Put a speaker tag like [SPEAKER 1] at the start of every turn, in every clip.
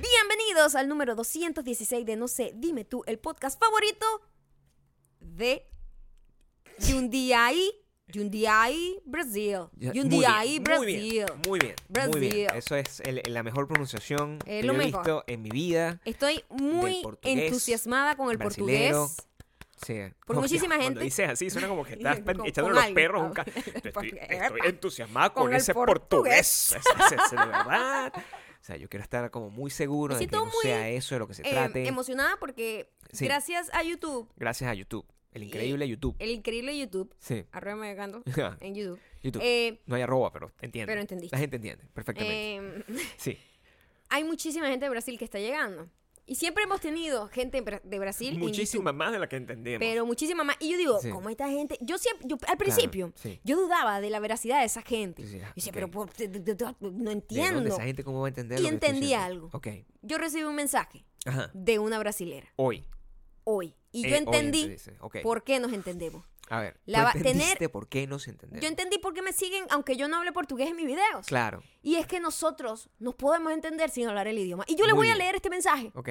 [SPEAKER 1] Bienvenidos al número 216 de No sé, dime tú, el podcast favorito de Yundiaí, Yundiaí, Brasil.
[SPEAKER 2] Ya,
[SPEAKER 1] Yundiaí,
[SPEAKER 2] muy bien,
[SPEAKER 1] Brasil.
[SPEAKER 2] Muy bien, muy bien, muy bien.
[SPEAKER 1] Brasil.
[SPEAKER 2] Eso es el- la mejor pronunciación
[SPEAKER 1] Es
[SPEAKER 2] que
[SPEAKER 1] lo
[SPEAKER 2] yo he
[SPEAKER 1] mejor.
[SPEAKER 2] visto en mi vida.
[SPEAKER 1] Estoy muy
[SPEAKER 2] Del portugués,
[SPEAKER 1] entusiasmada con el
[SPEAKER 2] brasilero,
[SPEAKER 1] portugués.
[SPEAKER 2] Sí.
[SPEAKER 1] Por muchísima
[SPEAKER 3] Cuando
[SPEAKER 1] gente.
[SPEAKER 3] dices así, suena como que estás
[SPEAKER 1] Con- con
[SPEAKER 3] echando los
[SPEAKER 1] algo.
[SPEAKER 3] perros a un ca-
[SPEAKER 1] Porque-
[SPEAKER 3] Te Estoy, estoy entusiasmado
[SPEAKER 1] con
[SPEAKER 3] con,
[SPEAKER 1] el
[SPEAKER 3] ese
[SPEAKER 1] portugués.
[SPEAKER 3] portugués. Es- es- es de verdad.
[SPEAKER 2] O sea, yo quiero estar como muy seguro
[SPEAKER 1] Me
[SPEAKER 2] de que
[SPEAKER 1] siento
[SPEAKER 2] no
[SPEAKER 1] muy,
[SPEAKER 2] sea eso de lo que se
[SPEAKER 1] Eh,
[SPEAKER 2] trate.
[SPEAKER 1] emocionada porque
[SPEAKER 2] Sí.
[SPEAKER 1] gracias a YouTube,
[SPEAKER 2] Gracias a YouTube.
[SPEAKER 1] eh,
[SPEAKER 2] El increíble YouTube.
[SPEAKER 1] el increíble YouTube,
[SPEAKER 2] Sí.
[SPEAKER 1] arroba Maya Gando, en YouTube.
[SPEAKER 2] YouTube.
[SPEAKER 1] eh,
[SPEAKER 2] no hay arroba, pero entiende.
[SPEAKER 1] pero entendiste.
[SPEAKER 2] La gente entiende perfectamente.
[SPEAKER 1] eh,
[SPEAKER 2] sí.
[SPEAKER 1] hay muchísima gente de Brasil que está llegando. Y siempre hemos tenido gente en Bra- de Brasil. en
[SPEAKER 3] Muchísima
[SPEAKER 1] YouTube,
[SPEAKER 3] más de la que entendemos.
[SPEAKER 1] Pero muchísima más. Y yo digo,
[SPEAKER 2] Sí.
[SPEAKER 1] ¿cómo esta gente? Yo siempre, yo, al principio,
[SPEAKER 2] sí.
[SPEAKER 1] yo dudaba de la veracidad de esa gente.
[SPEAKER 2] Sí, sí,
[SPEAKER 1] yo
[SPEAKER 2] ah,
[SPEAKER 1] decía,
[SPEAKER 2] ok.
[SPEAKER 1] pero por- te- te- te- te- no
[SPEAKER 2] ¿De dónde
[SPEAKER 1] entiendo.
[SPEAKER 2] esa gente cómo va a entender?
[SPEAKER 1] Y
[SPEAKER 2] lo que estoy
[SPEAKER 1] entendí
[SPEAKER 2] diciendo?
[SPEAKER 1] algo.
[SPEAKER 2] Ok.
[SPEAKER 1] Yo recibí un mensaje
[SPEAKER 2] Ajá.
[SPEAKER 1] de una brasilera
[SPEAKER 2] Hoy.
[SPEAKER 1] hoy. Y
[SPEAKER 2] Eh,
[SPEAKER 1] yo
[SPEAKER 2] hoy
[SPEAKER 1] entendí
[SPEAKER 2] entendiste, ok.
[SPEAKER 1] por qué nos entendemos.
[SPEAKER 2] A ver.
[SPEAKER 1] La
[SPEAKER 2] ¿tú
[SPEAKER 1] va- tener-
[SPEAKER 2] entendiste por qué nos entendemos?
[SPEAKER 1] Yo entendí por qué me siguen, aunque yo no hable portugués en mis videos.
[SPEAKER 2] Claro.
[SPEAKER 1] Y es que nosotros nos podemos entender sin hablar el idioma. Y yo le
[SPEAKER 2] Muy
[SPEAKER 1] voy a
[SPEAKER 2] bien.
[SPEAKER 1] leer este mensaje
[SPEAKER 2] Ok.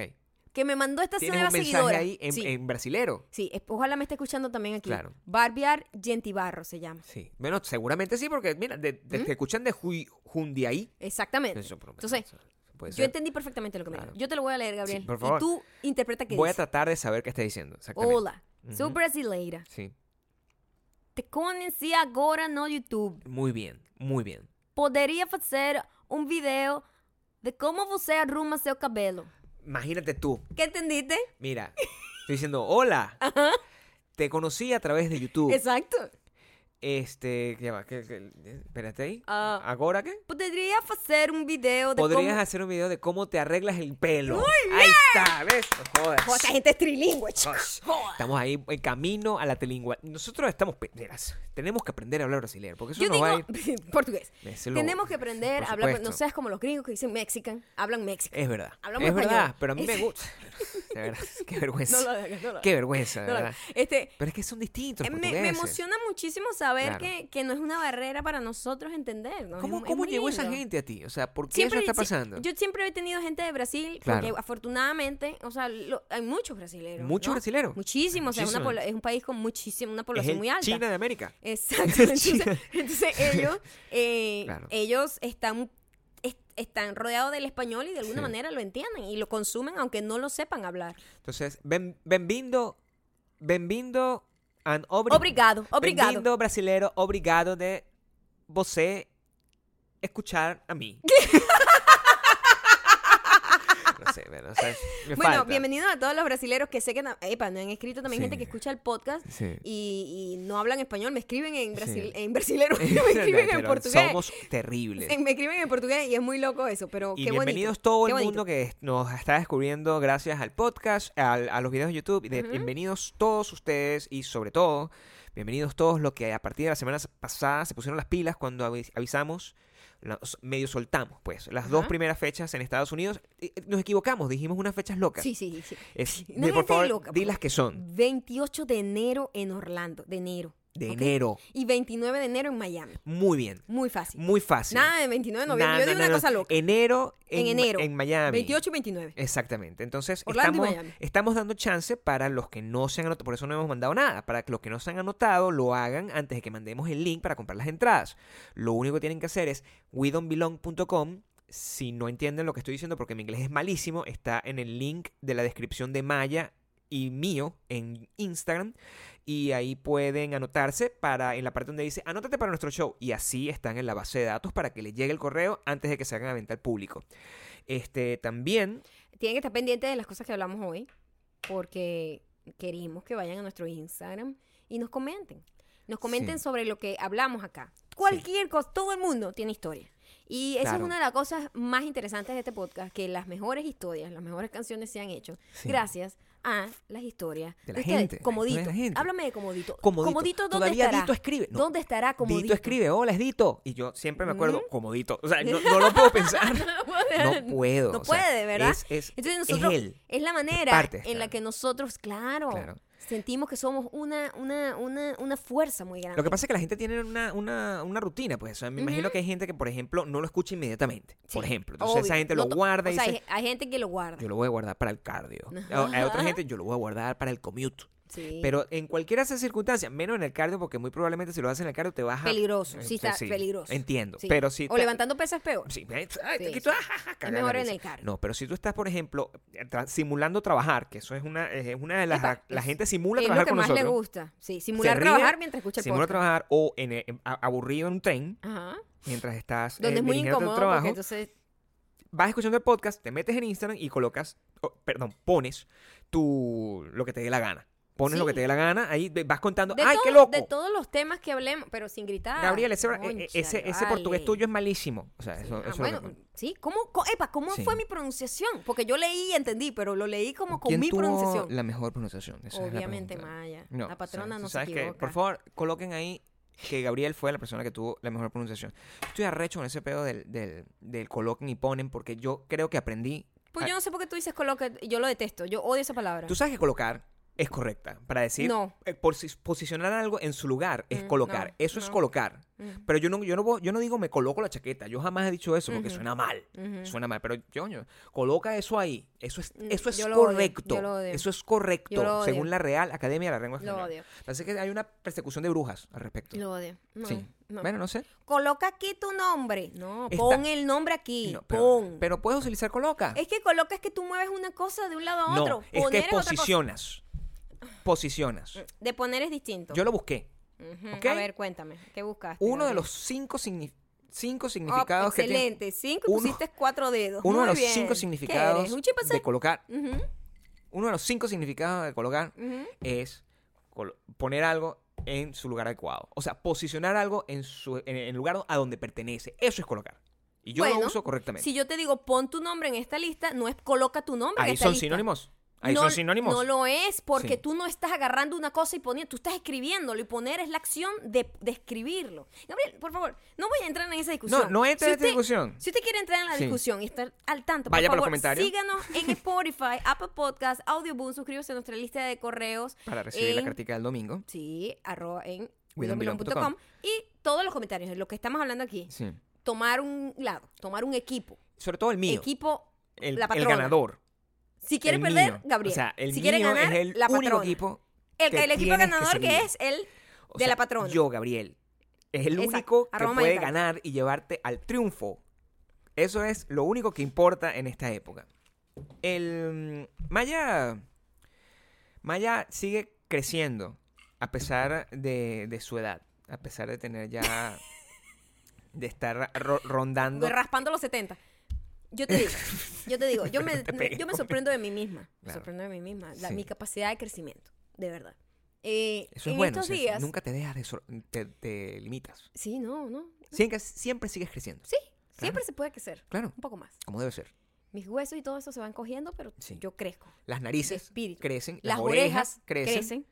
[SPEAKER 1] que me mandó esta
[SPEAKER 2] Tienes
[SPEAKER 1] nueva
[SPEAKER 2] un mensaje
[SPEAKER 1] seguidora.
[SPEAKER 2] ahí en,
[SPEAKER 1] sí,
[SPEAKER 2] en brasilero.
[SPEAKER 1] sí, es- ojalá me esté escuchando también aquí.
[SPEAKER 2] Claro.
[SPEAKER 1] Barbiar Gentibarro se llama.
[SPEAKER 2] Sí. Bueno, seguramente sí, porque mira, de- de- te escuchan de Ju- Jundiaí.
[SPEAKER 1] Exactamente.
[SPEAKER 2] Eso, por lo menos,
[SPEAKER 1] Entonces,
[SPEAKER 2] eso puede
[SPEAKER 1] yo
[SPEAKER 2] ser.
[SPEAKER 1] entendí perfectamente lo que me
[SPEAKER 2] Pues eh, Claro.
[SPEAKER 1] dijo. Yo te lo voy a leer, Gabriel.
[SPEAKER 2] por favor.
[SPEAKER 1] Y tú interpreta que
[SPEAKER 2] Voy a
[SPEAKER 1] dice.
[SPEAKER 2] tratar de saber qué está diciendo. Exactamente.
[SPEAKER 1] Hola, sou
[SPEAKER 2] Ujú.
[SPEAKER 1] brasileira.
[SPEAKER 2] Sí.
[SPEAKER 1] Te conheci agora no YouTube.
[SPEAKER 2] Muy bien, muy bien.
[SPEAKER 1] Poderia fazer um video de como você arruma seu cabelo.
[SPEAKER 2] Imagínate tú.
[SPEAKER 1] ¿Qué entendiste?
[SPEAKER 2] Mira, estoy diciendo, hola. Te conocí a través de YouTube.
[SPEAKER 1] Exacto.
[SPEAKER 2] Este, ya va, que, que- espérate ahí.
[SPEAKER 1] Ah.
[SPEAKER 2] ¿Ahora qué?
[SPEAKER 1] Podría hacer un um video de
[SPEAKER 2] Podrías
[SPEAKER 1] cómo...
[SPEAKER 2] hacer un video de cómo te arreglas el pelo. Ahí está, ¿ves? No jodas.
[SPEAKER 1] Joder, esa gente es trilingüe, chicos. Joder.
[SPEAKER 2] Estamos ahí en camino a la telingua. Nosotros estamos, pe- miras, tenemos que aprender a hablar brasileño, porque eso
[SPEAKER 1] Yo
[SPEAKER 2] nos va a
[SPEAKER 1] digo
[SPEAKER 2] ir.
[SPEAKER 1] portugués.
[SPEAKER 2] Es lo-
[SPEAKER 1] Tenemos que aprender
[SPEAKER 2] por
[SPEAKER 1] a hablar, no
[SPEAKER 2] supuesto.
[SPEAKER 1] seas como los gringos que dicen mexican, hablan mexican.
[SPEAKER 2] Es verdad.
[SPEAKER 1] Hablamos
[SPEAKER 2] es verdad,
[SPEAKER 1] español.
[SPEAKER 2] pero a mí me
[SPEAKER 1] Es-
[SPEAKER 2] gusta. De verdad, qué vergüenza.
[SPEAKER 1] No lo hagas, no lo
[SPEAKER 2] Qué
[SPEAKER 1] hagas.
[SPEAKER 2] vergüenza, de
[SPEAKER 1] No, no,
[SPEAKER 2] verdad.
[SPEAKER 1] Este,
[SPEAKER 2] Pero es que son distintos.
[SPEAKER 1] eh,
[SPEAKER 2] los
[SPEAKER 1] me, me
[SPEAKER 2] portugueses.
[SPEAKER 1] emociona muchísimo saber
[SPEAKER 2] Claro.
[SPEAKER 1] que, que no es una barrera para nosotros entender. ¿no? Es
[SPEAKER 2] ¿Cómo,
[SPEAKER 1] mu- es
[SPEAKER 2] cómo
[SPEAKER 1] muy
[SPEAKER 2] llegó esa
[SPEAKER 1] lindo.
[SPEAKER 2] gente a ti? O sea, ¿por qué
[SPEAKER 1] Siempre,
[SPEAKER 2] eso está
[SPEAKER 1] sí,
[SPEAKER 2] pasando?
[SPEAKER 1] Yo siempre he tenido gente de Brasil, porque
[SPEAKER 2] Claro.
[SPEAKER 1] afortunadamente, o sea, lo- hay muchos brasileños.
[SPEAKER 2] Muchos
[SPEAKER 1] ¿no?
[SPEAKER 2] brasileros.
[SPEAKER 1] Muchísimos. O sea, una
[SPEAKER 2] Muchísimos.
[SPEAKER 1] pobla- es un país con muchísima, una
[SPEAKER 2] es
[SPEAKER 1] población
[SPEAKER 2] el
[SPEAKER 1] muy alta.
[SPEAKER 2] China de América.
[SPEAKER 1] Exacto. Entonces,
[SPEAKER 2] China.
[SPEAKER 1] entonces ellos, eh,
[SPEAKER 2] Claro.
[SPEAKER 1] ellos están, est- están rodeados del español y de alguna
[SPEAKER 2] Sí.
[SPEAKER 1] manera lo entienden y lo consumen aunque no lo sepan hablar.
[SPEAKER 2] Entonces, ben, benvindo, benvindo and obri-
[SPEAKER 1] Obrigado, obrigado.
[SPEAKER 2] Benvindo brasilero, obrigado de você escuchar a mí. no sé, bueno, o sea, me
[SPEAKER 1] bueno,
[SPEAKER 2] falta.
[SPEAKER 1] bienvenidos a todos los brasileros que sé que na- epa, me han escrito también
[SPEAKER 2] Sí.
[SPEAKER 1] gente que escucha el podcast
[SPEAKER 2] Sí.
[SPEAKER 1] y, y no hablan español, me escriben en, brasil,
[SPEAKER 2] Sí.
[SPEAKER 1] en brasilero, me escriben en
[SPEAKER 2] Pero
[SPEAKER 1] portugués.
[SPEAKER 2] Somos terribles.
[SPEAKER 1] Eh, Me escriben en portugués y es muy loco eso, pero
[SPEAKER 2] Y
[SPEAKER 1] qué bonito.
[SPEAKER 2] bienvenidos todo
[SPEAKER 1] qué
[SPEAKER 2] el
[SPEAKER 1] bonito.
[SPEAKER 2] mundo que es- nos está descubriendo gracias al podcast, al- a los videos de YouTube. y de- Bienvenidos todos ustedes y sobre todo, bienvenidos todos los que a partir de la semana pasada se pusieron las pilas cuando avi- avisamos, la- s- medio soltamos pues, las dos
[SPEAKER 1] Ajá.
[SPEAKER 2] primeras fechas en Estados Unidos. Y- y Nos equivocamos, dijimos unas fechas locas.
[SPEAKER 1] Sí, sí, sí.
[SPEAKER 2] Es-
[SPEAKER 1] Una
[SPEAKER 2] de- por
[SPEAKER 1] gente
[SPEAKER 2] favor,
[SPEAKER 1] loca, pues.
[SPEAKER 2] di
[SPEAKER 1] por-
[SPEAKER 2] las que son.
[SPEAKER 1] 28 de enero en Orlando, de enero.
[SPEAKER 2] De
[SPEAKER 1] ¿ok?
[SPEAKER 2] enero.
[SPEAKER 1] Y 29 de enero en Miami.
[SPEAKER 2] Muy bien,
[SPEAKER 1] Muy fácil.
[SPEAKER 2] muy fácil.
[SPEAKER 1] Nada de 29 de
[SPEAKER 2] Nah,
[SPEAKER 1] noviembre. Yo
[SPEAKER 2] nah,
[SPEAKER 1] digo
[SPEAKER 2] nah,
[SPEAKER 1] una
[SPEAKER 2] nah.
[SPEAKER 1] cosa loca.
[SPEAKER 2] Enero
[SPEAKER 1] En
[SPEAKER 2] en,
[SPEAKER 1] enero.
[SPEAKER 2] en Miami.
[SPEAKER 1] 28 y 29.
[SPEAKER 2] Exactamente. Entonces,
[SPEAKER 1] Orlando y
[SPEAKER 2] estamos,
[SPEAKER 1] Miami.
[SPEAKER 2] estamos dando chance para los que no se han anotado. Por eso no hemos mandado nada. Para que los que no se han anotado lo hagan antes de que mandemos el link para comprar las entradas. Lo único que tienen que hacer es wedon'tbelong.com. Si no entienden lo que estoy diciendo, porque mi inglés es malísimo, está en el link de la descripción de Maya y mío en Instagram. Y ahí pueden anotarse para en la parte donde dice anótate para nuestro show. Y así están en la base de datos para que les llegue el correo antes de que se hagan a venta al público. Este también
[SPEAKER 1] Tienen que estar pendientes de las cosas que hablamos hoy. Porque queremos que vayan a nuestro Instagram y nos comenten. Nos comenten
[SPEAKER 2] Sí.
[SPEAKER 1] sobre lo que hablamos acá. Cualquier cosa, todo el mundo tiene historia. Y esa es
[SPEAKER 2] Claro.
[SPEAKER 1] una de las cosas más interesantes de este podcast, que las mejores historias, las mejores canciones se han hecho
[SPEAKER 2] Sí.
[SPEAKER 1] gracias a las historias
[SPEAKER 2] De la
[SPEAKER 1] ustedes.
[SPEAKER 2] gente, las
[SPEAKER 1] Comodito,
[SPEAKER 2] historias de la gente.
[SPEAKER 1] háblame de Comodito.
[SPEAKER 2] Comodito.
[SPEAKER 1] ¿dónde
[SPEAKER 2] Todavía
[SPEAKER 1] estará?
[SPEAKER 2] Dito escribe. No,
[SPEAKER 1] ¿Dónde estará Comodito?
[SPEAKER 2] Dito escribe, hola, es Dito. Y yo siempre me acuerdo, comodito. O sea, no, no lo puedo pensar. no puedo.
[SPEAKER 1] No
[SPEAKER 2] o sea,
[SPEAKER 1] puede, ¿verdad?
[SPEAKER 2] Es, es-
[SPEAKER 1] Entonces
[SPEAKER 2] es
[SPEAKER 1] nosotros es,
[SPEAKER 2] él.
[SPEAKER 1] la manera
[SPEAKER 2] parte de
[SPEAKER 1] en la
[SPEAKER 2] estar.
[SPEAKER 1] que nosotros, claro,
[SPEAKER 2] Claro.
[SPEAKER 1] Sentimos que somos una, una, una, una fuerza muy grande.
[SPEAKER 2] Lo que pasa es que la gente tiene una, una, una rutina, pues. O sea, me imagino que hay gente que, por ejemplo, no lo escucha inmediatamente. por
[SPEAKER 1] Sí,
[SPEAKER 2] ejemplo. Entonces esa
[SPEAKER 1] obvio.
[SPEAKER 2] gente
[SPEAKER 1] No
[SPEAKER 2] lo
[SPEAKER 1] to-
[SPEAKER 2] guarda y
[SPEAKER 1] o sea,
[SPEAKER 2] dice,
[SPEAKER 1] hay, hay gente que lo guarda.
[SPEAKER 2] yo lo voy a guardar para el cardio. O- Hay otra gente, yo lo voy a guardar para el commute.
[SPEAKER 1] Sí.
[SPEAKER 2] Pero en cualquiera de esas circunstancias, menos en el cardio, porque muy probablemente si lo haces en el cardio te vas a...
[SPEAKER 1] Peligroso,
[SPEAKER 2] Eh,
[SPEAKER 1] sí está peligroso.
[SPEAKER 2] Entiendo.
[SPEAKER 1] Sí.
[SPEAKER 2] Pero si
[SPEAKER 1] o
[SPEAKER 2] te-
[SPEAKER 1] levantando pesas es peor.
[SPEAKER 2] Sí, ve, ay, te
[SPEAKER 1] Sí,
[SPEAKER 2] quito,
[SPEAKER 1] sí.
[SPEAKER 2] ah, ja, ja, cagar
[SPEAKER 1] mejor
[SPEAKER 2] la
[SPEAKER 1] en
[SPEAKER 2] risa.
[SPEAKER 1] el carro.
[SPEAKER 2] No, pero si tú estás, por ejemplo, eh, tra- simulando trabajar, que eso es una, es una de las...
[SPEAKER 1] Epa,
[SPEAKER 2] la
[SPEAKER 1] es-
[SPEAKER 2] gente simula
[SPEAKER 1] es
[SPEAKER 2] trabajar
[SPEAKER 1] lo que
[SPEAKER 2] con
[SPEAKER 1] más
[SPEAKER 2] nosotros.
[SPEAKER 1] le gusta. Sí, simular
[SPEAKER 2] ríe,
[SPEAKER 1] trabajar mientras escucha el
[SPEAKER 2] Simula
[SPEAKER 1] podcast.
[SPEAKER 2] trabajar o en, eh, a- aburrido en un tren,
[SPEAKER 1] Ajá.
[SPEAKER 2] mientras estás eh,
[SPEAKER 1] Donde es muy
[SPEAKER 2] dirigiéndote a
[SPEAKER 1] incómodo
[SPEAKER 2] tu trabajo,
[SPEAKER 1] porque entonces
[SPEAKER 2] vas escuchando el podcast, te metes en Instagram y colocas, o, perdón, pones tu, lo que te dé la gana. Pones lo que
[SPEAKER 1] Sí.
[SPEAKER 2] te dé la gana, ahí ve- vas contando,
[SPEAKER 1] de,
[SPEAKER 2] ¡ay,
[SPEAKER 1] todo-
[SPEAKER 2] qué loco!
[SPEAKER 1] de todos los temas que hablemos, pero sin gritar.
[SPEAKER 2] Gabriel, ese, eh,
[SPEAKER 1] Cónchale,
[SPEAKER 2] ese, ese
[SPEAKER 1] vale.
[SPEAKER 2] portugués tuyo es malísimo. O sea, eso,
[SPEAKER 1] Ah,
[SPEAKER 2] eso es lo que-
[SPEAKER 1] bueno, sí, ¿cómo, co- epa, ¿cómo
[SPEAKER 2] Sí.
[SPEAKER 1] fue mi pronunciación? Porque yo leí y entendí, pero lo leí como con
[SPEAKER 2] ¿Quién
[SPEAKER 1] mi
[SPEAKER 2] tuvo
[SPEAKER 1] pronunciación.
[SPEAKER 2] La mejor pronunciación. Esa es la
[SPEAKER 1] Obviamente
[SPEAKER 2] pregunta.
[SPEAKER 1] Maya.
[SPEAKER 2] No,
[SPEAKER 1] la
[SPEAKER 2] o sea,
[SPEAKER 1] patrona
[SPEAKER 2] tú
[SPEAKER 1] no se
[SPEAKER 2] sabes que,
[SPEAKER 1] equivoca.
[SPEAKER 2] Por favor, coloquen ahí que Gabriel fue la persona que tuvo la mejor pronunciación. Estoy arrecho con ese pedo del, del, del coloquen y ponen porque yo creo que aprendí.
[SPEAKER 1] Pues
[SPEAKER 2] a-
[SPEAKER 1] yo no sé por qué tú dices coloca, yo lo detesto, yo odio esa palabra.
[SPEAKER 2] Tú sabes que colocar es correcta para decir
[SPEAKER 1] No.
[SPEAKER 2] eh, posi- posicionar algo en su lugar es
[SPEAKER 1] Mm,
[SPEAKER 2] colocar.
[SPEAKER 1] no,
[SPEAKER 2] eso es
[SPEAKER 1] no.
[SPEAKER 2] colocar.
[SPEAKER 1] Mm.
[SPEAKER 2] Pero yo no, yo no vo- yo no digo me coloco la chaqueta. Yo jamás he dicho eso porque
[SPEAKER 1] Ujú.
[SPEAKER 2] suena mal.
[SPEAKER 1] Ujú.
[SPEAKER 2] Suena mal, pero Joño, coloca eso ahí. Eso es,
[SPEAKER 1] Mm,
[SPEAKER 2] eso es
[SPEAKER 1] yo lo odio,
[SPEAKER 2] correcto.
[SPEAKER 1] yo lo odio.
[SPEAKER 2] Eso es
[SPEAKER 1] Yo lo
[SPEAKER 2] correcto,
[SPEAKER 1] odio.
[SPEAKER 2] según la Real Academia de la Lengua
[SPEAKER 1] Lo
[SPEAKER 2] Española.
[SPEAKER 1] odio.
[SPEAKER 2] Así que hay una persecución de brujas al respecto.
[SPEAKER 1] Lo odio. No,
[SPEAKER 2] sí.
[SPEAKER 1] no.
[SPEAKER 2] Bueno, no sé.
[SPEAKER 1] Coloca aquí tu nombre. No,
[SPEAKER 2] Está-
[SPEAKER 1] pon el nombre aquí.
[SPEAKER 2] No, pero,
[SPEAKER 1] pon.
[SPEAKER 2] pero puedes utilizar coloca.
[SPEAKER 1] es que coloca es que tú mueves una cosa de un lado a
[SPEAKER 2] no,
[SPEAKER 1] otro.
[SPEAKER 2] es
[SPEAKER 1] Poner
[SPEAKER 2] que
[SPEAKER 1] es otra cosa. Mm,
[SPEAKER 2] posicionas. Posicionas.
[SPEAKER 1] De poner es distinto.
[SPEAKER 2] Yo lo busqué.
[SPEAKER 1] Ujú.
[SPEAKER 2] ¿ok?
[SPEAKER 1] A ver, cuéntame. ¿Qué buscaste?
[SPEAKER 2] Uno de
[SPEAKER 1] Gabriel?
[SPEAKER 2] los cinco, signi- cinco
[SPEAKER 1] Oh,
[SPEAKER 2] significados que tiene-
[SPEAKER 1] excelente. Cinco,
[SPEAKER 2] Uno-
[SPEAKER 1] pusiste cuatro dedos.
[SPEAKER 2] Uno
[SPEAKER 1] Muy
[SPEAKER 2] de los
[SPEAKER 1] bien.
[SPEAKER 2] cinco
[SPEAKER 1] ¿Qué
[SPEAKER 2] significados
[SPEAKER 1] eres? ¿Un chimpancé?
[SPEAKER 2] de colocar.
[SPEAKER 1] Ujú,
[SPEAKER 2] Uno de los cinco significados de colocar
[SPEAKER 1] ujú.
[SPEAKER 2] es colo- poner algo en su lugar adecuado. O sea, posicionar algo en, su, en el lugar a donde pertenece. Eso es colocar. Y yo lo
[SPEAKER 1] Bueno,
[SPEAKER 2] uso correctamente.
[SPEAKER 1] Si yo te digo pon tu nombre en esta lista, no es coloca tu nombre. en
[SPEAKER 2] Ahí
[SPEAKER 1] esta
[SPEAKER 2] son
[SPEAKER 1] lista.
[SPEAKER 2] sinónimos. Ahí
[SPEAKER 1] no,
[SPEAKER 2] son sinónimos.
[SPEAKER 1] No lo es porque
[SPEAKER 2] Sí.
[SPEAKER 1] tú no estás agarrando una cosa y poniendo, tú estás escribiéndolo y poner es la acción de, de escribirlo. Gabriel, por favor, no voy a entrar en esa discusión.
[SPEAKER 2] No, no entra en esta
[SPEAKER 1] usted-
[SPEAKER 2] discusión.
[SPEAKER 1] Si usted quiere entrar en la
[SPEAKER 2] Sí.
[SPEAKER 1] discusión y estar al tanto,
[SPEAKER 2] Vaya por
[SPEAKER 1] por
[SPEAKER 2] los
[SPEAKER 1] favor,
[SPEAKER 2] comentarios.
[SPEAKER 1] síganos en Spotify, Apple Podcast, Audioboom, suscríbase a nuestra lista de correos.
[SPEAKER 2] Para recibir la
[SPEAKER 1] en-
[SPEAKER 2] cartica del domingo.
[SPEAKER 1] Sí, arroba en
[SPEAKER 2] WildomBilon.com.
[SPEAKER 1] WildomBilon.com y todos los comentarios de lo que estamos hablando aquí.
[SPEAKER 2] Sí.
[SPEAKER 1] Tomar un lado, tomar un equipo.
[SPEAKER 2] Sobre todo el mío.
[SPEAKER 1] Equipo,
[SPEAKER 2] el,
[SPEAKER 1] la
[SPEAKER 2] el
[SPEAKER 1] patrona.
[SPEAKER 2] ganador.
[SPEAKER 1] Si quiere
[SPEAKER 2] el
[SPEAKER 1] perder,
[SPEAKER 2] mío.
[SPEAKER 1] Gabriel.
[SPEAKER 2] O sea, el
[SPEAKER 1] si quiere
[SPEAKER 2] mío
[SPEAKER 1] ganar,
[SPEAKER 2] es el
[SPEAKER 1] la
[SPEAKER 2] único
[SPEAKER 1] patrona.
[SPEAKER 2] equipo.
[SPEAKER 1] El,
[SPEAKER 2] que
[SPEAKER 1] el equipo
[SPEAKER 2] tienes que
[SPEAKER 1] ganador que,
[SPEAKER 2] seguir.
[SPEAKER 1] es el
[SPEAKER 2] O
[SPEAKER 1] de
[SPEAKER 2] sea,
[SPEAKER 1] la patrona.
[SPEAKER 2] Yo, Gabriel, es el
[SPEAKER 1] Exacto.
[SPEAKER 2] único que
[SPEAKER 1] Arroba
[SPEAKER 2] puede
[SPEAKER 1] Magical.
[SPEAKER 2] ganar y llevarte al triunfo. Eso es lo único que importa en esta época. El mm, Maya, Maya sigue creciendo a pesar de, de su edad, a pesar de tener ya de estar ro- rondando.
[SPEAKER 1] Raspando los 70. Yo te digo, yo te digo, yo me,
[SPEAKER 2] te pegues
[SPEAKER 1] yo me
[SPEAKER 2] con
[SPEAKER 1] sorprendo de mí misma. Me
[SPEAKER 2] Claro.
[SPEAKER 1] sorprendo de mí misma. la-
[SPEAKER 2] Sí.
[SPEAKER 1] Mi capacidad de crecimiento, de verdad. Eh,
[SPEAKER 2] Eso es
[SPEAKER 1] en
[SPEAKER 2] bueno.
[SPEAKER 1] estos
[SPEAKER 2] o sea,
[SPEAKER 1] días.
[SPEAKER 2] Nunca te dejas de sor- te, te limitas.
[SPEAKER 1] Sí, no, no.
[SPEAKER 2] Siempre, siempre sigues creciendo.
[SPEAKER 1] Sí, siempre se puede crecer.
[SPEAKER 2] Claro,
[SPEAKER 1] Un poco más.
[SPEAKER 2] como debe ser.
[SPEAKER 1] Mis huesos y todo eso se van cogiendo, pero
[SPEAKER 2] Sí.
[SPEAKER 1] yo crezco.
[SPEAKER 2] Las
[SPEAKER 1] De
[SPEAKER 2] narices
[SPEAKER 1] espíritu.
[SPEAKER 2] crecen,
[SPEAKER 1] Las,
[SPEAKER 2] las, orejas, crecen.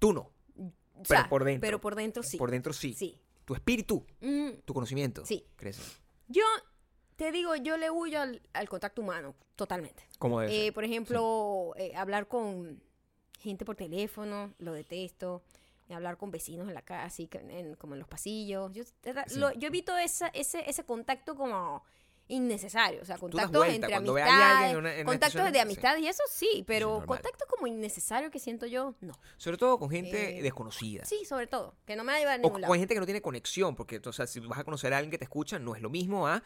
[SPEAKER 2] Tú no.
[SPEAKER 1] O
[SPEAKER 2] Pero
[SPEAKER 1] sea,
[SPEAKER 2] por dentro.
[SPEAKER 1] Pero por dentro sí.
[SPEAKER 2] Por dentro sí.
[SPEAKER 1] Sí.
[SPEAKER 2] Tu espíritu,
[SPEAKER 1] Mm,
[SPEAKER 2] tu conocimiento.
[SPEAKER 1] Sí.
[SPEAKER 2] Crece.
[SPEAKER 1] yo te digo, yo le huyo al, al contacto humano totalmente.
[SPEAKER 2] Como debe
[SPEAKER 1] Eh,
[SPEAKER 2] ser.
[SPEAKER 1] por ejemplo, eh, hablar con gente por teléfono, lo detesto. Y Hablar con vecinos en la casa, así que en- como en los pasillos. Yo, tra-
[SPEAKER 2] Sí.
[SPEAKER 1] lo- yo evito esa, ese, ese contacto como innecesario. O sea,
[SPEAKER 2] das
[SPEAKER 1] contactos
[SPEAKER 2] vuelta
[SPEAKER 1] entre
[SPEAKER 2] cuando ve a alguien
[SPEAKER 1] amistades.
[SPEAKER 2] en una- en una
[SPEAKER 1] contactos
[SPEAKER 2] estación,
[SPEAKER 1] de
[SPEAKER 2] sí.
[SPEAKER 1] amistades y eso sí, pero
[SPEAKER 2] normal.
[SPEAKER 1] contactos como innecesario que siento yo, no.
[SPEAKER 2] Sobre todo con gente
[SPEAKER 1] eh,
[SPEAKER 2] desconocida.
[SPEAKER 1] Sí, sobre todo. Que no me va a llevar a
[SPEAKER 2] O,
[SPEAKER 1] ningún
[SPEAKER 2] o
[SPEAKER 1] lado.
[SPEAKER 2] hay gente que no tiene conexión, porque o sea, si vas a conocer a alguien que te escucha, no es lo mismo a,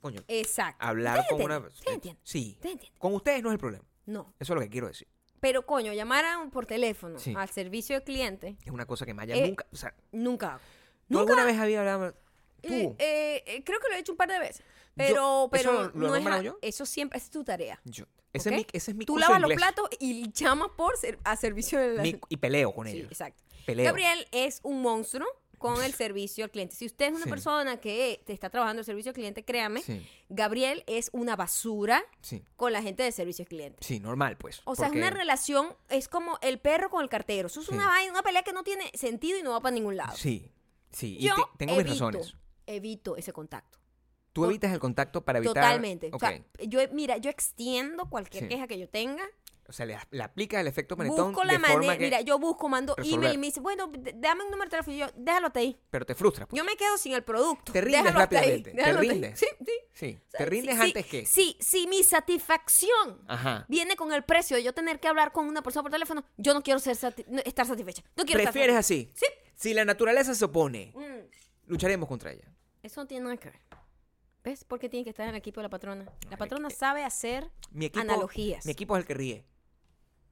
[SPEAKER 2] coño,
[SPEAKER 1] Exacto.
[SPEAKER 2] hablar con
[SPEAKER 1] ¿Ustedes
[SPEAKER 2] una...
[SPEAKER 1] entienden? ¿Ustedes entienden?
[SPEAKER 2] Sí.
[SPEAKER 1] ¿Ustedes entienden?
[SPEAKER 2] Con ustedes no es el problema.
[SPEAKER 1] No.
[SPEAKER 2] Eso es lo que quiero decir.
[SPEAKER 1] Pero coño, llamar a un- por teléfono
[SPEAKER 2] Sí.
[SPEAKER 1] al servicio de cliente,
[SPEAKER 2] Es una cosa que Maya
[SPEAKER 1] Eh,
[SPEAKER 2] nunca... O sea,
[SPEAKER 1] nunca hago.
[SPEAKER 2] ¿tú alguna vez había hablado... Tú,
[SPEAKER 1] Eh, eh, eh, creo que lo he hecho un par de veces. Pero,
[SPEAKER 2] Yo-
[SPEAKER 1] pero
[SPEAKER 2] ¿eso lo- lo he
[SPEAKER 1] no es
[SPEAKER 2] nombrado
[SPEAKER 1] a-
[SPEAKER 2] yo?
[SPEAKER 1] Eso siempre esa es tu tarea.
[SPEAKER 2] yo- ese,
[SPEAKER 1] ¿ok?
[SPEAKER 2] es mi, ese es mi
[SPEAKER 1] Tú
[SPEAKER 2] curso de
[SPEAKER 1] lavas los
[SPEAKER 2] inglés.
[SPEAKER 1] platos y llamas por ser- a servicio de la
[SPEAKER 2] Mi- y peleo con
[SPEAKER 1] Sí,
[SPEAKER 2] ellos.
[SPEAKER 1] exacto.
[SPEAKER 2] Peleo.
[SPEAKER 1] Gabriel es un monstruo con el servicio al cliente. Si usted es una
[SPEAKER 2] Sí.
[SPEAKER 1] persona que te está trabajando el servicio al cliente, créame,
[SPEAKER 2] Sí.
[SPEAKER 1] Gabriel es una basura
[SPEAKER 2] Sí.
[SPEAKER 1] con la gente de servicio al cliente.
[SPEAKER 2] Sí, normal, pues.
[SPEAKER 1] O sea, es una
[SPEAKER 2] porque-
[SPEAKER 1] relación, es como el perro con el cartero. Eso es
[SPEAKER 2] Sí.
[SPEAKER 1] una vaina, una pelea que no tiene sentido y no va para ningún lado.
[SPEAKER 2] Sí, sí. Y
[SPEAKER 1] Yo
[SPEAKER 2] te- tengo mis
[SPEAKER 1] evito-
[SPEAKER 2] razones.
[SPEAKER 1] Evito ese contacto.
[SPEAKER 2] Tú
[SPEAKER 1] Por-
[SPEAKER 2] evitas el contacto para evitar.
[SPEAKER 1] Totalmente. O
[SPEAKER 2] Ok.
[SPEAKER 1] sea, yo, mira, yo extiendo cualquier
[SPEAKER 2] Sí.
[SPEAKER 1] queja que yo tenga
[SPEAKER 2] O sea, le, le aplicas el efecto panetón
[SPEAKER 1] Busco la
[SPEAKER 2] de forma
[SPEAKER 1] manera.
[SPEAKER 2] que-
[SPEAKER 1] Mira, yo busco, mando email
[SPEAKER 2] resolver.
[SPEAKER 1] y me dice, bueno, d- dame un número de teléfono. Y yo, déjalo hasta ahí.
[SPEAKER 2] pero te frustras. pues.
[SPEAKER 1] Yo me quedo sin el producto.
[SPEAKER 2] Te rindes
[SPEAKER 1] déjalo hasta ahí,
[SPEAKER 2] rápidamente, te
[SPEAKER 1] déjalo hasta ahí.
[SPEAKER 2] rindes.
[SPEAKER 1] Sí, sí.
[SPEAKER 2] Sí,
[SPEAKER 1] O sea,
[SPEAKER 2] te
[SPEAKER 1] sí,
[SPEAKER 2] rindes
[SPEAKER 1] sí,
[SPEAKER 2] antes que...
[SPEAKER 1] Sí, sí, mi satisfacción
[SPEAKER 2] Ajá.
[SPEAKER 1] viene con el precio de yo tener que hablar con una persona por teléfono, yo no quiero ser sati- no, estar satisfecha. No quiero estar
[SPEAKER 2] ¿Prefieres
[SPEAKER 1] satisfecha.
[SPEAKER 2] así?
[SPEAKER 1] Sí.
[SPEAKER 2] Si la naturaleza se opone,
[SPEAKER 1] Mm,
[SPEAKER 2] lucharemos contra ella.
[SPEAKER 1] eso no tiene nada que ver. ¿Ves? Porque tiene que estar en el equipo de la patrona. La patrona sabe hacer
[SPEAKER 2] Mi equipo,
[SPEAKER 1] analogías.
[SPEAKER 2] Mi equipo es el que ríe.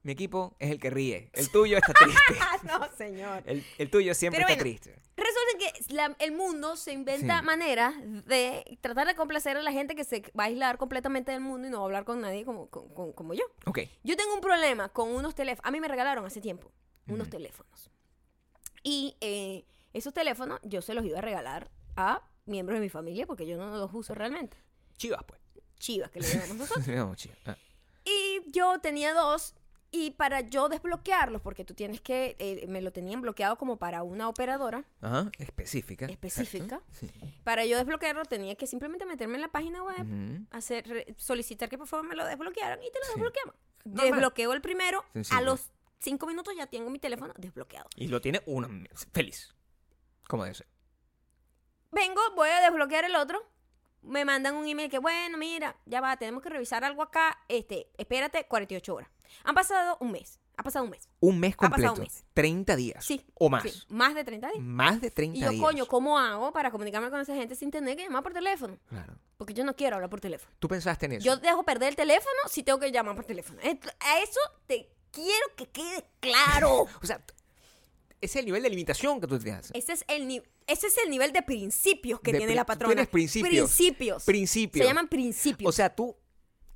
[SPEAKER 2] Mi equipo es el que ríe. El tuyo está triste.
[SPEAKER 1] Ah, no, señor.
[SPEAKER 2] El, el tuyo siempre
[SPEAKER 1] Pero
[SPEAKER 2] está
[SPEAKER 1] bueno.
[SPEAKER 2] triste.
[SPEAKER 1] Resulta que la- el mundo se inventa
[SPEAKER 2] Sí.
[SPEAKER 1] maneras de tratar de complacer a la gente que se va a aislar completamente del mundo y no va a hablar con nadie como, con- con- como yo.
[SPEAKER 2] Ok.
[SPEAKER 1] Yo tengo un problema con unos teléfonos. A mí me regalaron hace tiempo unos
[SPEAKER 2] Ujú.
[SPEAKER 1] teléfonos. Y eh, esos teléfonos yo se los iba a regalar a miembros de mi familia porque yo no los uso realmente.
[SPEAKER 2] Chivas, pues.
[SPEAKER 1] Chivas que le llamamos nosotros.
[SPEAKER 2] No, chivas. Ah.
[SPEAKER 1] Y yo tenía dos. Y para yo desbloquearlos, porque tú tienes que, eh, me lo tenían bloqueado como para una operadora
[SPEAKER 2] Ajá. Específica.
[SPEAKER 1] específica.
[SPEAKER 2] Exacto. Sí.
[SPEAKER 1] Para yo desbloquearlo tenía que simplemente meterme en la página web,
[SPEAKER 2] Ujú.
[SPEAKER 1] hacer, re- solicitar que por favor me lo desbloquearan y te lo
[SPEAKER 2] Sí.
[SPEAKER 1] desbloqueaban.
[SPEAKER 2] Normal.
[SPEAKER 1] Desbloqueo el primero, a
[SPEAKER 2] Sencillo.
[SPEAKER 1] los cinco minutos ya tengo mi teléfono desbloqueado.
[SPEAKER 2] Y lo tiene uno feliz. Como debe ser.
[SPEAKER 1] Vengo, voy a desbloquear el otro. Me mandan un email que, bueno, mira, ya va, tenemos que revisar algo acá. Este, espérate 48 horas. Han pasado un mes. Ha pasado un mes.
[SPEAKER 2] Un mes
[SPEAKER 1] Ha pasado un
[SPEAKER 2] completo.
[SPEAKER 1] mes.
[SPEAKER 2] 30 días.
[SPEAKER 1] Sí.
[SPEAKER 2] O más.
[SPEAKER 1] Sí, más de 30 días.
[SPEAKER 2] Más de 30
[SPEAKER 1] Y yo,
[SPEAKER 2] días.
[SPEAKER 1] coño, ¿cómo hago para comunicarme con esa gente sin tener que llamar por teléfono?
[SPEAKER 2] Claro.
[SPEAKER 1] Porque yo no quiero hablar por teléfono.
[SPEAKER 2] Tú pensaste en eso.
[SPEAKER 1] Yo dejo perder el teléfono si tengo que llamar por teléfono. Et- A eso te quiero que quede claro.
[SPEAKER 2] O sea, t- ese es el nivel de limitación que tú te haces.
[SPEAKER 1] Ese es el, ni- ese es el nivel de principios que
[SPEAKER 2] De
[SPEAKER 1] tiene
[SPEAKER 2] pri-
[SPEAKER 1] la
[SPEAKER 2] tú
[SPEAKER 1] patrona.
[SPEAKER 2] tienes principios.
[SPEAKER 1] Principios.
[SPEAKER 2] Principios.
[SPEAKER 1] Se llaman principios.
[SPEAKER 2] O sea, tú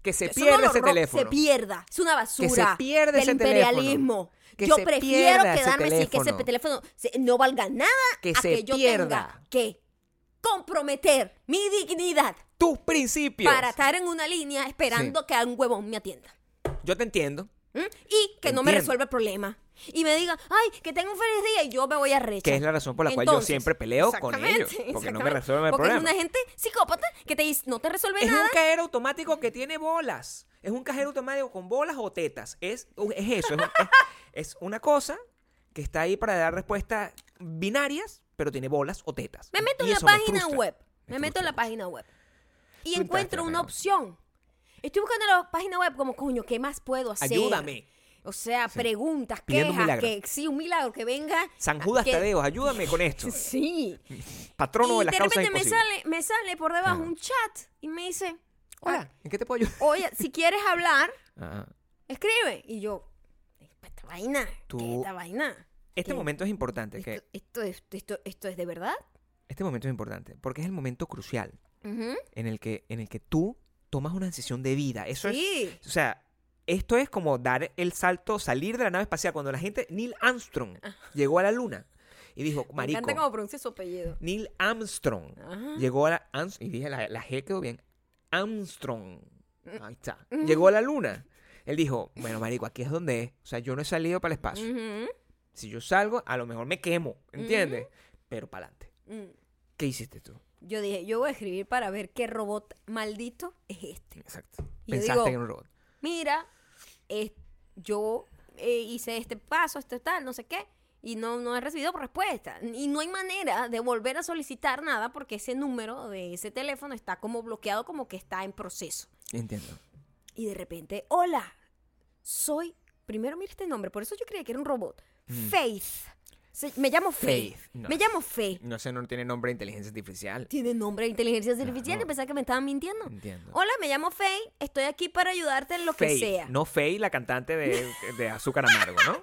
[SPEAKER 2] que se
[SPEAKER 1] Eso
[SPEAKER 2] pierde
[SPEAKER 1] no lo
[SPEAKER 2] ese
[SPEAKER 1] ro-
[SPEAKER 2] teléfono.
[SPEAKER 1] Se pierda. Es una basura.
[SPEAKER 2] pierda
[SPEAKER 1] del
[SPEAKER 2] ese teléfono.
[SPEAKER 1] imperialismo.
[SPEAKER 2] Que
[SPEAKER 1] yo
[SPEAKER 2] se
[SPEAKER 1] prefiero
[SPEAKER 2] pierda ese
[SPEAKER 1] quedarme sin que ese
[SPEAKER 2] teléfono.
[SPEAKER 1] teléfono se- no valga nada
[SPEAKER 2] Que
[SPEAKER 1] a
[SPEAKER 2] se
[SPEAKER 1] que yo tenga
[SPEAKER 2] pierda.
[SPEAKER 1] que comprometer mi dignidad
[SPEAKER 2] Tus principios.
[SPEAKER 1] para estar en una línea esperando que algún huevón me atienda.
[SPEAKER 2] Yo te entiendo.
[SPEAKER 1] ¿Mm? Y que no me
[SPEAKER 2] Entiendo.
[SPEAKER 1] resuelva el problema. Y me diga, ay, que tenga un feliz día y yo me voy a rechazar.
[SPEAKER 2] Que es la razón por la cual yo siempre peleo con ellos, porque no me resuelven el
[SPEAKER 1] Porque es
[SPEAKER 2] problema.
[SPEAKER 1] una gente psicópata que te dice, no te resuelve
[SPEAKER 2] Es
[SPEAKER 1] nada.
[SPEAKER 2] un cajero automático que tiene bolas. Es un cajero automático con bolas o tetas. Es, es eso. Es, un- es- es una cosa que está ahí para dar respuestas binarias, pero tiene bolas o tetas.
[SPEAKER 1] Me meto en
[SPEAKER 2] Y
[SPEAKER 1] la
[SPEAKER 2] eso me
[SPEAKER 1] página
[SPEAKER 2] frustra.
[SPEAKER 1] web. Me meto
[SPEAKER 2] frustra
[SPEAKER 1] en la
[SPEAKER 2] mucho.
[SPEAKER 1] página web. Y
[SPEAKER 2] Tú entraste a
[SPEAKER 1] encuentro
[SPEAKER 2] la
[SPEAKER 1] una
[SPEAKER 2] página web.
[SPEAKER 1] opción. Estoy buscando la página web como, coño, ¿qué más puedo hacer?
[SPEAKER 2] Ayúdame.
[SPEAKER 1] O sea, preguntas,
[SPEAKER 2] Pidiendo un
[SPEAKER 1] quejas,
[SPEAKER 2] milagro.
[SPEAKER 1] que sí, un milagro, que venga.
[SPEAKER 2] San
[SPEAKER 1] a-
[SPEAKER 2] Judas
[SPEAKER 1] que-
[SPEAKER 2] Tadeo, ayúdame con
[SPEAKER 1] Ah,
[SPEAKER 2] esto.
[SPEAKER 1] Sí.
[SPEAKER 2] Patrono de
[SPEAKER 1] y
[SPEAKER 2] las
[SPEAKER 1] de
[SPEAKER 2] causas
[SPEAKER 1] repente me
[SPEAKER 2] imposibles.
[SPEAKER 1] sale, me sale por debajo
[SPEAKER 2] Ajá.
[SPEAKER 1] un chat y me dice,
[SPEAKER 2] Hola, ¿en qué te puedo ayudar?
[SPEAKER 1] oye, si quieres hablar,
[SPEAKER 2] Ah,
[SPEAKER 1] escribe. Y yo, esta vaina, ¿qué
[SPEAKER 2] Tú-
[SPEAKER 1] esta vaina?
[SPEAKER 2] Este
[SPEAKER 1] ¿Qué?
[SPEAKER 2] momento es importante. que-
[SPEAKER 1] Esto, esto, es- esto- esto es de verdad.
[SPEAKER 2] Este momento es importante porque es el momento crucial
[SPEAKER 1] Ujú.
[SPEAKER 2] en el que, en el que tú tomas una decisión de vida. Eso es
[SPEAKER 1] Sí.
[SPEAKER 2] O sea, esto es como dar el salto, salir de la nave espacial. Cuando la gente, Neil Armstrong, llegó a la luna y dijo,
[SPEAKER 1] Ah. Me encanta cómo
[SPEAKER 2] marico,
[SPEAKER 1] pronuncia su apellido.
[SPEAKER 2] Neil Armstrong
[SPEAKER 1] Ajá.
[SPEAKER 2] llegó a la... Arms- y dije, la, la G quedó bien. Armstrong.
[SPEAKER 1] Mm.
[SPEAKER 2] Ahí está. Llegó a la luna. Él dijo, bueno, marico, aquí es donde es. O sea, yo no he salido para el espacio.
[SPEAKER 1] Ujú.
[SPEAKER 2] Si yo salgo, a lo mejor me quemo, ¿entiendes? Pero para adelante.
[SPEAKER 1] Mm.
[SPEAKER 2] ¿Qué hiciste tú?
[SPEAKER 1] Yo dije, yo voy a escribir para ver qué robot maldito es este.
[SPEAKER 2] Exacto.
[SPEAKER 1] Yo
[SPEAKER 2] Pensaste
[SPEAKER 1] digo,
[SPEAKER 2] en un robot.
[SPEAKER 1] Mira, es- yo eh, hice este paso, este tal, no sé qué, y no, no he recibido respuesta. Y no hay manera de volver a solicitar nada porque ese número de ese teléfono está como bloqueado, como que está en proceso.
[SPEAKER 2] Entiendo.
[SPEAKER 1] Y de repente, hola, soy. Primero mira este nombre, por eso yo creía que era un robot. Faith. Se- me llamo Faith.
[SPEAKER 2] Faith, no.
[SPEAKER 1] Me llamo Faith.
[SPEAKER 2] No sé, no tiene nombre de inteligencia artificial.
[SPEAKER 1] Tiene nombre de inteligencia artificial
[SPEAKER 2] Claro.
[SPEAKER 1] y pensaba que me estaban mintiendo.
[SPEAKER 2] Entiendo.
[SPEAKER 1] Hola, me llamo Faith. Estoy aquí para ayudarte en lo que
[SPEAKER 2] Faye,
[SPEAKER 1] sea.
[SPEAKER 2] No Faye, la cantante de, de Azúcar Amargo, ¿no?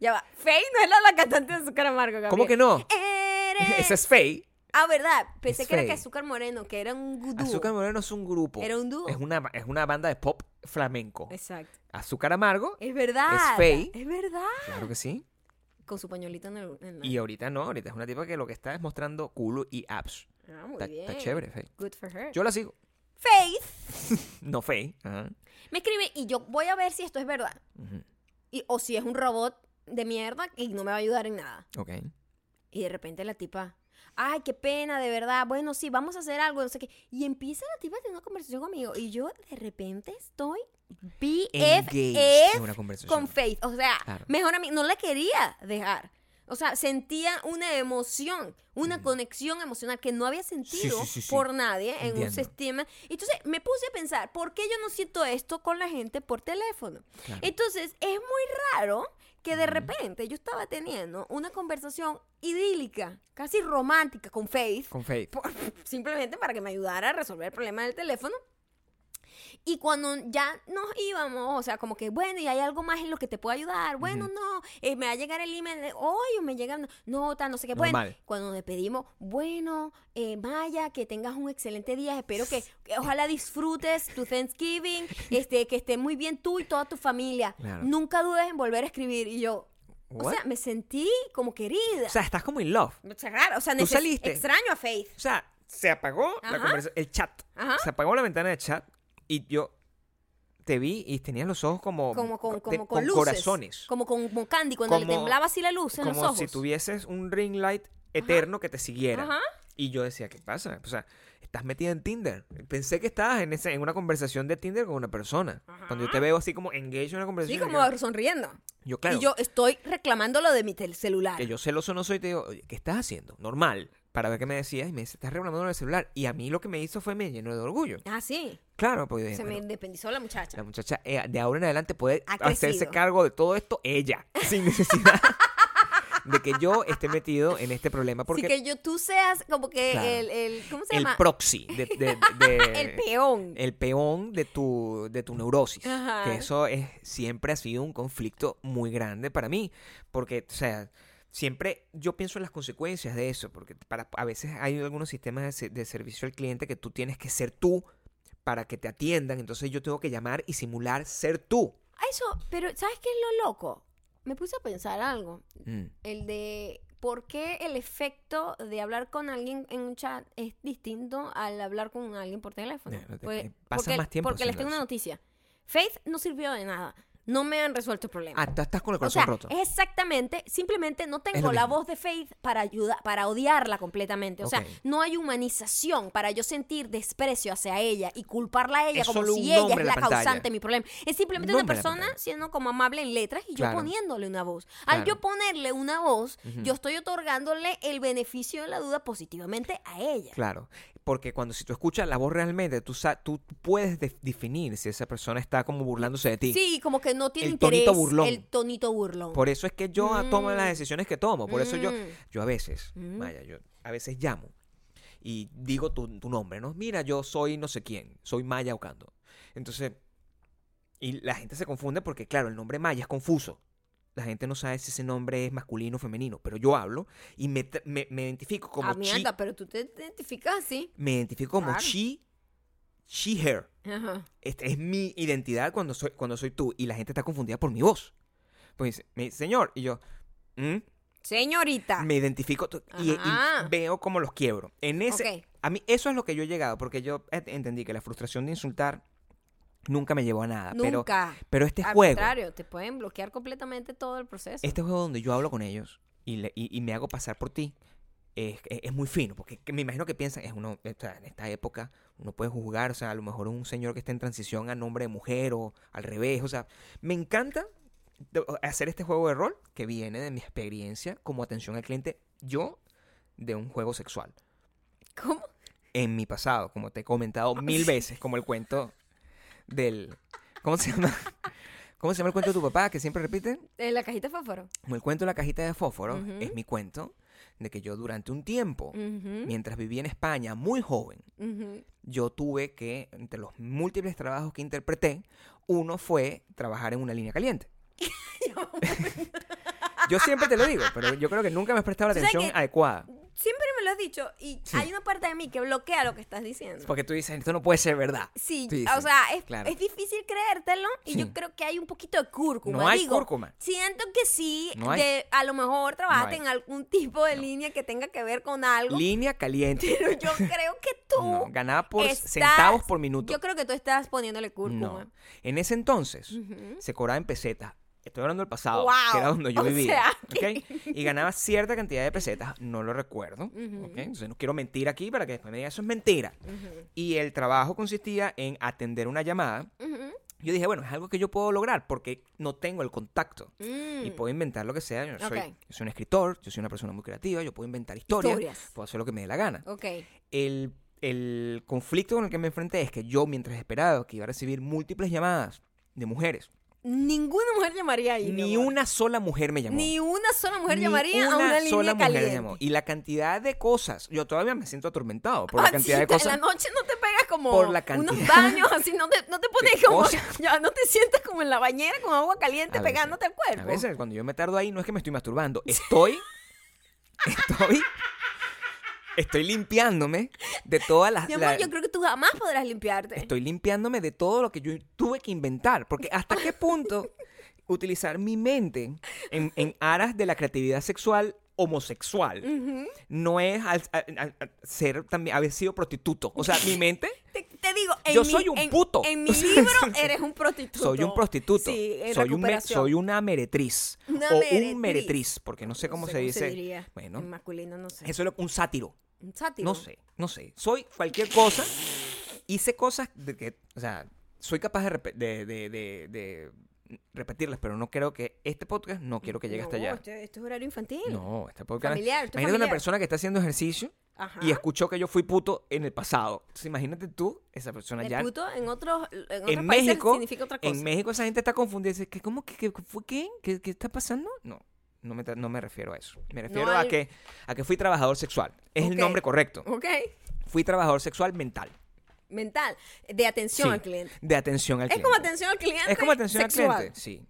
[SPEAKER 1] Ya va. Faith no es la, la cantante de Azúcar Amargo, Gabriel.
[SPEAKER 2] ¿Cómo que no?
[SPEAKER 1] Eres-
[SPEAKER 2] Esa es Faye.
[SPEAKER 1] Ah, ¿verdad? Pensé
[SPEAKER 2] Es
[SPEAKER 1] que era que
[SPEAKER 2] Faith.
[SPEAKER 1] Azúcar Moreno, que era un dúo.
[SPEAKER 2] Azúcar Moreno es un grupo.
[SPEAKER 1] Era un dúo.
[SPEAKER 2] Es una, es una banda de pop flamenco.
[SPEAKER 1] Exacto.
[SPEAKER 2] Azúcar Amargo.
[SPEAKER 1] Es verdad.
[SPEAKER 2] Es Faith.
[SPEAKER 1] Es verdad.
[SPEAKER 2] Claro que sí.
[SPEAKER 1] Con su pañuelito en el... en la-
[SPEAKER 2] Y ahorita no, ahorita es una tipa que lo que está es mostrando culo y apps.
[SPEAKER 1] Ah, muy
[SPEAKER 2] Está,
[SPEAKER 1] bien.
[SPEAKER 2] está chévere, Faye.
[SPEAKER 1] Good for her.
[SPEAKER 2] Yo la sigo.
[SPEAKER 1] Faith
[SPEAKER 2] No Faye. Ajá.
[SPEAKER 1] me escribe y yo voy a ver si esto es verdad.
[SPEAKER 2] Ujú.
[SPEAKER 1] Y, o si es un robot de mierda y no me va a ayudar en nada.
[SPEAKER 2] Ok.
[SPEAKER 1] Y de repente la tipa, ay, qué pena, de verdad. Bueno, sí, vamos a hacer algo, no sé qué. Y empieza la tipa a tener una conversación conmigo. Y yo de repente estoy
[SPEAKER 2] engaged en
[SPEAKER 1] BFF
[SPEAKER 2] una conversación.
[SPEAKER 1] con Faith. O sea,
[SPEAKER 2] Claro.
[SPEAKER 1] mejor a mí, no la quería dejar. O sea, sentía una emoción, una conexión emocional que no había sentido
[SPEAKER 2] Mm. sí, sí, sí.
[SPEAKER 1] por nadie en un
[SPEAKER 2] Entiendo.
[SPEAKER 1] sistema. Entonces me puse a pensar, ¿por qué yo no siento esto con la gente por teléfono?
[SPEAKER 2] Claro.
[SPEAKER 1] Entonces es muy raro que de repente yo estaba teniendo una conversación idílica, casi romántica con Faith
[SPEAKER 2] con Faith.
[SPEAKER 1] por- simplemente para que me ayudara a resolver el problema del teléfono. Y cuando ya nos íbamos, o sea, como que, bueno, y hay algo más en lo que te puedo ayudar. Bueno, no, eh, me va a llegar el email de hoy o me llega nota, no sé qué. Bueno,
[SPEAKER 2] Normal.
[SPEAKER 1] cuando nos pedimos, bueno, eh, Maya, que tengas un excelente día. Espero que, que ojalá disfrutes tu Thanksgiving, este, que esté muy bien tú y toda tu familia.
[SPEAKER 2] Claro.
[SPEAKER 1] Nunca dudes en volver a escribir. Y yo, o
[SPEAKER 2] What?
[SPEAKER 1] sea, me sentí como querida.
[SPEAKER 2] O sea, estás como in love.
[SPEAKER 1] O sea, raro, o sea,
[SPEAKER 2] tú
[SPEAKER 1] neces-
[SPEAKER 2] saliste.
[SPEAKER 1] extraño a Faith.
[SPEAKER 2] O sea, se apagó
[SPEAKER 1] Ajá.
[SPEAKER 2] la conversa- el chat.
[SPEAKER 1] Ajá.
[SPEAKER 2] Se apagó la ventana de chat y yo te vi y tenías los ojos como
[SPEAKER 1] como con,
[SPEAKER 2] de-
[SPEAKER 1] como con, luces,
[SPEAKER 2] corazones.
[SPEAKER 1] Como con como candy, cuando le
[SPEAKER 2] Como-
[SPEAKER 1] temblaba así la luz en
[SPEAKER 2] como
[SPEAKER 1] los ojos.
[SPEAKER 2] si tuvieses un ring light eterno que te siguiera.
[SPEAKER 1] Ajá.
[SPEAKER 2] Y yo decía, ¿qué pasa? O sea, estás metida en Tinder. Pensé que estabas en, ese, en una conversación de Tinder con una persona. Cuando yo te veo así como engaged en una
[SPEAKER 1] Sí,
[SPEAKER 2] conversación.
[SPEAKER 1] como
[SPEAKER 2] yo,
[SPEAKER 1] sonriendo.
[SPEAKER 2] yo, claro,
[SPEAKER 1] Y yo estoy reclamando lo de mi tel- celular.
[SPEAKER 2] que yo celoso no soy, te digo, "Oye, ¿qué estás haciendo? Normal. Para ver qué me decías y me dice, estás reclamando en el celular. Y a mí lo que me hizo fue me llenó de orgullo.
[SPEAKER 1] Ah, sí.
[SPEAKER 2] Claro, porque yo dije,
[SPEAKER 1] Se me
[SPEAKER 2] bueno,
[SPEAKER 1] independizó la muchacha.
[SPEAKER 2] La muchacha eh, de ahora en adelante puede
[SPEAKER 1] Ha
[SPEAKER 2] hacerse
[SPEAKER 1] crecido.
[SPEAKER 2] cargo de todo esto ella, sin necesidad de que yo esté metido en este problema.
[SPEAKER 1] Así
[SPEAKER 2] Porque
[SPEAKER 1] que yo, tú seas como que
[SPEAKER 2] Claro.
[SPEAKER 1] el, el- ¿cómo se
[SPEAKER 2] el eh.
[SPEAKER 1] llama?
[SPEAKER 2] proxy, de, de- de-
[SPEAKER 1] el peón.
[SPEAKER 2] el peón de tu, de tu neurosis.
[SPEAKER 1] Ajá.
[SPEAKER 2] Que eso es, siempre ha sido un conflicto muy grande para mí. Porque, o sea, siempre yo pienso en las consecuencias de eso. Porque para, a veces hay algunos sistemas de, se- de servicio al cliente que tú tienes que ser tú para que te atiendan. Entonces yo tengo que llamar y simular ser tú.
[SPEAKER 1] Ah, Eso, pero ¿sabes qué es lo loco? Me puse a pensar algo.
[SPEAKER 2] Mm.
[SPEAKER 1] El de por qué el efecto de hablar con alguien en un chat es distinto al hablar con alguien por teléfono.
[SPEAKER 2] Ya, no te-
[SPEAKER 1] Pues,
[SPEAKER 2] eh, pasas
[SPEAKER 1] porque,
[SPEAKER 2] más tiempo
[SPEAKER 1] Porque les
[SPEAKER 2] haciendo
[SPEAKER 1] tengo una
[SPEAKER 2] eso.
[SPEAKER 1] noticia. Faith no sirvió de nada. No me han resuelto el problema.
[SPEAKER 2] Ah, tú estás con el
[SPEAKER 1] o
[SPEAKER 2] corazón
[SPEAKER 1] sea,
[SPEAKER 2] roto.
[SPEAKER 1] es exactamente, simplemente no tengo
[SPEAKER 2] lo
[SPEAKER 1] la
[SPEAKER 2] mismo.
[SPEAKER 1] voz de Faith para ayudar, para odiarla completamente. O
[SPEAKER 2] Ok.
[SPEAKER 1] sea, no hay humanización para yo sentir desprecio hacia ella y culparla a ella
[SPEAKER 2] Es
[SPEAKER 1] como
[SPEAKER 2] solo
[SPEAKER 1] si
[SPEAKER 2] un
[SPEAKER 1] ella es
[SPEAKER 2] nombre en
[SPEAKER 1] la
[SPEAKER 2] la pantalla.
[SPEAKER 1] causante de mi problema. Es simplemente
[SPEAKER 2] Un
[SPEAKER 1] una
[SPEAKER 2] nombre en la
[SPEAKER 1] persona
[SPEAKER 2] pantalla.
[SPEAKER 1] siendo como amable en letras y yo
[SPEAKER 2] Claro.
[SPEAKER 1] poniéndole una voz. Al
[SPEAKER 2] Claro.
[SPEAKER 1] yo ponerle una voz,
[SPEAKER 2] Ujú.
[SPEAKER 1] yo estoy otorgándole el beneficio de la duda positivamente a ella.
[SPEAKER 2] Claro, porque cuando si tú escuchas la voz realmente, tú, sa- tú puedes de- definir si esa persona está como burlándose de ti.
[SPEAKER 1] Sí, como que no tiene
[SPEAKER 2] El
[SPEAKER 1] interés
[SPEAKER 2] tonito burlón.
[SPEAKER 1] el tonito burlón.
[SPEAKER 2] Por eso es que yo ah, tomo las
[SPEAKER 1] Mm.
[SPEAKER 2] decisiones que tomo. Por eso yo,
[SPEAKER 1] Mm.
[SPEAKER 2] yo a veces,
[SPEAKER 1] Mm.
[SPEAKER 2] vaya, yo a veces llamo y digo tu, tu nombre, ¿no? Mira, yo soy no sé quién, soy Maya Ocando. Entonces, y la gente se confunde porque, claro, el nombre Maya es confuso. La gente no sabe si ese nombre es masculino o femenino, pero yo hablo y me, tra- me, me identifico como
[SPEAKER 1] ah,
[SPEAKER 2] chi-
[SPEAKER 1] mierda, pero tú te identificas así.
[SPEAKER 2] me identifico como
[SPEAKER 1] Claro.
[SPEAKER 2] she, she, her.
[SPEAKER 1] Ajá.
[SPEAKER 2] Esta es mi identidad cuando soy, cuando soy tú. Y la gente está confundida por mi voz. Pues dice, "Me- señor, y yo, "¿Mm?".
[SPEAKER 1] Señorita.
[SPEAKER 2] me identifico tú- y, y
[SPEAKER 1] Ah. Ajá.
[SPEAKER 2] veo cómo los quiebro. En ese,
[SPEAKER 1] Ok.
[SPEAKER 2] A mí eso es lo que yo he llegado, porque yo et- entendí que la frustración de insultar nunca me llevó a nada. Pero,
[SPEAKER 1] Nunca.
[SPEAKER 2] pero este
[SPEAKER 1] Al
[SPEAKER 2] juego,
[SPEAKER 1] contrario, te pueden bloquear completamente todo el proceso.
[SPEAKER 2] este juego donde yo hablo con ellos y, le- y- y me hago pasar por ti, es, es- es muy fino, porque que me imagino que piensan, es uno, o sea, en esta época uno puede juzgar, o sea, a lo mejor un señor que está en transición a nombre de mujer o al revés, o sea, me encanta de- hacer este juego de rol que viene de mi experiencia como atención al cliente, yo, de un juego sexual.
[SPEAKER 1] ¿Cómo?
[SPEAKER 2] En mi pasado, como te he comentado mil veces, como el cuento del... ¿Cómo se llama? ¿Cómo se llama el cuento de tu papá que siempre repiten?
[SPEAKER 1] En Eh, la cajita de fósforo.
[SPEAKER 2] Como el cuento de la cajita de fósforo
[SPEAKER 1] Ujú.
[SPEAKER 2] es mi cuento de que yo durante un tiempo,
[SPEAKER 1] Ujú,
[SPEAKER 2] mientras vivía en España, muy joven,
[SPEAKER 1] ujú.
[SPEAKER 2] yo tuve que, entre los múltiples trabajos que interpreté, uno fue trabajar en una línea caliente. yo siempre te lo digo, pero yo creo que nunca me has prestado la
[SPEAKER 1] Tú sabes
[SPEAKER 2] atención
[SPEAKER 1] que-
[SPEAKER 2] adecuada.
[SPEAKER 1] Siempre me lo has dicho y hay una parte de mí que bloquea lo que estás diciendo.
[SPEAKER 2] Porque tú dices, esto no puede ser verdad.
[SPEAKER 1] Sí,
[SPEAKER 2] Tú dices,
[SPEAKER 1] o sea, es,
[SPEAKER 2] claro.
[SPEAKER 1] es difícil creértelo y
[SPEAKER 2] Sí.
[SPEAKER 1] yo creo que hay un poquito de cúrcuma.
[SPEAKER 2] No hay
[SPEAKER 1] Digo,
[SPEAKER 2] cúrcuma.
[SPEAKER 1] Siento que sí,
[SPEAKER 2] No hay.
[SPEAKER 1] de, a lo mejor trabajaste
[SPEAKER 2] hay.
[SPEAKER 1] en algún tipo de línea que tenga que ver con algo,
[SPEAKER 2] Línea caliente.
[SPEAKER 1] pero yo creo que tú
[SPEAKER 2] No, ganaba por
[SPEAKER 1] estás-
[SPEAKER 2] centavos por minuto.
[SPEAKER 1] Yo creo que tú estás poniéndole cúrcuma.
[SPEAKER 2] No. En ese entonces
[SPEAKER 1] Ujú.
[SPEAKER 2] se cobraba en pesetas. Estoy hablando del pasado,
[SPEAKER 1] Wow.
[SPEAKER 2] que era donde
[SPEAKER 1] O
[SPEAKER 2] yo vivía.
[SPEAKER 1] sea,
[SPEAKER 2] ¿ok? Y ganaba cierta cantidad de pesetas, no lo recuerdo. ¿ok? Entonces no quiero mentir aquí para que después me digan eso es mentira. Y el trabajo consistía en atender una llamada
[SPEAKER 1] Ujú.
[SPEAKER 2] Yo dije, bueno, es algo que yo puedo lograr porque no tengo el contacto. Y
[SPEAKER 1] Mm,
[SPEAKER 2] puedo inventar lo que sea. Yo soy,
[SPEAKER 1] Ok.
[SPEAKER 2] yo soy un escritor, yo soy una persona muy creativa, yo puedo inventar historias,
[SPEAKER 1] Historias.
[SPEAKER 2] puedo hacer lo que me dé la gana.
[SPEAKER 1] Ok.
[SPEAKER 2] El, el conflicto con el que me enfrenté es que yo, mientras esperaba que iba a recibir múltiples llamadas de mujeres,
[SPEAKER 1] Ninguna mujer llamaría ahí. mi
[SPEAKER 2] ni
[SPEAKER 1] amor.
[SPEAKER 2] una sola mujer me llamó.
[SPEAKER 1] Ni una sola mujer
[SPEAKER 2] Ni
[SPEAKER 1] llamaría a una línea
[SPEAKER 2] sola mujer me
[SPEAKER 1] caliente.
[SPEAKER 2] llamó. Y la cantidad de cosas, yo todavía me siento atormentado por la cantidad de
[SPEAKER 1] Juancito, Ah, En
[SPEAKER 2] cosas.
[SPEAKER 1] la noche no te pegas como
[SPEAKER 2] Por la cantidad.
[SPEAKER 1] unos baños, así no te, no te pones
[SPEAKER 2] De
[SPEAKER 1] como.
[SPEAKER 2] cosas.
[SPEAKER 1] Ya no te sientas como en la bañera con agua caliente
[SPEAKER 2] A veces,
[SPEAKER 1] pegándote al cuerpo.
[SPEAKER 2] A veces cuando yo me tardo ahí no es que me estoy masturbando, estoy estoy estoy limpiándome de todas las
[SPEAKER 1] Mi amor,
[SPEAKER 2] la-
[SPEAKER 1] yo creo que tú jamás podrás limpiarte.
[SPEAKER 2] estoy limpiándome de todo lo que yo tuve que inventar, porque hasta qué punto utilizar mi mente en, en aras de la creatividad sexual homosexual
[SPEAKER 1] Ujú.
[SPEAKER 2] no es al- a- a- a- ser también haber sido prostituto, o sea, mi mente
[SPEAKER 1] Te, te digo, en
[SPEAKER 2] Yo
[SPEAKER 1] mi-
[SPEAKER 2] soy un
[SPEAKER 1] en-
[SPEAKER 2] puto.
[SPEAKER 1] En mi libro eres un prostituto.
[SPEAKER 2] soy un prostituto.
[SPEAKER 1] Sí, en
[SPEAKER 2] soy, un me-
[SPEAKER 1] recuperación.
[SPEAKER 2] soy una meretriz.
[SPEAKER 1] Una
[SPEAKER 2] o
[SPEAKER 1] meretriz.
[SPEAKER 2] un meretriz, porque no sé cómo se dice.
[SPEAKER 1] diría.
[SPEAKER 2] Bueno.
[SPEAKER 1] En masculino, no sé.
[SPEAKER 2] Eso es lo- un sátiro.
[SPEAKER 1] un sátiro.
[SPEAKER 2] No sé, no sé. Soy cualquier cosa. Hice cosas de que, o sea, soy capaz de, repe- de- de- de- de repetirlas, pero no creo que este podcast, no quiero que llegue hasta
[SPEAKER 1] No,
[SPEAKER 2] allá.
[SPEAKER 1] Esto, esto es horario infantil.
[SPEAKER 2] No, este podcast.
[SPEAKER 1] Familiar, esto es
[SPEAKER 2] imagínate una
[SPEAKER 1] familiar.
[SPEAKER 2] persona que está haciendo ejercicio
[SPEAKER 1] Ajá.
[SPEAKER 2] y escuchó que yo fui puto en el pasado. Entonces, imagínate tú, esa persona
[SPEAKER 1] El
[SPEAKER 2] ya.
[SPEAKER 1] puto en otros, en otros
[SPEAKER 2] En
[SPEAKER 1] países
[SPEAKER 2] México,
[SPEAKER 1] significa otra cosa.
[SPEAKER 2] en México esa gente está confundida. Dice, ¿qué, ¿cómo que, que fue qué? ¿Qué, qué está pasando? No, no me, tra- no me refiero a eso. Me refiero a,
[SPEAKER 1] hay-
[SPEAKER 2] que, a que fui trabajador sexual. Es
[SPEAKER 1] Ok.
[SPEAKER 2] el nombre correcto.
[SPEAKER 1] Ok.
[SPEAKER 2] Fui trabajador sexual mental.
[SPEAKER 1] Mental. De atención
[SPEAKER 2] Sí,
[SPEAKER 1] al cliente.
[SPEAKER 2] De atención al
[SPEAKER 1] Es
[SPEAKER 2] cliente.
[SPEAKER 1] como atención al cliente.
[SPEAKER 2] Es como atención al
[SPEAKER 1] sexual.
[SPEAKER 2] cliente. Sí.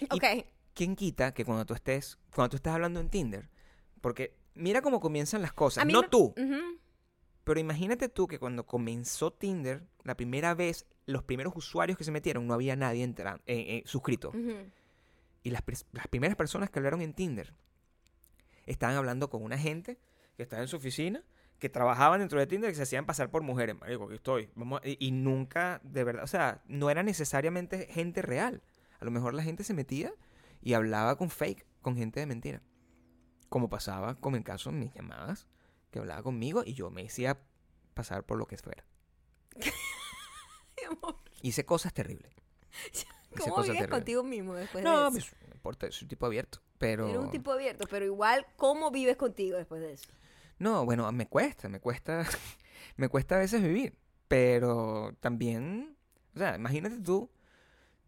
[SPEAKER 2] Y-
[SPEAKER 1] Ok.
[SPEAKER 2] ¿Quién quita que cuando tú estés, cuando tú estás hablando en Tinder? Porque mira cómo comienzan las
[SPEAKER 1] A
[SPEAKER 2] cosas.
[SPEAKER 1] mí
[SPEAKER 2] No
[SPEAKER 1] me-
[SPEAKER 2] tú,
[SPEAKER 1] Ujú.
[SPEAKER 2] pero imagínate tú que cuando comenzó Tinder, la primera vez, los primeros usuarios que se metieron, no había nadie entra- eh, eh, suscrito.
[SPEAKER 1] Ujú.
[SPEAKER 2] Y las, pers- las primeras personas que hablaron en Tinder estaban hablando con una gente que estaba en su oficina, que trabajaban dentro de Tinder, que se hacían pasar por mujeres. Marico, aquí estoy. Vamos a- y, y nunca, de verdad, o sea, no era necesariamente gente real. A lo mejor la gente se metía y hablaba con fake, con gente de mentira. Como pasaba, como en caso de mis llamadas, que hablaba conmigo y yo me hacía pasar por lo que fuera.
[SPEAKER 1] Mi amor,
[SPEAKER 2] Hice cosas terribles. Hice
[SPEAKER 1] ¿Cómo
[SPEAKER 2] cosas
[SPEAKER 1] vives
[SPEAKER 2] terribles.
[SPEAKER 1] contigo mismo después de
[SPEAKER 2] No,
[SPEAKER 1] eso?
[SPEAKER 2] pues, no importa, soy un tipo abierto. Pero...
[SPEAKER 1] Eres un tipo abierto, pero igual, ¿cómo vives contigo después de eso?
[SPEAKER 2] No, bueno, me cuesta, me cuesta, me cuesta a veces vivir, pero también, o sea, imagínate tú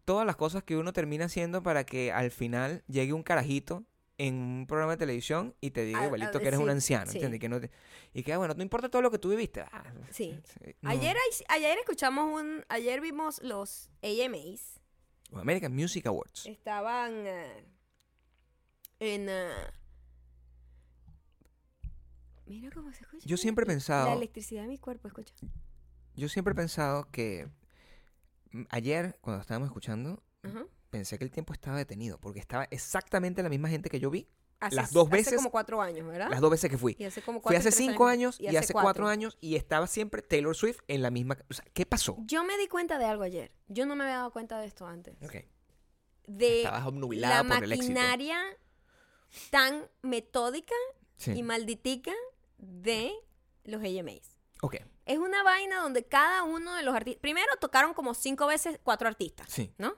[SPEAKER 2] todas las cosas que uno termina haciendo para que al final llegue un carajito en un programa de televisión y te diga
[SPEAKER 1] A- a
[SPEAKER 2] igualito que eres un
[SPEAKER 1] decir,
[SPEAKER 2] anciano,
[SPEAKER 1] sí.
[SPEAKER 2] ¿entiendes? Que no te- y que, ah, bueno, no importa todo lo que tú viviste. Ah,
[SPEAKER 1] Sí.
[SPEAKER 2] no.
[SPEAKER 1] Ayer, hay- ayer escuchamos un... Ayer vimos los AMAs.
[SPEAKER 2] Los American Music Awards.
[SPEAKER 1] Estaban eh, en... eh, Mira cómo se escucha.
[SPEAKER 2] Yo siempre he
[SPEAKER 1] La
[SPEAKER 2] pensado,
[SPEAKER 1] electricidad de mi cuerpo, escucha.
[SPEAKER 2] yo siempre he pensado que mm, ayer cuando estábamos escuchando
[SPEAKER 1] Ajá.
[SPEAKER 2] pensé que el tiempo estaba detenido porque estaba exactamente la misma gente que yo vi
[SPEAKER 1] Hace-
[SPEAKER 2] Las dos
[SPEAKER 1] Hace
[SPEAKER 2] veces-
[SPEAKER 1] como cuatro años, ¿verdad?
[SPEAKER 2] las dos veces que fui.
[SPEAKER 1] ¿Ah? Y hace como
[SPEAKER 2] Fue
[SPEAKER 1] cuatro,
[SPEAKER 2] hace
[SPEAKER 1] tres
[SPEAKER 2] cinco años y, hace cuatro.
[SPEAKER 1] años.
[SPEAKER 2] años y estaba siempre Taylor Swift en la misma... O sea, ¿qué pasó?
[SPEAKER 1] Yo me di cuenta de algo ayer. Yo no me había dado cuenta de esto antes.
[SPEAKER 2] Ok.
[SPEAKER 1] De
[SPEAKER 2] Estabas
[SPEAKER 1] Eh, la
[SPEAKER 2] obnubilada por el éxito.
[SPEAKER 1] maquinaria tan metódica
[SPEAKER 2] Sí.
[SPEAKER 1] y malditica de los AMAs.
[SPEAKER 2] Ok,
[SPEAKER 1] Es una vaina donde cada uno de los artistas... Primero tocaron como cinco veces cuatro artistas,
[SPEAKER 2] sí.
[SPEAKER 1] ¿no?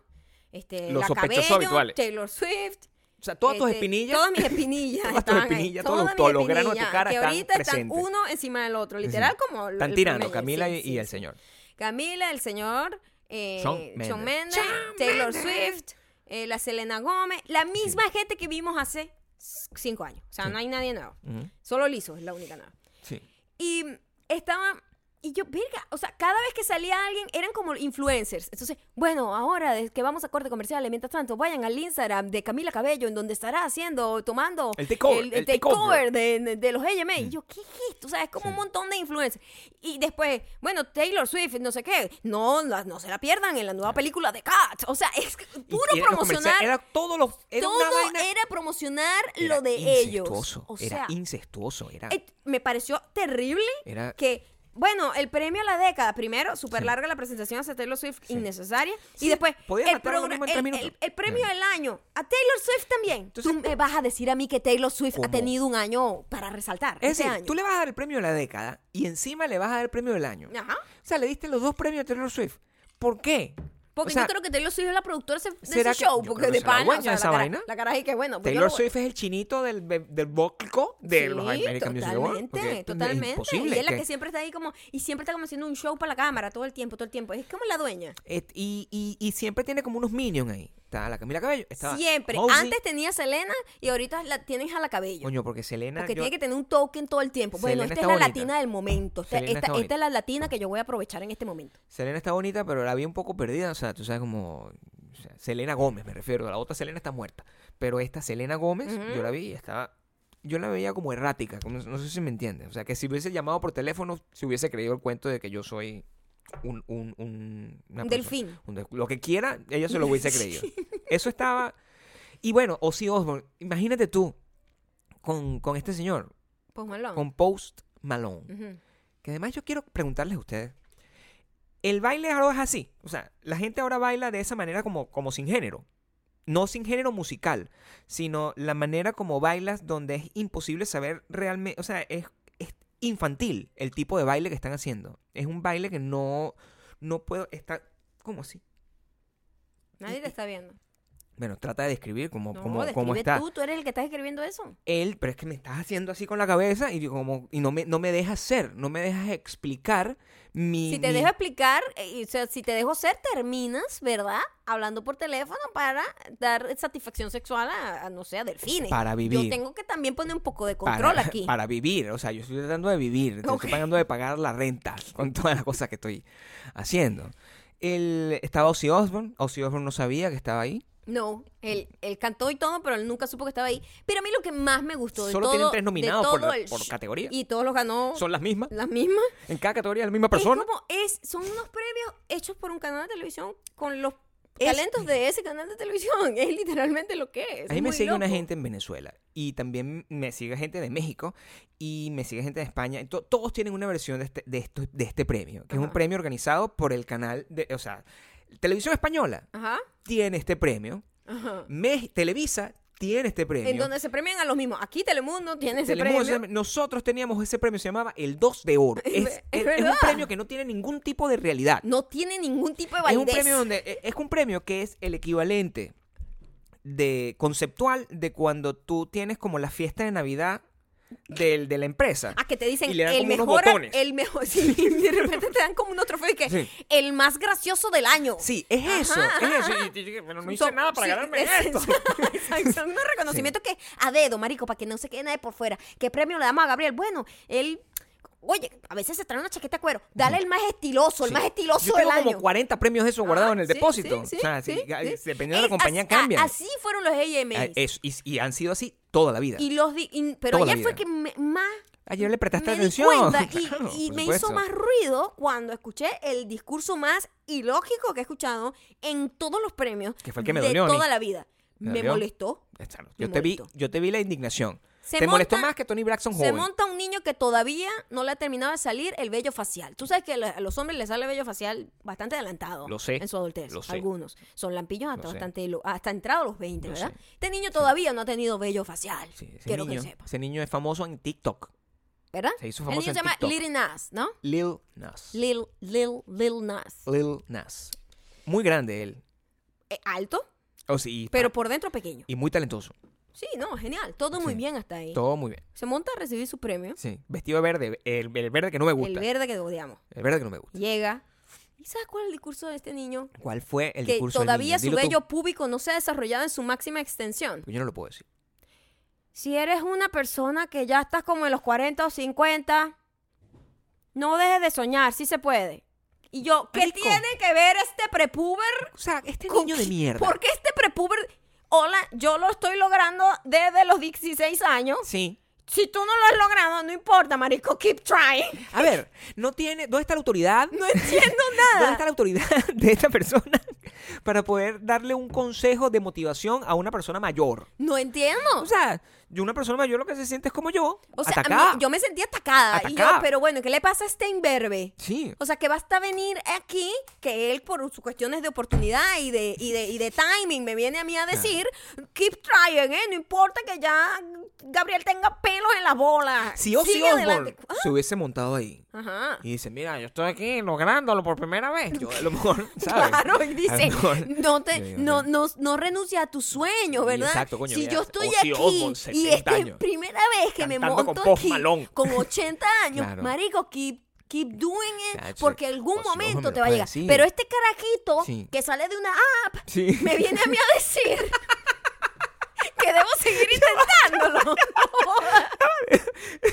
[SPEAKER 1] Este,
[SPEAKER 2] Los
[SPEAKER 1] la
[SPEAKER 2] sospechosos
[SPEAKER 1] Cabello,
[SPEAKER 2] habituales.
[SPEAKER 1] Taylor Swift.
[SPEAKER 2] O sea, todas tus
[SPEAKER 1] este,
[SPEAKER 2] espinillas...
[SPEAKER 1] Todas mis espinillas.
[SPEAKER 2] Todas tus
[SPEAKER 1] estaban ahí,
[SPEAKER 2] espinillas, todos los
[SPEAKER 1] todas mis
[SPEAKER 2] hologramas de tu
[SPEAKER 1] espinillas,
[SPEAKER 2] cara
[SPEAKER 1] Que
[SPEAKER 2] están
[SPEAKER 1] ahorita están
[SPEAKER 2] presentes.
[SPEAKER 1] uno encima del otro, literal como... el-
[SPEAKER 2] Están
[SPEAKER 1] el
[SPEAKER 2] tirando
[SPEAKER 1] primer-
[SPEAKER 2] Camila
[SPEAKER 1] sí,
[SPEAKER 2] y, y
[SPEAKER 1] sí,
[SPEAKER 2] el
[SPEAKER 1] sí.
[SPEAKER 2] señor.
[SPEAKER 1] Camila, el señor, eh,
[SPEAKER 2] Shawn
[SPEAKER 1] Shawn Mendes,
[SPEAKER 2] Mendes.
[SPEAKER 1] Taylor Swift, eh, la Selena Gómez, la misma gente que vimos hace c- cinco años. O sea,
[SPEAKER 2] Sí.
[SPEAKER 1] no hay nadie nuevo.
[SPEAKER 2] Ujú.
[SPEAKER 1] Solo Lizo es la única nueva.
[SPEAKER 2] Sí.
[SPEAKER 1] Y estaba. Y yo, verga, o sea, cada vez que salía alguien eran como influencers. Entonces, bueno, ahora es que vamos a corte comercial, mientras tanto, vayan al Instagram de Camila Cabello, en donde estará haciendo, tomando
[SPEAKER 2] El takeover,
[SPEAKER 1] el, el
[SPEAKER 2] el
[SPEAKER 1] takeover
[SPEAKER 2] takeover. Mm.
[SPEAKER 1] de, de- de los AMA. Y yo, ¿qué es esto? O sea, es como un montón de influencers. Y después, bueno, Taylor Swift, no sé qué, no, la- no se la pierdan en la nueva película de Cats. O sea, es que
[SPEAKER 2] Y-
[SPEAKER 1] puro
[SPEAKER 2] y era los comerciales,
[SPEAKER 1] promocionar.
[SPEAKER 2] Era todo lo... Era
[SPEAKER 1] todo
[SPEAKER 2] una vaina...
[SPEAKER 1] era promocionar
[SPEAKER 2] Era
[SPEAKER 1] lo de ellos.
[SPEAKER 2] incestuoso,
[SPEAKER 1] O
[SPEAKER 2] era
[SPEAKER 1] sea,
[SPEAKER 2] incestuoso. Era...
[SPEAKER 1] eh, me pareció terrible
[SPEAKER 2] era
[SPEAKER 1] que bueno, el premio a la década, primero, súper
[SPEAKER 2] Sí.
[SPEAKER 1] larga la presentación hacia Taylor Swift,
[SPEAKER 2] Sí.
[SPEAKER 1] innecesaria.
[SPEAKER 2] Sí,
[SPEAKER 1] y después,
[SPEAKER 2] podías
[SPEAKER 1] el,
[SPEAKER 2] matar a lo
[SPEAKER 1] progra-
[SPEAKER 2] mismo en tres
[SPEAKER 1] el-
[SPEAKER 2] minutos.
[SPEAKER 1] el- el premio
[SPEAKER 2] Claro.
[SPEAKER 1] del año a Taylor Swift también.
[SPEAKER 2] Entonces,
[SPEAKER 1] Tú me vas a decir a mí que Taylor Swift ha
[SPEAKER 2] ¿Cómo?
[SPEAKER 1] tenido un año para resaltar.
[SPEAKER 2] Es
[SPEAKER 1] ese
[SPEAKER 2] decir,
[SPEAKER 1] año.
[SPEAKER 2] tú le vas a dar el premio de la década y encima le vas a dar el premio del año.
[SPEAKER 1] Ajá.
[SPEAKER 2] O sea, le diste los dos premios a Taylor Swift. ¿Por qué?
[SPEAKER 1] Porque
[SPEAKER 2] O sea,
[SPEAKER 1] yo creo que Taylor Swift es la productora de ese- de
[SPEAKER 2] ¿será
[SPEAKER 1] ese
[SPEAKER 2] que-
[SPEAKER 1] show.
[SPEAKER 2] yo
[SPEAKER 1] Porque
[SPEAKER 2] creo que
[SPEAKER 1] de
[SPEAKER 2] será
[SPEAKER 1] pan,
[SPEAKER 2] dueña
[SPEAKER 1] o sea,
[SPEAKER 2] de
[SPEAKER 1] la
[SPEAKER 2] esa
[SPEAKER 1] cara,
[SPEAKER 2] vaina.
[SPEAKER 1] la cara es que, bueno, pues yo
[SPEAKER 2] Taylor
[SPEAKER 1] lo-
[SPEAKER 2] Swift es el chinito del, be- del bóclico de
[SPEAKER 1] Sí,
[SPEAKER 2] los American Music Awards.
[SPEAKER 1] totalmente,
[SPEAKER 2] porque es
[SPEAKER 1] totalmente.
[SPEAKER 2] imposible
[SPEAKER 1] y es la
[SPEAKER 2] que-
[SPEAKER 1] que siempre está ahí como, y siempre está como haciendo un show para la cámara todo el tiempo, todo el tiempo. Es como la dueña.
[SPEAKER 2] Et- y, y- y siempre tiene como unos minions ahí. Está la Camila Cabello. Estaba
[SPEAKER 1] siempre.
[SPEAKER 2] Halsey.
[SPEAKER 1] Antes tenía a Selena y ahorita la tienes a la cabello.
[SPEAKER 2] Coño, porque Selena.
[SPEAKER 1] Porque
[SPEAKER 2] yo-
[SPEAKER 1] tiene que tener un token todo el tiempo. Bueno,
[SPEAKER 2] Selena
[SPEAKER 1] esta
[SPEAKER 2] está
[SPEAKER 1] es la
[SPEAKER 2] bonita.
[SPEAKER 1] latina del momento. Esta,
[SPEAKER 2] Selena
[SPEAKER 1] esta-
[SPEAKER 2] está
[SPEAKER 1] esta es la latina que yo voy a aprovechar en este momento.
[SPEAKER 2] Selena está bonita, pero la vi un poco perdida. O sea, tú sabes como. o sea, Selena Gómez, me refiero. La otra Selena está muerta. Pero esta Selena Gómez,
[SPEAKER 1] Ujú.
[SPEAKER 2] yo la vi y estaba. Yo la veía como errática. como- no sé si me entiendes. O sea, que si hubiese llamado por teléfono, se hubiese creído el cuento de que yo soy un. un, un- una
[SPEAKER 1] Un
[SPEAKER 2] persona-
[SPEAKER 1] delfín.
[SPEAKER 2] un del- lo que quiera, ella se lo hubiese creído. Eso estaba. Y bueno, Ozzy Osbourne, imagínate tú con, con este señor,
[SPEAKER 1] Pues Malone.
[SPEAKER 2] con Post Malone.
[SPEAKER 1] Ujú.
[SPEAKER 2] Que además yo quiero preguntarles a ustedes. El baile ahora es así. O sea, la gente ahora baila de esa manera como, como sin género. No sin género musical, sino la manera como bailas donde es imposible saber realmente, o sea, es, es infantil el tipo de baile que están haciendo. Es un baile que no, no puedo estar como así.
[SPEAKER 1] Nadie te está viendo.
[SPEAKER 2] Bueno, trata de describir cómo,
[SPEAKER 1] No,
[SPEAKER 2] cómo,
[SPEAKER 1] describe
[SPEAKER 2] cómo está.
[SPEAKER 1] tú, tú eres el que estás escribiendo eso.
[SPEAKER 2] Él, pero es que me estás haciendo así con la cabeza y, como, y no, me, no me dejas ser, no me dejas explicar mi...
[SPEAKER 1] Si te
[SPEAKER 2] mi-
[SPEAKER 1] dejo explicar, eh, y, o sea, si te dejo ser, terminas, ¿verdad? Hablando por teléfono para dar satisfacción sexual a, a, no sé, a delfines.
[SPEAKER 2] Para
[SPEAKER 1] Yo
[SPEAKER 2] vivir.
[SPEAKER 1] tengo que también poner un poco de control
[SPEAKER 2] para,
[SPEAKER 1] aquí.
[SPEAKER 2] Para vivir, o sea, yo estoy tratando de vivir, te
[SPEAKER 1] Ok.
[SPEAKER 2] estoy pagando de pagar la renta con todas las cosas que estoy haciendo. Él, estaba Ozzy Osbourne, Ozzy Osbourne no sabía que estaba ahí.
[SPEAKER 1] No, él, él cantó y todo, pero él nunca supo que estaba ahí. Pero a mí lo que más me gustó de
[SPEAKER 2] Solo
[SPEAKER 1] todo-
[SPEAKER 2] tienen tres
[SPEAKER 1] de
[SPEAKER 2] nominados por,
[SPEAKER 1] todo
[SPEAKER 2] la-
[SPEAKER 1] el
[SPEAKER 2] por
[SPEAKER 1] sh-
[SPEAKER 2] categoría.
[SPEAKER 1] Y todos los ganó
[SPEAKER 2] Son las mismas,
[SPEAKER 1] las mismas.
[SPEAKER 2] en cada categoría es la misma persona.
[SPEAKER 1] Es como, es, son unos premios hechos por un canal de televisión con los
[SPEAKER 2] Es-
[SPEAKER 1] talentos de ese canal de televisión. Es literalmente lo que es.
[SPEAKER 2] A mí
[SPEAKER 1] es
[SPEAKER 2] me
[SPEAKER 1] muy
[SPEAKER 2] sigue una
[SPEAKER 1] loco.
[SPEAKER 2] gente en Venezuela y también me sigue gente de México y me sigue gente de España. Y to- todos tienen una versión de este, de esto- de este premio, que es
[SPEAKER 1] Ajá.
[SPEAKER 2] un premio organizado por el canal de, o sea, Televisión Española
[SPEAKER 1] Ajá,
[SPEAKER 2] tiene este premio,
[SPEAKER 1] ajá.
[SPEAKER 2] Mex- Televisa tiene este premio.
[SPEAKER 1] En donde se premian a los mismos. Aquí Telemundo tiene ese
[SPEAKER 2] Telemundo
[SPEAKER 1] premio.
[SPEAKER 2] se- Nosotros teníamos ese premio, se llamaba el 2 de oro.
[SPEAKER 1] Es
[SPEAKER 2] Es,
[SPEAKER 1] ve-
[SPEAKER 2] es-
[SPEAKER 1] es
[SPEAKER 2] es
[SPEAKER 1] verdad.
[SPEAKER 2] un premio que no tiene ningún tipo de realidad.
[SPEAKER 1] No tiene ningún tipo de
[SPEAKER 2] es
[SPEAKER 1] validez.
[SPEAKER 2] un premio donde e- es un premio que es el equivalente de conceptual de cuando tú tienes como la fiesta de Navidad del, de la empresa.
[SPEAKER 1] Ah, que te dicen
[SPEAKER 2] Y le dan
[SPEAKER 1] el
[SPEAKER 2] como unos
[SPEAKER 1] mejor,
[SPEAKER 2] botones.
[SPEAKER 1] el mejor, sí, y de repente te dan como unos trofeos y que
[SPEAKER 2] Sí.
[SPEAKER 1] el más gracioso del año.
[SPEAKER 2] Sí, es eso, es eso. Y- y- y- pero no hice
[SPEAKER 1] Son-
[SPEAKER 2] nada para
[SPEAKER 1] sí,
[SPEAKER 2] ganarme
[SPEAKER 1] es-
[SPEAKER 2] esto.
[SPEAKER 1] Exacto, es un reconocimiento que a dedo, marico, para que no se quede nadie por fuera. ¿Qué premio le damos a Gabriel? Bueno, él, oye, a veces se trae una chaqueta de cuero. Dale el más estiloso, el
[SPEAKER 2] Sí.
[SPEAKER 1] más estiloso
[SPEAKER 2] Yo
[SPEAKER 1] del
[SPEAKER 2] tengo
[SPEAKER 1] año.
[SPEAKER 2] como 40 premios de esos guardados
[SPEAKER 1] Ah,
[SPEAKER 2] en el
[SPEAKER 1] sí,
[SPEAKER 2] depósito.
[SPEAKER 1] sí,
[SPEAKER 2] o sea,
[SPEAKER 1] sí,
[SPEAKER 2] sí, ga-
[SPEAKER 1] sí.
[SPEAKER 2] dependiendo de la
[SPEAKER 1] Es-
[SPEAKER 2] compañía
[SPEAKER 1] as- a-
[SPEAKER 2] cambian.
[SPEAKER 1] Así fueron los AMs.
[SPEAKER 2] Ah, eso, y, y han sido así toda la vida.
[SPEAKER 1] y los di- y- pero
[SPEAKER 2] Toda la
[SPEAKER 1] ayer fue
[SPEAKER 2] vida.
[SPEAKER 1] que me- más
[SPEAKER 2] Ayer le prestaste
[SPEAKER 1] me di
[SPEAKER 2] atención.
[SPEAKER 1] cuenta y,
[SPEAKER 2] Claro,
[SPEAKER 1] y
[SPEAKER 2] por
[SPEAKER 1] me
[SPEAKER 2] supuesto.
[SPEAKER 1] hizo más ruido cuando escuché el discurso más ilógico que he escuchado en todos los premios
[SPEAKER 2] Que fue el que me
[SPEAKER 1] de
[SPEAKER 2] dolió a mí.
[SPEAKER 1] toda la vida.
[SPEAKER 2] ¿Me
[SPEAKER 1] me
[SPEAKER 2] dolió?
[SPEAKER 1] molestó.
[SPEAKER 2] Claro,
[SPEAKER 1] Me
[SPEAKER 2] Yo te, vi,
[SPEAKER 1] molestó.
[SPEAKER 2] yo te vi la indignación.
[SPEAKER 1] Se
[SPEAKER 2] te molestó
[SPEAKER 1] monta-
[SPEAKER 2] más que Tony Braxton
[SPEAKER 1] Se
[SPEAKER 2] joven.
[SPEAKER 1] monta un niño que todavía no le ha terminado de salir el vello facial. Tú sabes que a la- a los hombres les sale vello facial bastante adelantado.
[SPEAKER 2] Lo sé,
[SPEAKER 1] En su adultez.
[SPEAKER 2] lo sé.
[SPEAKER 1] Algunos. Son lampiños hasta,
[SPEAKER 2] Lo sé.
[SPEAKER 1] bastante, lo- hasta entrado los 20,
[SPEAKER 2] Lo
[SPEAKER 1] ¿verdad?
[SPEAKER 2] sé.
[SPEAKER 1] Este niño todavía no ha tenido vello facial.
[SPEAKER 2] Sí, ese,
[SPEAKER 1] quiero
[SPEAKER 2] niño,
[SPEAKER 1] que sepas.
[SPEAKER 2] ese niño es famoso en TikTok.
[SPEAKER 1] ¿Verdad?
[SPEAKER 2] Se hizo
[SPEAKER 1] El
[SPEAKER 2] famoso
[SPEAKER 1] niño se
[SPEAKER 2] en
[SPEAKER 1] llama
[SPEAKER 2] TikTok.
[SPEAKER 1] Lil Nas, ¿no?
[SPEAKER 2] Lil Nas.
[SPEAKER 1] Lil, Lil, Lil Nas.
[SPEAKER 2] Lil Nas. Muy grande él.
[SPEAKER 1] Eh, alto,
[SPEAKER 2] O sea, y,
[SPEAKER 1] pero por dentro pequeño.
[SPEAKER 2] y muy talentoso.
[SPEAKER 1] Sí, no, genial. Todo muy
[SPEAKER 2] Sí.
[SPEAKER 1] bien hasta ahí.
[SPEAKER 2] Todo muy bien.
[SPEAKER 1] Se monta a recibir su premio.
[SPEAKER 2] Sí. Vestido de verde. El, el verde que no me gusta.
[SPEAKER 1] El verde que odiamos.
[SPEAKER 2] El verde que no me gusta.
[SPEAKER 1] Llega. ¿Y sabes cuál es el discurso de este niño?
[SPEAKER 2] ¿Cuál fue el
[SPEAKER 1] que
[SPEAKER 2] discurso del
[SPEAKER 1] todavía
[SPEAKER 2] niño?
[SPEAKER 1] su
[SPEAKER 2] Dilo tú,
[SPEAKER 1] vello púbico no se ha desarrollado en su máxima extensión.
[SPEAKER 2] porque Yo no lo puedo decir.
[SPEAKER 1] Si eres una persona que ya estás como en los 40 o 50, no dejes de soñar, sí se puede. Y yo, ¿qué
[SPEAKER 2] Marico.
[SPEAKER 1] tiene que ver este prepuber?
[SPEAKER 2] O sea, este
[SPEAKER 1] con
[SPEAKER 2] niño de
[SPEAKER 1] qué-
[SPEAKER 2] mierda.
[SPEAKER 1] ¿Por qué este prepuber? Hola, yo lo estoy logrando desde los 16 años.
[SPEAKER 2] Sí.
[SPEAKER 1] Si tú no lo has logrado, no importa, marico, keep trying.
[SPEAKER 2] A ver, no tiene. ¿Dónde está la autoridad?
[SPEAKER 1] No entiendo
[SPEAKER 2] ¿Dónde
[SPEAKER 1] nada.
[SPEAKER 2] está la autoridad de esta persona para poder darle un consejo de motivación a una persona mayor?
[SPEAKER 1] No entiendo.
[SPEAKER 2] O sea, yo una persona mayor lo que se siente es como yo.
[SPEAKER 1] O sea, a mí-
[SPEAKER 2] atacada.
[SPEAKER 1] yo me sentí atacada. Y yo,
[SPEAKER 2] Atacada.
[SPEAKER 1] pero bueno, ¿qué le pasa a este imberbe?
[SPEAKER 2] Sí.
[SPEAKER 1] O sea, que basta venir aquí que él, por sus cuestiones de oportunidad y de, y de, y de timing, me viene a mí a decir, keep trying, ¿eh? No importa que ya Gabriel tenga pelos en las bolas.
[SPEAKER 2] Si Ozzy
[SPEAKER 1] Sigue adelante. Ah.
[SPEAKER 2] Osbourne se hubiese montado ahí
[SPEAKER 1] Ajá.
[SPEAKER 2] y dice, mira, yo estoy aquí lográndolo por primera vez, yo a lo mejor, ¿sabes?
[SPEAKER 1] Claro, y
[SPEAKER 2] A
[SPEAKER 1] dice,
[SPEAKER 2] lo mejor-
[SPEAKER 1] no, te,
[SPEAKER 2] Yo digo,
[SPEAKER 1] no, no, no renuncia a tus sueños, ¿verdad?
[SPEAKER 2] Exacto, coño,
[SPEAKER 1] si
[SPEAKER 2] ya,
[SPEAKER 1] yo estoy
[SPEAKER 2] Ozzy
[SPEAKER 1] aquí
[SPEAKER 2] Osbourne,
[SPEAKER 1] y
[SPEAKER 2] 70
[SPEAKER 1] esta es
[SPEAKER 2] años.
[SPEAKER 1] primera vez que me
[SPEAKER 3] Cantando
[SPEAKER 1] monto
[SPEAKER 3] con Post
[SPEAKER 1] aquí
[SPEAKER 3] Malone.
[SPEAKER 1] con 80 años,
[SPEAKER 2] Claro.
[SPEAKER 1] marico, keep, keep doing it
[SPEAKER 2] Chacho,
[SPEAKER 1] porque algún
[SPEAKER 2] Ozzy Osbourne me
[SPEAKER 1] momento
[SPEAKER 2] lo
[SPEAKER 1] te va a
[SPEAKER 2] puede
[SPEAKER 1] llegar.
[SPEAKER 2] decir.
[SPEAKER 1] Pero este carajito
[SPEAKER 2] Sí.
[SPEAKER 1] que sale de una app
[SPEAKER 2] Sí.
[SPEAKER 1] me viene a mí a decir que debo seguir intentándolo.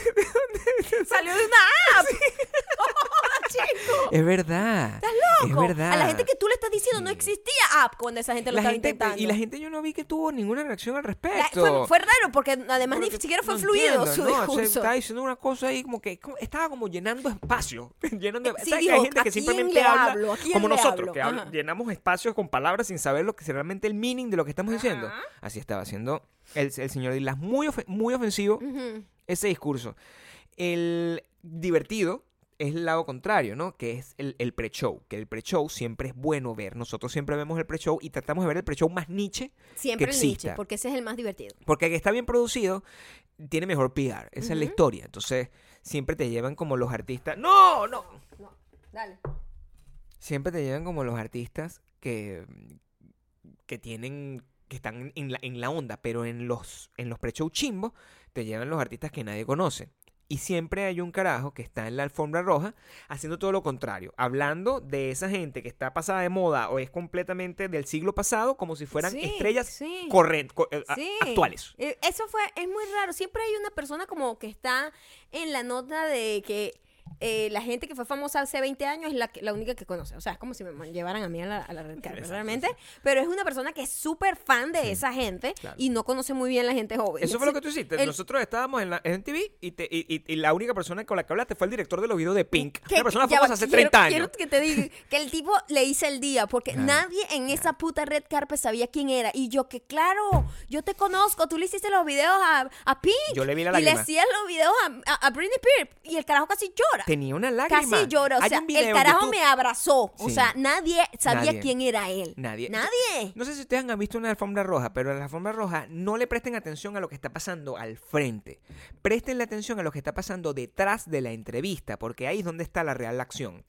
[SPEAKER 1] Salió de una app. Chico.
[SPEAKER 2] Es verdad. ¿Estás
[SPEAKER 1] loco.
[SPEAKER 2] Es verdad.
[SPEAKER 1] A la gente que tú le estás diciendo no
[SPEAKER 2] Sí.
[SPEAKER 1] existía app cuando esa gente lo
[SPEAKER 2] La
[SPEAKER 1] estaba
[SPEAKER 2] gente-
[SPEAKER 1] intentando.
[SPEAKER 2] y la gente yo no vi que tuvo ninguna reacción al
[SPEAKER 1] La-
[SPEAKER 2] respecto.
[SPEAKER 1] fue, fue raro porque además ni siquiera fue
[SPEAKER 2] No
[SPEAKER 1] fluido
[SPEAKER 2] entiendo,
[SPEAKER 1] su
[SPEAKER 2] no, o sea,
[SPEAKER 1] discurso.
[SPEAKER 2] estaba diciendo una cosa ahí como que como- estaba como llenando espacio. llenando,
[SPEAKER 1] Eh, Sí,
[SPEAKER 2] ¿sabes que
[SPEAKER 1] dijo,
[SPEAKER 2] hay gente
[SPEAKER 1] ¿a
[SPEAKER 2] que
[SPEAKER 1] quién
[SPEAKER 2] simplemente
[SPEAKER 1] le
[SPEAKER 2] habla
[SPEAKER 1] hablo? ¿A quién
[SPEAKER 2] como
[SPEAKER 1] le
[SPEAKER 2] nosotros,
[SPEAKER 1] hablo?
[SPEAKER 2] que habla-
[SPEAKER 1] Ajá.
[SPEAKER 2] llenamos espacios con palabras sin saber lo que es realmente el meaning de lo que estamos diciendo.
[SPEAKER 1] Ajá.
[SPEAKER 2] Así estaba haciendo el, el señor Dilas. Muy, ofe- muy ofensivo
[SPEAKER 1] Ujú.
[SPEAKER 2] ese discurso. El divertido es el lado contrario, ¿no? Que es el, el pre-show. Que el pre-show siempre es bueno ver. Nosotros siempre vemos el pre-show y tratamos de ver el pre-show más niche
[SPEAKER 1] Siempre
[SPEAKER 2] que
[SPEAKER 1] el Nietzsche,
[SPEAKER 2] exista.
[SPEAKER 1] porque ese es el más divertido.
[SPEAKER 2] porque el que está bien producido tiene mejor PR. Esa es la historia. Entonces, siempre te llevan como los artistas. ¡No! ¡No!
[SPEAKER 1] Dale.
[SPEAKER 2] Siempre te llevan como los artistas que, que tienen. que están en la, en la onda. Pero en los, en los pre-show chimbos, te llevan los artistas que nadie conoce. Y siempre hay un carajo que está en la alfombra roja haciendo todo lo contrario, hablando de esa gente que está pasada de moda o es completamente del siglo pasado como si fueran
[SPEAKER 1] Sí,
[SPEAKER 2] estrellas
[SPEAKER 1] sí.
[SPEAKER 2] corren- co- eh, a-
[SPEAKER 1] Sí.
[SPEAKER 2] actuales.
[SPEAKER 1] Eh, Eso fue, es muy raro. Siempre hay una persona como que está en la nota de que eh, la gente que fue famosa hace 20 años es la, que- la única que conoce. O sea, es como si me man- llevaran a mí a la, a la red carpet, realmente. Pero es una persona que es súper fan de esa gente
[SPEAKER 2] claro.
[SPEAKER 1] y no conoce muy bien la gente joven.
[SPEAKER 2] Eso fue lo que tú hiciste.
[SPEAKER 1] Pues, el-
[SPEAKER 2] Nosotros estábamos en la en TV y, te- y- y- y la única persona con la que hablaste fue el director de los videos de Pink.
[SPEAKER 1] Que-
[SPEAKER 2] una persona
[SPEAKER 1] ya va,
[SPEAKER 2] famosa hace
[SPEAKER 1] quiero-
[SPEAKER 2] 30 años.
[SPEAKER 1] Quiero que te diga que el tipo le hice el día porque
[SPEAKER 2] Claro,
[SPEAKER 1] nadie en esa puta red carpet sabía quién era. Y yo que claro, yo te conozco, tú le hiciste los videos a, a Pink.
[SPEAKER 2] Yo le vi la
[SPEAKER 1] Y le
[SPEAKER 2] lágrima.
[SPEAKER 1] hacías los videos a, a, a Britney Spears y el carajo casi llora.
[SPEAKER 2] Tenía una lágrima.
[SPEAKER 1] Casi llora, o
[SPEAKER 2] Hay
[SPEAKER 1] sea,
[SPEAKER 2] un video
[SPEAKER 1] el
[SPEAKER 2] en
[SPEAKER 1] carajo
[SPEAKER 2] YouTube.
[SPEAKER 1] me abrazó. O
[SPEAKER 2] Sí.
[SPEAKER 1] sea, nadie sabía
[SPEAKER 2] Nadie.
[SPEAKER 1] quién era él.
[SPEAKER 2] Nadie.
[SPEAKER 1] Nadie.
[SPEAKER 2] No sé si ustedes han visto una alfombra roja, pero en la alfombra roja no le presten atención a lo que está pasando al frente. Prestenle atención a lo que está pasando detrás de la entrevista, porque ahí es donde está la real acción.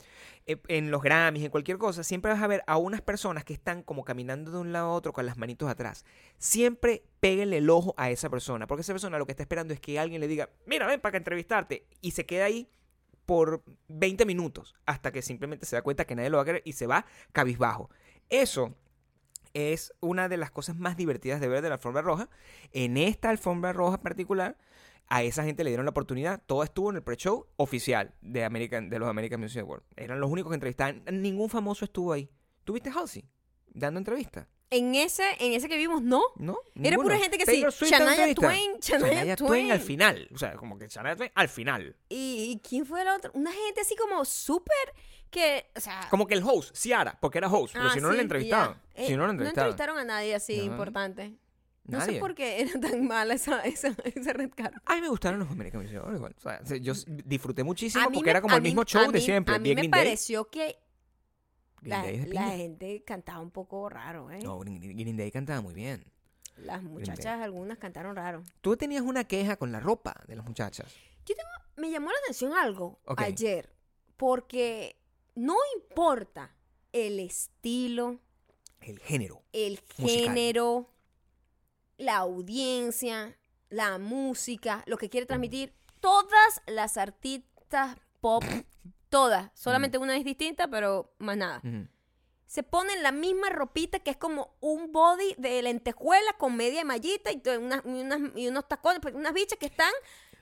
[SPEAKER 2] E- En los Grammys, en cualquier cosa, siempre vas a ver a unas personas que están como caminando de un lado a otro con las manitos atrás. Siempre péguenle el ojo a esa persona, porque esa persona lo que está esperando es que alguien le diga, mira, ven para que entrevistarte, y se queda ahí por 20 minutos hasta que simplemente se da cuenta que nadie lo va a querer y se va cabizbajo. Eso es una de las cosas más divertidas de ver de la alfombra roja. En esta alfombra roja particular, a esa gente le dieron la oportunidad. Todo estuvo en el pre-show oficial de, American, de los American Music Awards. Eran los únicos que entrevistaban. Ningún famoso estuvo ahí. ¿Tuviste Halsey dando entrevista?
[SPEAKER 1] En ese, en ese que vimos, no.
[SPEAKER 2] ¿No?
[SPEAKER 1] Era
[SPEAKER 2] Ninguno.
[SPEAKER 1] pura gente que
[SPEAKER 2] Taylor
[SPEAKER 1] sí.
[SPEAKER 2] Swift dando
[SPEAKER 1] Shania
[SPEAKER 2] entrevista.
[SPEAKER 1] Twain, Shania Twain.
[SPEAKER 2] al final. O sea, como que Shania Twain al final.
[SPEAKER 1] ¿Y, y quién fue la otra? Una gente así como súper que, o sea,
[SPEAKER 2] Como que el host, Ciara, porque era host. pero
[SPEAKER 1] Ah,
[SPEAKER 2] si no, no
[SPEAKER 1] sí,
[SPEAKER 2] la entrevistaban.
[SPEAKER 1] ya. Eh,
[SPEAKER 2] si no, la entrevistaban.
[SPEAKER 1] entrevistaron a nadie así
[SPEAKER 2] No.
[SPEAKER 1] importante. No sé
[SPEAKER 2] Nadie.
[SPEAKER 1] por qué era tan mala esa, esa, esa red carpet.
[SPEAKER 2] A mí me gustaron los American Music Awards igual. O sea, se- yo s- disfruté muchísimo
[SPEAKER 1] A mí
[SPEAKER 2] porque
[SPEAKER 1] me-
[SPEAKER 2] era como
[SPEAKER 1] a
[SPEAKER 2] el
[SPEAKER 1] mí-
[SPEAKER 2] mismo
[SPEAKER 1] a
[SPEAKER 2] show de
[SPEAKER 1] mí-
[SPEAKER 2] siempre.
[SPEAKER 1] A
[SPEAKER 2] Vi
[SPEAKER 1] mí
[SPEAKER 2] a
[SPEAKER 1] me
[SPEAKER 2] Green Day.
[SPEAKER 1] pareció que
[SPEAKER 2] Green
[SPEAKER 1] la,
[SPEAKER 2] Day es de
[SPEAKER 1] la
[SPEAKER 2] pinga.
[SPEAKER 1] gente cantaba un poco raro, ¿eh?
[SPEAKER 2] No, Green, Green Day cantaba muy bien.
[SPEAKER 1] Las muchachas algunas cantaron raro.
[SPEAKER 2] Tú tenías una queja con la ropa de las muchachas.
[SPEAKER 1] Me llamó la atención algo
[SPEAKER 2] Ok.
[SPEAKER 1] ayer, porque no importa el estilo,
[SPEAKER 2] El género.
[SPEAKER 1] el
[SPEAKER 2] Musical.
[SPEAKER 1] género, la audiencia, la música, lo que quiere transmitir. Todas las artistas pop,
[SPEAKER 2] Mm.
[SPEAKER 1] todas, solamente una es distinta, pero más nada.
[SPEAKER 2] Ujú.
[SPEAKER 1] Se ponen la misma ropita que es como un body de lentejuela con media mallita y, to- unas- y unas- y unos tacones, pues, unas bichas que están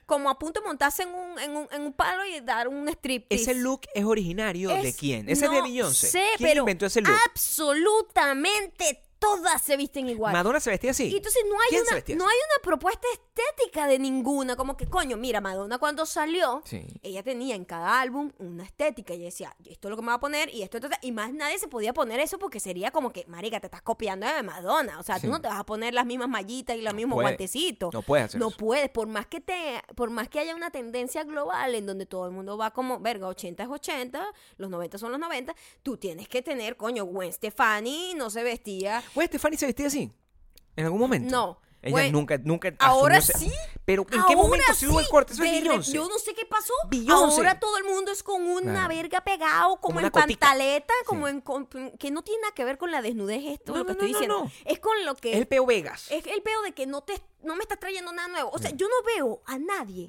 [SPEAKER 1] como a punto de montarse en un, en un, en un palo y dar un strip.
[SPEAKER 2] Ese look es originario de
[SPEAKER 1] Es-
[SPEAKER 2] quién? Ese es
[SPEAKER 1] no
[SPEAKER 2] de Beyoncé.
[SPEAKER 1] sé,
[SPEAKER 2] ¿Quién
[SPEAKER 1] pero
[SPEAKER 2] inventó ese look?
[SPEAKER 1] absolutamente todas se visten igual.
[SPEAKER 2] Madonna se vestía así.
[SPEAKER 1] Y entonces no hay,
[SPEAKER 2] ¿Quién se
[SPEAKER 1] una,
[SPEAKER 2] vestía
[SPEAKER 1] no
[SPEAKER 2] así?
[SPEAKER 1] hay una propuesta estética de ninguna. Como que, coño, mira, Madonna cuando salió,
[SPEAKER 2] Sí.
[SPEAKER 1] ella tenía en cada álbum una estética. Y decía, esto es lo que me va a poner y esto, esto, esto. Y más nadie se podía poner eso porque sería como que, marica, te estás copiando de Madonna. O sea,
[SPEAKER 2] Sí.
[SPEAKER 1] tú no te vas a poner las mismas mallitas y los mismos
[SPEAKER 2] puede.
[SPEAKER 1] guantecitos.
[SPEAKER 2] No puedes hacer
[SPEAKER 1] No
[SPEAKER 2] eso.
[SPEAKER 1] puedes. Por más, que te, por más que haya una tendencia global en donde todo el mundo va como, verga, 80 es 80, los 90 son los 90, tú tienes que tener, coño, Gwen Stefani no se vestía...
[SPEAKER 2] Güey, Stefani se vestía así. En algún momento.
[SPEAKER 1] No.
[SPEAKER 2] Ella
[SPEAKER 1] Güey,
[SPEAKER 2] nunca, nunca.
[SPEAKER 1] ahora
[SPEAKER 2] asumió ese-
[SPEAKER 1] sí.
[SPEAKER 2] Pero ¿en qué
[SPEAKER 1] Ahora
[SPEAKER 2] momento se hubo el
[SPEAKER 1] sí,
[SPEAKER 2] corte? Eso es
[SPEAKER 1] de rep-
[SPEAKER 2] Beyoncé.
[SPEAKER 1] Yo no sé qué pasó.
[SPEAKER 2] Beyoncé.
[SPEAKER 1] Ahora todo el mundo es con una
[SPEAKER 2] Claro.
[SPEAKER 1] verga pegado, como,
[SPEAKER 2] Como una
[SPEAKER 1] en
[SPEAKER 2] cotica.
[SPEAKER 1] pantaleta, como
[SPEAKER 2] Sí.
[SPEAKER 1] en con- que no tiene nada que ver con la desnudez esto
[SPEAKER 2] No,
[SPEAKER 1] lo que
[SPEAKER 2] no,
[SPEAKER 1] estoy
[SPEAKER 2] no, no,
[SPEAKER 1] diciendo.
[SPEAKER 2] no.
[SPEAKER 1] Es con lo que
[SPEAKER 2] Es el Peo Vegas.
[SPEAKER 1] es el peo de que no te no me estás trayendo nada nuevo. O sea, yo no veo a nadie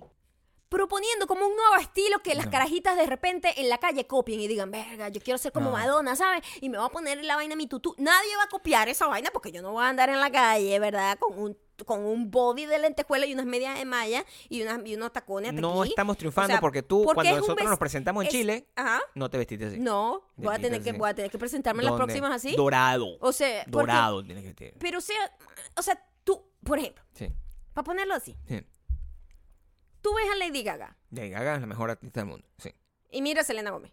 [SPEAKER 1] proponiendo como un nuevo estilo que las carajitas de repente en la calle copien y digan, verga, yo quiero ser como
[SPEAKER 2] No.
[SPEAKER 1] Madonna, ¿sabes? Y me voy a poner la vaina mi tutú. Nadie va a copiar esa vaina porque yo no voy a andar en la calle, ¿verdad? Con un con un body de lentejuela y unas medias de malla y, unas, y unos tacones hasta
[SPEAKER 2] No
[SPEAKER 1] aquí.
[SPEAKER 2] estamos
[SPEAKER 1] O
[SPEAKER 2] triunfando
[SPEAKER 1] sea,
[SPEAKER 2] porque tú, cuando
[SPEAKER 1] es un
[SPEAKER 2] nosotros
[SPEAKER 1] vest-
[SPEAKER 2] nos presentamos en
[SPEAKER 1] es-
[SPEAKER 2] Chile,
[SPEAKER 1] Ajá.
[SPEAKER 2] no te vestiste así.
[SPEAKER 1] No, voy a
[SPEAKER 2] Definitivamente
[SPEAKER 1] tener que
[SPEAKER 2] sí.
[SPEAKER 1] voy a tener que presentarme en las
[SPEAKER 2] ¿Dónde?
[SPEAKER 1] próximas así.
[SPEAKER 2] Dorado.
[SPEAKER 1] O sea, porque-
[SPEAKER 2] Dorado tienes que vestir.
[SPEAKER 1] pero o sea, o sea, tú, por ejemplo,
[SPEAKER 2] Sí.
[SPEAKER 1] para ponerlo así,
[SPEAKER 2] sí.
[SPEAKER 1] tú ves a Lady Gaga
[SPEAKER 2] Lady Gaga es la mejor artista del mundo. Sí.
[SPEAKER 1] y mira a Selena Gómez.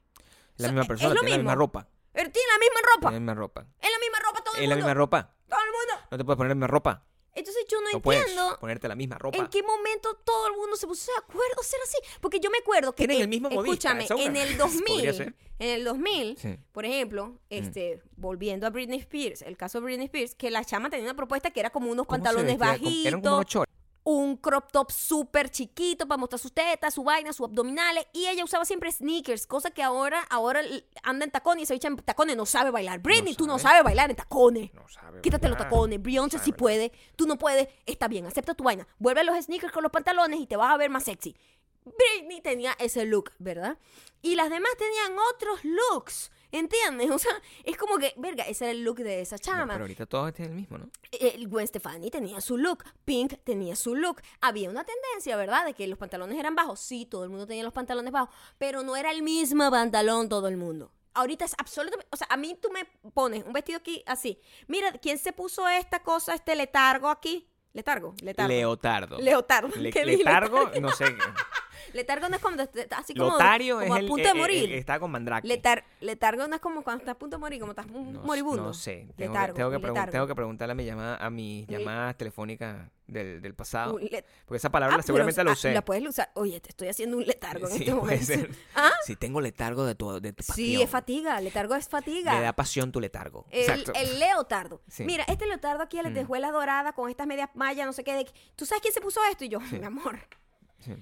[SPEAKER 2] La
[SPEAKER 1] So-
[SPEAKER 2] misma
[SPEAKER 1] es
[SPEAKER 2] persona,
[SPEAKER 1] lo
[SPEAKER 2] tiene la misma
[SPEAKER 1] mismo.
[SPEAKER 2] ropa.
[SPEAKER 1] Pero tiene la misma ropa.
[SPEAKER 2] Tiene la misma ropa.
[SPEAKER 1] Es la misma ropa todo el
[SPEAKER 2] Es la
[SPEAKER 1] mundo.
[SPEAKER 2] misma ropa.
[SPEAKER 1] Todo el mundo.
[SPEAKER 2] No te puedes poner la misma ropa.
[SPEAKER 1] Entonces yo no,
[SPEAKER 2] No puedes
[SPEAKER 1] entiendo
[SPEAKER 2] ponerte la misma ropa.
[SPEAKER 1] en qué momento todo el mundo se puso de acuerdo ser así. Porque yo me acuerdo que.
[SPEAKER 2] Tienen
[SPEAKER 1] eh,
[SPEAKER 2] el mismo modista,
[SPEAKER 1] Escúchame,
[SPEAKER 2] esa es
[SPEAKER 1] en
[SPEAKER 2] una-
[SPEAKER 1] el 2000.
[SPEAKER 2] Podría ser.
[SPEAKER 1] En el 2000,
[SPEAKER 2] Sí.
[SPEAKER 1] por ejemplo, este, volviendo a Britney Spears, el caso de Britney Spears, que la chama tenía una propuesta que era como unos
[SPEAKER 2] ¿Cómo se
[SPEAKER 1] pantalones
[SPEAKER 2] vestía? Como-
[SPEAKER 1] bajitos.
[SPEAKER 2] Eran como unos shorts.
[SPEAKER 1] un crop top súper chiquito para mostrar sus tetas, su vaina, sus abdominales. Y ella usaba siempre sneakers, cosa que ahora, ahora l- anda en tacones y se echa en tacones. No sabe bailar. Britney, tú no
[SPEAKER 2] sabe.
[SPEAKER 1] sabes bailar en tacones.
[SPEAKER 2] No sabe
[SPEAKER 1] Quítate los
[SPEAKER 2] bailar.
[SPEAKER 1] tacones. Beyoncé sí puede. Tú no puedes. Está bien, acepta tu vaina. Vuelve a los sneakers con los pantalones y te vas a ver más sexy. Britney tenía ese look, ¿verdad? Y las demás tenían otros looks. ¿Entiendes? O sea, es como que, verga, ese era el look de esa
[SPEAKER 2] No,
[SPEAKER 1] chama.
[SPEAKER 2] pero ahorita todos tienen el mismo, ¿no?
[SPEAKER 1] Eh, Gwen Stefani tenía su look, Pink tenía su look. Había una tendencia, ¿verdad? De que los pantalones eran bajos. Sí, todo el mundo tenía los pantalones bajos, pero no era el mismo pantalón todo el mundo. Ahorita es absolutamente, o sea, a mí tú me pones un vestido aquí así. Mira, ¿quién se puso esta cosa, este letargo aquí? Letargo, letargo.
[SPEAKER 2] Leotardo.
[SPEAKER 1] Leotardo.
[SPEAKER 2] Le-
[SPEAKER 1] ¿Qué dije?
[SPEAKER 2] letargo, no sé.
[SPEAKER 1] Letargo no es cuando está- así como,
[SPEAKER 2] Lotario
[SPEAKER 1] como
[SPEAKER 2] es
[SPEAKER 1] a
[SPEAKER 2] el
[SPEAKER 1] punto
[SPEAKER 2] eh,
[SPEAKER 1] de morir.
[SPEAKER 2] eh, está con Mandrake.
[SPEAKER 1] Letar- letargo no es como cuando estás a punto de morir, como estás un
[SPEAKER 2] No s-
[SPEAKER 1] moribundo.
[SPEAKER 2] No sé. Tengo,
[SPEAKER 1] Letargo,
[SPEAKER 2] que, tengo, que pregun-
[SPEAKER 1] letargo.
[SPEAKER 2] tengo que preguntarle a mi llamada, a mis llamadas telefónicas del, del pasado.
[SPEAKER 1] Un le-
[SPEAKER 2] porque esa palabra
[SPEAKER 1] Ah,
[SPEAKER 2] la- seguramente
[SPEAKER 1] pero,
[SPEAKER 2] la
[SPEAKER 1] ah,
[SPEAKER 2] usé.
[SPEAKER 1] La puedes usar. Oye, te estoy haciendo un letargo en
[SPEAKER 2] Sí,
[SPEAKER 1] este
[SPEAKER 2] puede
[SPEAKER 1] momento.
[SPEAKER 2] ser.
[SPEAKER 1] Ah,
[SPEAKER 2] Si tengo letargo de tu, de tu
[SPEAKER 1] sí,
[SPEAKER 2] pasión,
[SPEAKER 1] es fatiga. Letargo es
[SPEAKER 2] Me da
[SPEAKER 1] fatiga.
[SPEAKER 2] pasión tu letargo.
[SPEAKER 1] El, el leotardo.
[SPEAKER 2] Sí. Mm.
[SPEAKER 1] Mira, este leotardo aquí, la lentejuela dorada con estas medias mallas, no sé qué. de- ¿Tú sabes quién se puso esto? Y yo, mi amor.
[SPEAKER 2] Sí.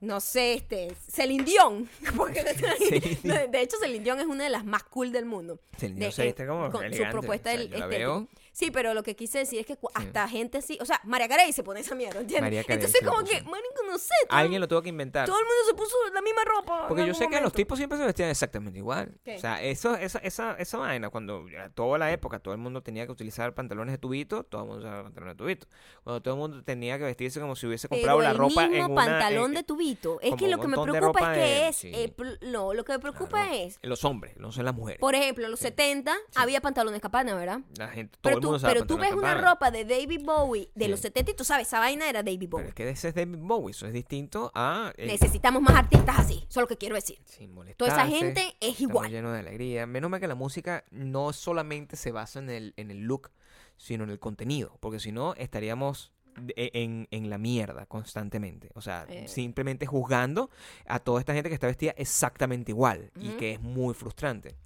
[SPEAKER 1] No sé, este. Celine Dion. Porque-
[SPEAKER 2] Celine Dion.
[SPEAKER 1] de hecho, Celine Dion es una de las más cool del mundo.
[SPEAKER 2] Celine
[SPEAKER 1] De-
[SPEAKER 2] Dion se viste este como
[SPEAKER 1] Con su
[SPEAKER 2] elegante,
[SPEAKER 1] propuesta
[SPEAKER 2] o sea,
[SPEAKER 1] del
[SPEAKER 2] yo la
[SPEAKER 1] estética.
[SPEAKER 2] veo.
[SPEAKER 1] Sí, pero lo que quise decir es que cu- hasta gente así. O sea, María Carey se pone esa mierda, ¿entiendes?
[SPEAKER 2] María Carey
[SPEAKER 1] Entonces,
[SPEAKER 2] se la
[SPEAKER 1] como
[SPEAKER 2] puso.
[SPEAKER 1] que, marico, no sé. todo-
[SPEAKER 2] Alguien lo tuvo que inventar.
[SPEAKER 1] Todo el mundo se puso la misma ropa. en
[SPEAKER 2] Porque yo
[SPEAKER 1] algún
[SPEAKER 2] sé que los
[SPEAKER 1] Oh, momento.
[SPEAKER 2] tipos siempre se vestían exactamente igual.
[SPEAKER 1] ¿Qué?
[SPEAKER 2] O sea, eso, esa, esa, esa vaina, cuando a toda la época todo el mundo tenía que utilizar pantalones de tubito, todo el mundo usaba pantalones de tubito. Cuando todo el mundo tenía que vestirse como si hubiese comprado
[SPEAKER 1] Pero
[SPEAKER 2] la
[SPEAKER 1] el
[SPEAKER 2] ropa
[SPEAKER 1] mismo
[SPEAKER 2] en una, eh,
[SPEAKER 1] pantalón
[SPEAKER 2] en-
[SPEAKER 1] de tubito. Es
[SPEAKER 2] como
[SPEAKER 1] que
[SPEAKER 2] un
[SPEAKER 1] lo que me
[SPEAKER 2] montón de
[SPEAKER 1] preocupa es
[SPEAKER 2] ropa
[SPEAKER 1] que
[SPEAKER 2] de-
[SPEAKER 1] es.
[SPEAKER 2] sí.
[SPEAKER 1] eh, pl- no, lo que me preocupa
[SPEAKER 2] Claro.
[SPEAKER 1] es.
[SPEAKER 2] Los hombres, no son las mujeres.
[SPEAKER 1] Por ejemplo, en los 70 había pantalones campana, ¿verdad?
[SPEAKER 2] La gente, todo
[SPEAKER 1] Pero
[SPEAKER 2] el mundo
[SPEAKER 1] tú,
[SPEAKER 2] usaba
[SPEAKER 1] pero tú ves
[SPEAKER 2] pantalones de
[SPEAKER 1] una
[SPEAKER 2] campana.
[SPEAKER 1] ropa de David Bowie de
[SPEAKER 2] Sí.
[SPEAKER 1] los 70 y tú sabes, esa vaina era David
[SPEAKER 2] Pero
[SPEAKER 1] Bowie.
[SPEAKER 2] es que ese es David Bowie, eso es distinto a... eh,
[SPEAKER 1] Necesitamos más artistas así. Eso es lo que quiero decir.
[SPEAKER 2] sin
[SPEAKER 1] Toda esa
[SPEAKER 2] molestarse,
[SPEAKER 1] gente es
[SPEAKER 2] estamos
[SPEAKER 1] igual.
[SPEAKER 2] llenos de alegría. Menos mal que la música no solamente se basa en el, en el look, sino en el contenido. Porque si no, estaríamos de- e, en, en la mierda constantemente. O sea,
[SPEAKER 1] Eh.
[SPEAKER 2] simplemente juzgando a toda esta gente que está vestida exactamente igual y
[SPEAKER 1] Ujú.
[SPEAKER 2] que es muy frustrante.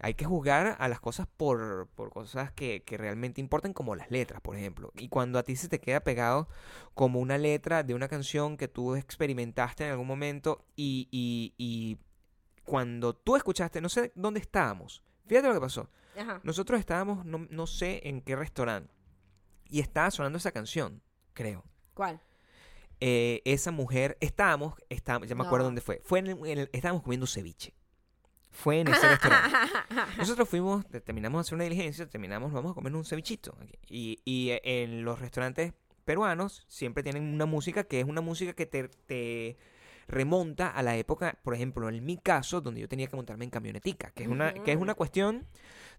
[SPEAKER 2] Hay que juzgar a las cosas por, por cosas que, que realmente importan, como las letras, por ejemplo. Y cuando a ti se te queda pegado como una letra de una canción que tú experimentaste en algún momento y, y- y cuando tú escuchaste, no sé dónde estábamos. Fíjate lo que pasó.
[SPEAKER 1] Ajá.
[SPEAKER 2] Nosotros estábamos, no, no sé en qué restaurante, y estaba sonando esa canción, creo.
[SPEAKER 1] ¿Cuál?
[SPEAKER 2] Eh, esa mujer, estábamos, estábamos, ya me acuerdo
[SPEAKER 1] No.
[SPEAKER 2] dónde fue. Fue en el- en el- estábamos comiendo ceviche. Fue en ese
[SPEAKER 1] Ajá,
[SPEAKER 2] restaurante.
[SPEAKER 1] ajá, ajá, ajá.
[SPEAKER 2] Nosotros fuimos, te- terminamos de hacer una diligencia, terminamos, vamos a comer un cevichito. aquí. Y, y, eh, en los restaurantes peruanos siempre tienen una música que es una música que te, te remonta a la época, por ejemplo, en mi caso, donde yo tenía que montarme en camionetica, que es una, que es una cuestión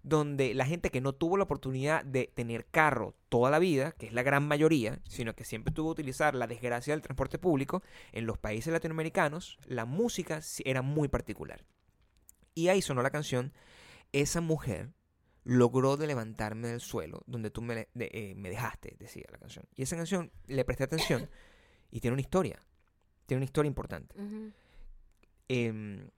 [SPEAKER 2] donde la gente que no tuvo la oportunidad de tener carro toda la vida, que es la gran mayoría, sino que siempre tuvo que utilizar la desgracia del transporte público, en los países latinoamericanos la música sí era muy particular. Y ahí sonó la canción Esa mujer logró de levantarme del suelo donde tú me, le- de- eh, me dejaste, decía la canción. Y esa canción le presté atención y tiene una historia, tiene una historia importante
[SPEAKER 1] Ujú.
[SPEAKER 2] em,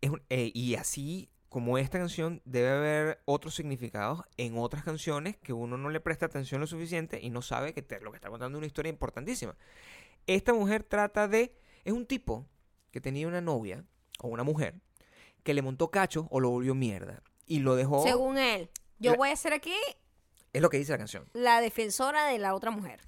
[SPEAKER 2] es un- eh, y así como esta canción, debe haber otros significados en otras canciones que uno no le presta atención lo suficiente y no sabe que te- lo que está contando es una historia importantísima. Esta mujer trata de... Es un tipo que tenía una novia o una mujer que le montó cacho o lo volvió mierda y lo dejó...
[SPEAKER 1] Según él, yo
[SPEAKER 2] La-
[SPEAKER 1] voy a ser aquí
[SPEAKER 2] es lo que dice la canción.
[SPEAKER 1] la defensora de la otra mujer.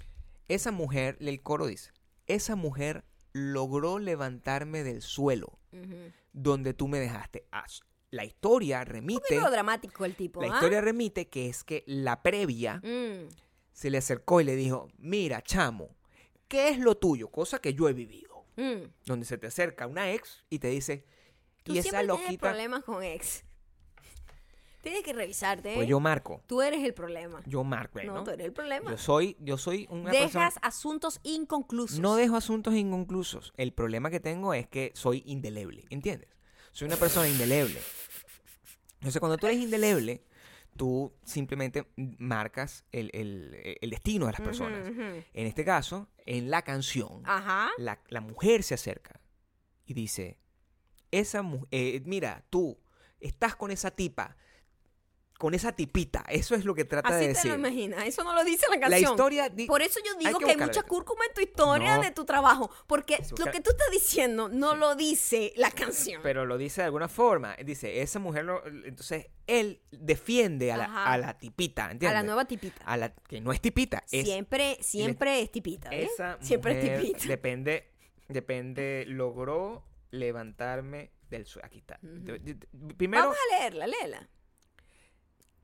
[SPEAKER 2] Esa mujer, el coro dice, esa mujer logró levantarme del suelo
[SPEAKER 1] Ujú.
[SPEAKER 2] donde tú me dejaste. Ah, La historia remite...
[SPEAKER 1] Lo dramático el tipo,
[SPEAKER 2] La
[SPEAKER 1] ¿ah?
[SPEAKER 2] historia remite que es que la previa
[SPEAKER 1] Mm.
[SPEAKER 2] se le acercó y le dijo, mira, chamo, ¿qué es lo tuyo? Cosa que yo he vivido.
[SPEAKER 1] Mm.
[SPEAKER 2] Donde se te acerca una ex y te dice,
[SPEAKER 1] Tú
[SPEAKER 2] y esa
[SPEAKER 1] siempre tienes
[SPEAKER 2] loquita...
[SPEAKER 1] problemas con ex. Tienes que revisarte, ¿eh?
[SPEAKER 2] Pues yo marco,
[SPEAKER 1] Tú eres el problema.
[SPEAKER 2] yo marco. ¿eh,
[SPEAKER 1] no,
[SPEAKER 2] ¿no?
[SPEAKER 1] tú eres el problema.
[SPEAKER 2] Yo soy, yo soy una
[SPEAKER 1] Dejas
[SPEAKER 2] persona...
[SPEAKER 1] asuntos inconclusos.
[SPEAKER 2] No dejo asuntos inconclusos. El problema que tengo es que soy indeleble, ¿entiendes? Soy una persona indeleble. Entonces, cuando tú eres indeleble, tú simplemente marcas el, el- el destino de las
[SPEAKER 1] Ujú,
[SPEAKER 2] personas.
[SPEAKER 1] ujú.
[SPEAKER 2] En este caso, en la canción,
[SPEAKER 1] Ajá.
[SPEAKER 2] la, la mujer se acerca y dice, esa mu- eh, mira, tú estás con esa tipa, con esa tipita, eso es lo que trata
[SPEAKER 1] Así te lo
[SPEAKER 2] de decir.
[SPEAKER 1] imaginas. Eso no lo dice la
[SPEAKER 2] la
[SPEAKER 1] canción.
[SPEAKER 2] historia... di-
[SPEAKER 1] Por eso yo digo
[SPEAKER 2] que
[SPEAKER 1] que hay
[SPEAKER 2] buscarla.
[SPEAKER 1] mucha cúrcuma en tu historia
[SPEAKER 2] No.
[SPEAKER 1] de tu trabajo. Porque
[SPEAKER 2] que
[SPEAKER 1] lo
[SPEAKER 2] buscar-
[SPEAKER 1] que tú estás diciendo no lo dice la canción.
[SPEAKER 2] Pero lo dice de alguna forma. Dice, esa mujer, lo- entonces él defiende a la,
[SPEAKER 1] Ajá.
[SPEAKER 2] a la tipita, ¿entiendes?
[SPEAKER 1] a la nueva tipita.
[SPEAKER 2] A la- que no es tipita, Ah, es
[SPEAKER 1] siempre, siempre es tipita. ¿eh?
[SPEAKER 2] Esa
[SPEAKER 1] Siempre
[SPEAKER 2] mujer
[SPEAKER 1] es tipita.
[SPEAKER 2] Depende, depende, logró levantarme del suelo. Aquí está.
[SPEAKER 1] Ujú.
[SPEAKER 2] De- de- de- Primero,
[SPEAKER 1] Vamos a leerla, léela.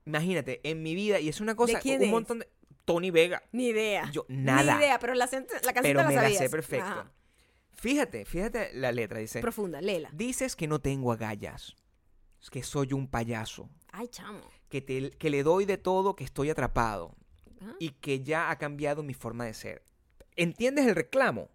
[SPEAKER 2] imagínate, en mi vida, y es una cosa,
[SPEAKER 1] quién
[SPEAKER 2] un
[SPEAKER 1] es?
[SPEAKER 2] montón de. Tony Vega.
[SPEAKER 1] Ni idea.
[SPEAKER 2] Yo, nada.
[SPEAKER 1] Ni idea, pero la, cent- la canción
[SPEAKER 2] Pero
[SPEAKER 1] te la
[SPEAKER 2] me la
[SPEAKER 1] sabías.
[SPEAKER 2] sé perfecto.
[SPEAKER 1] Ajá.
[SPEAKER 2] Fíjate, fíjate la letra, dice.
[SPEAKER 1] Profunda, léela.
[SPEAKER 2] Dices que no tengo agallas, que soy un payaso,
[SPEAKER 1] Ay, chamo.
[SPEAKER 2] que, te- que le doy de todo, que estoy atrapado
[SPEAKER 1] Ajá.
[SPEAKER 2] y que ya ha cambiado mi forma de ser. ¿Entiendes el reclamo?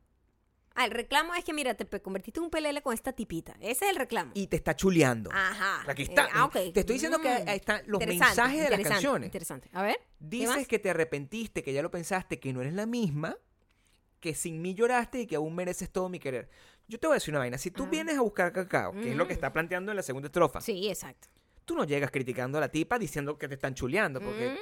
[SPEAKER 1] Ah, el reclamo es que, mira, te pe- convertiste en un pelele con esta tipita. Ese es el reclamo.
[SPEAKER 2] Y te está chuleando.
[SPEAKER 1] Ajá.
[SPEAKER 2] Aquí está.
[SPEAKER 1] Eh, ah, ok.
[SPEAKER 2] Te estoy diciendo que
[SPEAKER 1] Mm.
[SPEAKER 2] ahí están los
[SPEAKER 1] Interesante,
[SPEAKER 2] mensajes de las
[SPEAKER 1] interesante,
[SPEAKER 2] canciones.
[SPEAKER 1] Interesante. A ver.
[SPEAKER 2] Dices
[SPEAKER 1] más?
[SPEAKER 2] que te arrepentiste, que ya lo pensaste, que no eres la misma, que sin mí lloraste y que aún mereces todo mi querer. Yo te voy a decir una vaina. Si tú
[SPEAKER 1] Ah.
[SPEAKER 2] vienes a buscar cacao, que es lo que
[SPEAKER 1] Mm.
[SPEAKER 2] está planteando en la segunda estrofa,
[SPEAKER 1] Sí, exacto.
[SPEAKER 2] tú no llegas criticando a la tipa diciendo que te están chuleando, porque
[SPEAKER 1] Mm,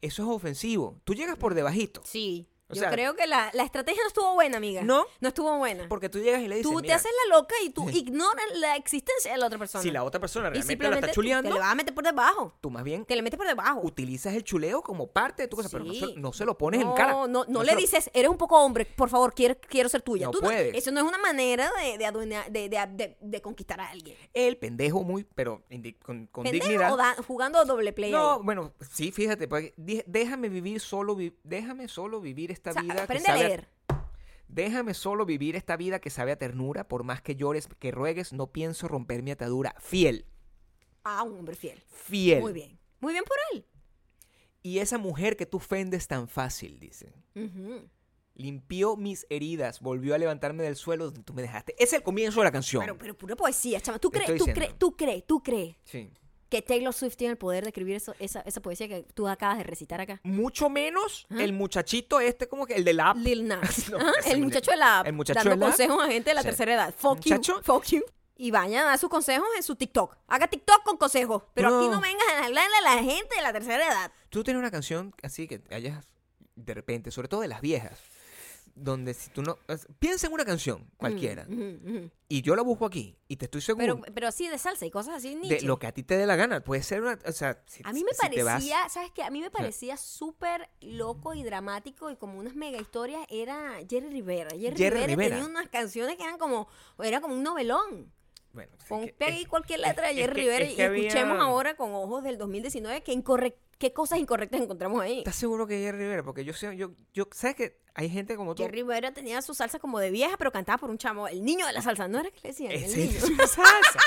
[SPEAKER 2] eso es ofensivo. Tú llegas por debajito.
[SPEAKER 1] Sí.
[SPEAKER 2] O
[SPEAKER 1] Yo
[SPEAKER 2] sea-
[SPEAKER 1] creo que la, la estrategia no estuvo buena, amiga.
[SPEAKER 2] No.
[SPEAKER 1] No estuvo buena.
[SPEAKER 2] Porque tú llegas y le dices,
[SPEAKER 1] tú te
[SPEAKER 2] "Mira,
[SPEAKER 1] haces la loca y tú ignoras la existencia de la otra persona.
[SPEAKER 2] si la otra persona
[SPEAKER 1] y
[SPEAKER 2] realmente la
[SPEAKER 1] simplemente
[SPEAKER 2] está
[SPEAKER 1] tú- te
[SPEAKER 2] chuleando,
[SPEAKER 1] le vas a meter por debajo.
[SPEAKER 2] tú más bien
[SPEAKER 1] Te le metes por debajo.
[SPEAKER 2] utilizas el chuleo como parte de tu cosa, pero no
[SPEAKER 1] Sí.
[SPEAKER 2] se, no se lo pones en cara.
[SPEAKER 1] No, no, no
[SPEAKER 2] se
[SPEAKER 1] le
[SPEAKER 2] lo-
[SPEAKER 1] dices, eres un poco hombre, por favor, quiero, quiero ser tuya.
[SPEAKER 2] No
[SPEAKER 1] Tú
[SPEAKER 2] puedes.
[SPEAKER 1] eso no es una manera de, de, adueña- de, de- de- de conquistar a alguien.
[SPEAKER 2] El pendejo muy, pero indi- con, con
[SPEAKER 1] Pendejo
[SPEAKER 2] dignidad.
[SPEAKER 1] o da- jugando doble play.
[SPEAKER 2] no,
[SPEAKER 1] ahí.
[SPEAKER 2] bueno, sí, fíjate, porque di- déjame vivir solo, vi- déjame solo vivir esta
[SPEAKER 1] O sea,
[SPEAKER 2] vida. que
[SPEAKER 1] aprende a
[SPEAKER 2] sabe a-
[SPEAKER 1] leer.
[SPEAKER 2] déjame solo vivir esta vida que sabe a ternura, por más que llores, que ruegues, no pienso romper mi atadura. Fiel,
[SPEAKER 1] Ah, un hombre fiel.
[SPEAKER 2] fiel.
[SPEAKER 1] Muy bien. Muy bien por él.
[SPEAKER 2] Y esa mujer que tú ofendes tan fácil, dice.
[SPEAKER 1] Ujú.
[SPEAKER 2] Limpió mis heridas, volvió a levantarme del suelo donde tú me dejaste. Es el comienzo de la canción.
[SPEAKER 1] Pero, pero pura poesía, chama. ¿Tú
[SPEAKER 2] Te
[SPEAKER 1] crees,
[SPEAKER 2] estoy
[SPEAKER 1] tú
[SPEAKER 2] diciendo.
[SPEAKER 1] crees, tú crees, tú crees
[SPEAKER 2] Sí.
[SPEAKER 1] que Taylor Swift tiene el poder de escribir eso, esa, esa poesía que tú acabas de recitar acá?
[SPEAKER 2] Mucho menos
[SPEAKER 1] Ajá.
[SPEAKER 2] el muchachito este, como que el de la app.
[SPEAKER 1] Lil Nas.
[SPEAKER 2] No,
[SPEAKER 1] Ajá,
[SPEAKER 2] ese
[SPEAKER 1] el
[SPEAKER 2] muñeco.
[SPEAKER 1] muchacho de la app,
[SPEAKER 2] El muchacho de
[SPEAKER 1] dando
[SPEAKER 2] la app.
[SPEAKER 1] consejos a gente de la
[SPEAKER 2] Sí.
[SPEAKER 1] tercera edad. Fuck
[SPEAKER 2] Muchacho.
[SPEAKER 1] you. Fuck you. Y vayan a dar sus consejos en su TikTok. Haga TikTok con consejos. Pero aquí
[SPEAKER 2] No.
[SPEAKER 1] no vengas a hablarle a la gente de la tercera edad.
[SPEAKER 2] Tú tienes una canción así que hayas de repente, sobre todo de las viejas, donde si tú no. es- Piensa en una canción cualquiera
[SPEAKER 1] Ujú, ujú.
[SPEAKER 2] y yo la busco aquí y te estoy seguro
[SPEAKER 1] Mm, Pero, pero así de salsa y cosas así.
[SPEAKER 2] de
[SPEAKER 1] Nietzsche.
[SPEAKER 2] lo que a ti te dé la gana. Puede ser una. O sea, si,
[SPEAKER 1] A mí me
[SPEAKER 2] si te vas-
[SPEAKER 1] parecía, ¿sabes qué? A mí me parecía súper loco y dramático y como unas mega historias era Jerry Rivera. Jerry,
[SPEAKER 2] Jerry
[SPEAKER 1] Rivera,
[SPEAKER 2] Rivera.
[SPEAKER 1] tenía unas canciones que eran como, era como un novelón.
[SPEAKER 2] bueno, es
[SPEAKER 1] Pon
[SPEAKER 2] que-
[SPEAKER 1] ahí
[SPEAKER 2] es-
[SPEAKER 1] cualquier letra de
[SPEAKER 2] es
[SPEAKER 1] Jerry
[SPEAKER 2] que-
[SPEAKER 1] Rivera
[SPEAKER 2] es
[SPEAKER 1] y
[SPEAKER 2] que había-
[SPEAKER 1] escuchemos ahora con ojos del 2019 qué, incorre- qué cosas incorrectas encontramos ahí.
[SPEAKER 2] ¿Estás seguro que es Rivera? Porque yo sé, yo, yo, ¿sabes que hay gente como tú.
[SPEAKER 1] Jerry Rivera tenía su salsa como de vieja, pero cantaba por un chamo, el niño de la salsa, ¿no era que le decían? El
[SPEAKER 2] Ese-
[SPEAKER 1] niño.
[SPEAKER 2] es una salsa.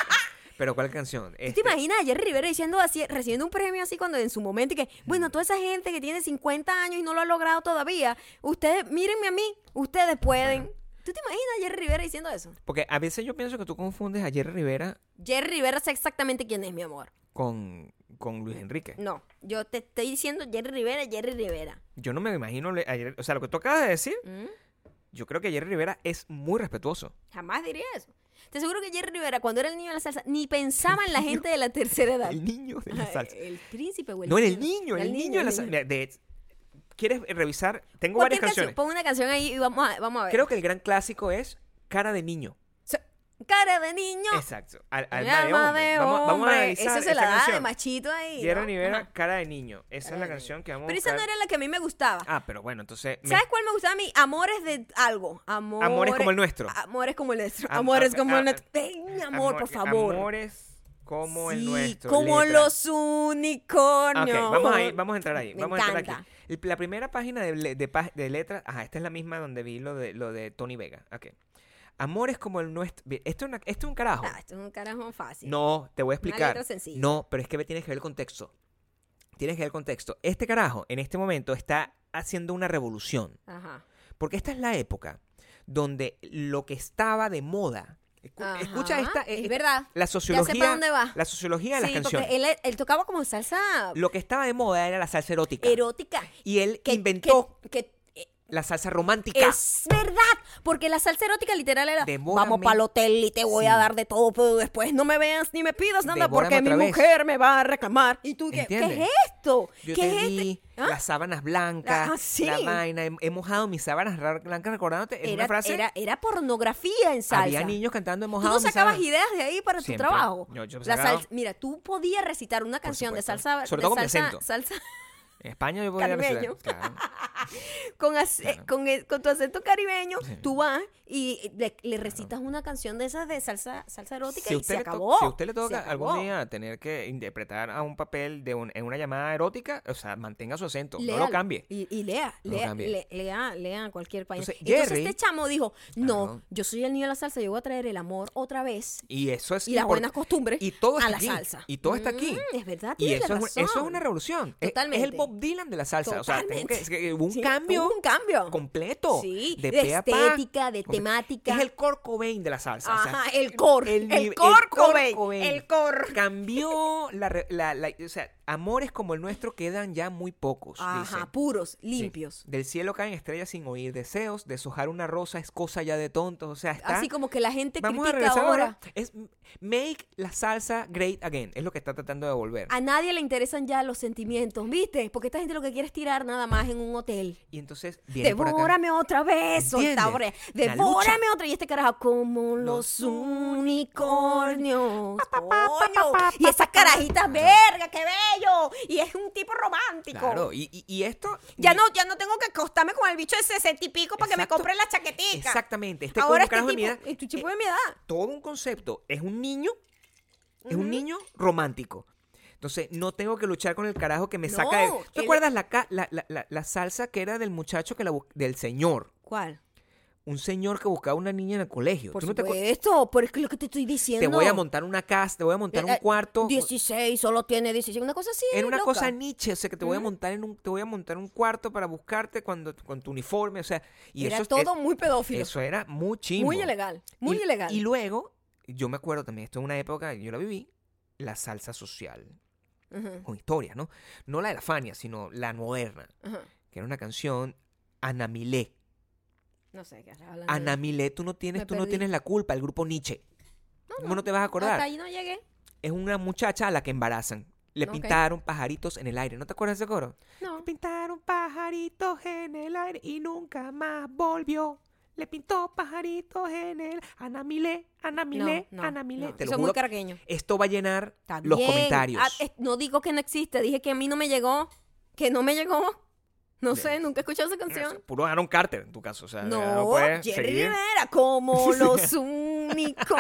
[SPEAKER 2] Pero ¿cuál canción?
[SPEAKER 1] ¿Tú
[SPEAKER 2] Este,
[SPEAKER 1] te imaginas a Jerry Rivera diciendo así, recibiendo un premio así cuando en su momento y que, bueno, toda esa gente que tiene 50 años y no lo ha logrado todavía, ustedes, mírenme a mí, ustedes pueden. ¿Tú te imaginas a Jerry Rivera diciendo eso?
[SPEAKER 2] Porque a veces yo pienso que tú confundes a Jerry Rivera
[SPEAKER 1] Jerry Rivera sé exactamente quién es, mi amor.
[SPEAKER 2] con, con Luis Enrique.
[SPEAKER 1] No, yo te estoy diciendo Jerry Rivera, Jerry Rivera.
[SPEAKER 2] Yo no me imagino. le- a Jerry- o sea, lo que tú acabas de decir,
[SPEAKER 1] ¿Mm?
[SPEAKER 2] yo creo que Jerry Rivera es muy respetuoso.
[SPEAKER 1] Jamás diría eso. Te aseguro que Jerry Rivera, cuando era el niño de la salsa, ni pensaba en la gente de la tercera edad.
[SPEAKER 2] El niño de la
[SPEAKER 1] Ah,
[SPEAKER 2] salsa.
[SPEAKER 1] El príncipe o el
[SPEAKER 2] No, en el niño, en el niño de la
[SPEAKER 1] el
[SPEAKER 2] salsa.
[SPEAKER 1] niño.
[SPEAKER 2] Mira, de- ¿Quieres revisar? Tengo varias
[SPEAKER 1] Cualquier canción,
[SPEAKER 2] canciones.
[SPEAKER 1] pon una canción ahí y vamos a, vamos a ver.
[SPEAKER 2] Creo que el gran clásico es Cara de Niño.
[SPEAKER 1] So- Cara de niño.
[SPEAKER 2] Exacto. Al, alma de
[SPEAKER 1] Alma
[SPEAKER 2] hombre.
[SPEAKER 1] de
[SPEAKER 2] Vamos, vamos a
[SPEAKER 1] hombre.
[SPEAKER 2] analizar
[SPEAKER 1] Esa se
[SPEAKER 2] esa
[SPEAKER 1] la da de
[SPEAKER 2] canción.
[SPEAKER 1] machito ahí.
[SPEAKER 2] Jerry
[SPEAKER 1] ¿no?
[SPEAKER 2] Rivera,
[SPEAKER 1] Ajá.
[SPEAKER 2] Cara de Niño. Esa
[SPEAKER 1] Cara
[SPEAKER 2] es la
[SPEAKER 1] de
[SPEAKER 2] canción que vamos
[SPEAKER 1] Pero
[SPEAKER 2] a
[SPEAKER 1] esa no
[SPEAKER 2] buscar.
[SPEAKER 1] era la que a mí me gustaba.
[SPEAKER 2] Ah, pero bueno, entonces... me-
[SPEAKER 1] ¿Sabes cuál me gustaba a mí? Amores de algo. Amores,
[SPEAKER 2] Amores como el nuestro.
[SPEAKER 1] Amores como el nuestro.
[SPEAKER 2] Am-
[SPEAKER 1] Amores
[SPEAKER 2] am-
[SPEAKER 1] como el
[SPEAKER 2] am-
[SPEAKER 1] nuestro. Ven, Ah, amor, por favor.
[SPEAKER 2] Amores como el
[SPEAKER 1] Sí,
[SPEAKER 2] nuestro.
[SPEAKER 1] como
[SPEAKER 2] letra.
[SPEAKER 1] los
[SPEAKER 2] Ah,
[SPEAKER 1] unicornios.
[SPEAKER 2] Ok, vamos, ahí, vamos a entrar ahí.
[SPEAKER 1] Me
[SPEAKER 2] vamos a entrar
[SPEAKER 1] encanta.
[SPEAKER 2] aquí. El- La primera página de, le- de pa- de letras. Ajá, esta es la misma donde vi lo de, lo de Tony Vega. Ok. Amores como el nuestro. bien, Esto es, una- esto es un carajo.
[SPEAKER 1] Ah, esto es un carajo fácil.
[SPEAKER 2] No, te voy a explicar.
[SPEAKER 1] letra sencilla.
[SPEAKER 2] No, pero es que tienes que ver el contexto. Tienes que ver el contexto. Este carajo en este momento está haciendo una revolución.
[SPEAKER 1] Ajá.
[SPEAKER 2] Porque esta es la época donde lo que estaba de moda. Escu-
[SPEAKER 1] Ajá,
[SPEAKER 2] Escucha esta.
[SPEAKER 1] es
[SPEAKER 2] eh,
[SPEAKER 1] verdad.
[SPEAKER 2] La sociología.
[SPEAKER 1] pa' dónde va.
[SPEAKER 2] La sociología de las
[SPEAKER 1] sí,
[SPEAKER 2] canciones.
[SPEAKER 1] porque él, él tocaba como salsa
[SPEAKER 2] Lo que estaba de moda era la salsa erótica.
[SPEAKER 1] erótica.
[SPEAKER 2] y él
[SPEAKER 1] Que,
[SPEAKER 2] inventó
[SPEAKER 1] que- que- eh,
[SPEAKER 2] la salsa romántica.
[SPEAKER 1] es verdad, porque la salsa erótica literal era
[SPEAKER 2] Devórame.
[SPEAKER 1] vamos para el hotel y te voy
[SPEAKER 2] Sí.
[SPEAKER 1] a dar de todo, pero después no me veas ni me pidas nada
[SPEAKER 2] Devórame
[SPEAKER 1] porque mi
[SPEAKER 2] otra vez.
[SPEAKER 1] mujer me va a reclamar. ¿Y tú qué, ¿qué
[SPEAKER 2] ¿Entiendes?
[SPEAKER 1] es esto?
[SPEAKER 2] Yo
[SPEAKER 1] ¿Qué
[SPEAKER 2] te
[SPEAKER 1] es este?
[SPEAKER 2] vi,
[SPEAKER 1] ¿Ah?
[SPEAKER 2] las sábanas blancas,
[SPEAKER 1] Ah, sí.
[SPEAKER 2] la vaina. He, he mojado mis sábanas ra- blancas recordándote. en una
[SPEAKER 1] Era,
[SPEAKER 2] frase.
[SPEAKER 1] era, era pornografía en salsa.
[SPEAKER 2] Había niños cantando he
[SPEAKER 1] Tú
[SPEAKER 2] mojado
[SPEAKER 1] no
[SPEAKER 2] mis
[SPEAKER 1] sacabas
[SPEAKER 2] sábanas.
[SPEAKER 1] ideas de ahí para
[SPEAKER 2] Siempre.
[SPEAKER 1] tu trabajo.
[SPEAKER 2] Yo- yo
[SPEAKER 1] La
[SPEAKER 2] sacaba-
[SPEAKER 1] salsa- mira, tú podías recitar una canción de
[SPEAKER 2] supuesto.
[SPEAKER 1] salsa,
[SPEAKER 2] Sobre
[SPEAKER 1] de
[SPEAKER 2] todo con mi
[SPEAKER 1] salsa,
[SPEAKER 2] acento.
[SPEAKER 1] salsa
[SPEAKER 2] En España yo podía
[SPEAKER 1] Caribeño.
[SPEAKER 2] recitar, claro.
[SPEAKER 1] con, ac- eh,
[SPEAKER 2] Claro.
[SPEAKER 1] con, el- con tu acento caribeño, tú vas y le, le recitas una canción de esas de salsa, salsa erótica
[SPEAKER 2] Si
[SPEAKER 1] y se
[SPEAKER 2] usted, le to-
[SPEAKER 1] acabó.
[SPEAKER 2] si usted le toca
[SPEAKER 1] Se
[SPEAKER 2] algún
[SPEAKER 1] acabó.
[SPEAKER 2] día tener que interpretar a un papel de un- en una llamada erótica, o sea, mantenga su acento, no
[SPEAKER 1] Léalo.
[SPEAKER 2] lo cambie.
[SPEAKER 1] Y, y lea,
[SPEAKER 2] No lo
[SPEAKER 1] lea,
[SPEAKER 2] cambie.
[SPEAKER 1] le- lea, lea cualquier país.
[SPEAKER 2] Entonces,
[SPEAKER 1] Entonces,
[SPEAKER 2] Jerry-
[SPEAKER 1] este chamo dijo, no,
[SPEAKER 2] Claro.
[SPEAKER 1] yo soy el niño de la salsa, yo voy a traer el amor otra vez
[SPEAKER 2] Y eso es
[SPEAKER 1] y las
[SPEAKER 2] import-
[SPEAKER 1] buenas costumbres
[SPEAKER 2] Y todo está
[SPEAKER 1] a la
[SPEAKER 2] aquí.
[SPEAKER 1] salsa.
[SPEAKER 2] Y todo está aquí.
[SPEAKER 1] Mm, es verdad,
[SPEAKER 2] Y
[SPEAKER 1] tienes
[SPEAKER 2] eso es, un-
[SPEAKER 1] razón.
[SPEAKER 2] eso es una revolución. Es- Es, el
[SPEAKER 1] Totalmente.
[SPEAKER 2] Bob Dylan de la salsa. O sea, tengo que-
[SPEAKER 1] Totalmente.
[SPEAKER 2] es que hubo un
[SPEAKER 1] Sí,
[SPEAKER 2] cambio.
[SPEAKER 1] hubo un cambio.
[SPEAKER 2] Completo.
[SPEAKER 1] Sí,
[SPEAKER 2] De,
[SPEAKER 1] de
[SPEAKER 2] pe a pa.
[SPEAKER 1] estética, de
[SPEAKER 2] Comple-
[SPEAKER 1] temática.
[SPEAKER 2] Es el Kurt Cobain de la salsa. o sea,
[SPEAKER 1] Ajá, el cor, el,
[SPEAKER 2] nivel-
[SPEAKER 1] cor,
[SPEAKER 2] Kurt
[SPEAKER 1] Cobain,
[SPEAKER 2] Cobain.
[SPEAKER 1] el cor.
[SPEAKER 2] Cambió la, re- la- la- O sea, amores como el nuestro quedan ya muy pocos.
[SPEAKER 1] Ajá,
[SPEAKER 2] dicen.
[SPEAKER 1] puros,
[SPEAKER 2] Sí.
[SPEAKER 1] limpios.
[SPEAKER 2] Del cielo caen estrellas sin oír deseos. Deshojar una rosa es cosa ya de tontos. O sea, está.
[SPEAKER 1] Así como que la gente
[SPEAKER 2] Vamos a
[SPEAKER 1] critica
[SPEAKER 2] regresar
[SPEAKER 1] ahora.
[SPEAKER 2] ahora. Es make la salsa great again. Es lo que está tratando de volver.
[SPEAKER 1] A nadie le interesan ya los sentimientos, ¿viste? Porque esta gente lo que quiere es tirar nada más en un hotel.
[SPEAKER 2] Y entonces viene por acá.
[SPEAKER 1] Devórame otra vez,
[SPEAKER 2] ¿Entiendes?
[SPEAKER 1] Otaure.
[SPEAKER 2] La
[SPEAKER 1] Devórame otra. Y este carajo, como
[SPEAKER 2] Los
[SPEAKER 1] los unicornios. coño. Y esas carajitas, verga, qué bello. Y es un tipo romántico.
[SPEAKER 2] Claro, y, y- y esto.
[SPEAKER 1] Ya
[SPEAKER 2] y-
[SPEAKER 1] no, ya no tengo que acostarme con el bicho de sesenta y pico para que me
[SPEAKER 2] Exacto.
[SPEAKER 1] compre la chaquetica.
[SPEAKER 2] Exactamente. Este
[SPEAKER 1] Ahora
[SPEAKER 2] Ahora
[SPEAKER 1] este
[SPEAKER 2] carajo de mi
[SPEAKER 1] tipo,
[SPEAKER 2] edad,
[SPEAKER 1] este tipo
[SPEAKER 2] eh,
[SPEAKER 1] de mi edad.
[SPEAKER 2] todo un concepto. Es un niño. Es un niño romántico. Entonces, no tengo que luchar con el carajo que me saca de.
[SPEAKER 1] No,
[SPEAKER 2] ¿Te
[SPEAKER 1] él-
[SPEAKER 2] acuerdas la, ca- la, la- la- la salsa que era del muchacho que la bus- del señor?
[SPEAKER 1] ¿Cuál?
[SPEAKER 2] Un señor que buscaba una niña en el colegio.
[SPEAKER 1] Por
[SPEAKER 2] ¿Tú no te, acu-
[SPEAKER 1] supuesto, por lo que te estoy diciendo.
[SPEAKER 2] te voy a montar una casa, te voy a montar un
[SPEAKER 1] Eh, eh,
[SPEAKER 2] cuarto.
[SPEAKER 1] 16, solo tiene 16. Una cosa así.
[SPEAKER 2] Era una
[SPEAKER 1] loca.
[SPEAKER 2] cosa Nietzsche, o sea que te voy a montar en un, te voy a montar un cuarto para buscarte cuando con tu uniforme, o sea, y
[SPEAKER 1] Era
[SPEAKER 2] eso es-
[SPEAKER 1] todo
[SPEAKER 2] es-
[SPEAKER 1] muy pedófilo.
[SPEAKER 2] eso era muy chimbo.
[SPEAKER 1] muy ilegal. Muy
[SPEAKER 2] y,
[SPEAKER 1] ilegal.
[SPEAKER 2] Y luego, yo me acuerdo también, esto es una época, yo la viví, la salsa social,
[SPEAKER 1] Ujú,
[SPEAKER 2] con historias, ¿no? No la de la Fania, sino la moderna,
[SPEAKER 1] ujú.
[SPEAKER 2] que era una canción Anamilé.
[SPEAKER 1] No sé qué estás hablando.
[SPEAKER 2] Anamilé, tú no tienes,
[SPEAKER 1] Me
[SPEAKER 2] tú no
[SPEAKER 1] perdí.
[SPEAKER 2] tienes la culpa, el grupo Nietzsche. ¿Cómo no te vas a acordar?
[SPEAKER 1] Hasta ahí no llegué.
[SPEAKER 2] Es una muchacha a la que embarazan. Le
[SPEAKER 1] Ok.
[SPEAKER 2] pintaron pajaritos en el aire. ¿No te acuerdas de ese coro?
[SPEAKER 1] No.
[SPEAKER 2] Le pintaron pajaritos en el aire y nunca más volvió. Le pintó pajaritos en el Anamilé, Anamilé,
[SPEAKER 1] no, no,
[SPEAKER 2] Anamilé.
[SPEAKER 1] no.
[SPEAKER 2] Te
[SPEAKER 1] Eso
[SPEAKER 2] lo
[SPEAKER 1] es
[SPEAKER 2] juro,
[SPEAKER 1] muy cargueño.
[SPEAKER 2] Esto va a llenar
[SPEAKER 1] Está
[SPEAKER 2] los
[SPEAKER 1] bien.
[SPEAKER 2] comentarios.
[SPEAKER 1] Ah, es- no digo que no existe. Dije que a mí no me llegó. Que no me llegó. No sé, nunca he escuchado esa canción.
[SPEAKER 2] Puro Aaron Carter en tu caso, o sea,
[SPEAKER 1] No,
[SPEAKER 2] puedes
[SPEAKER 1] Jerry
[SPEAKER 2] seguir.
[SPEAKER 1] Rivera, como los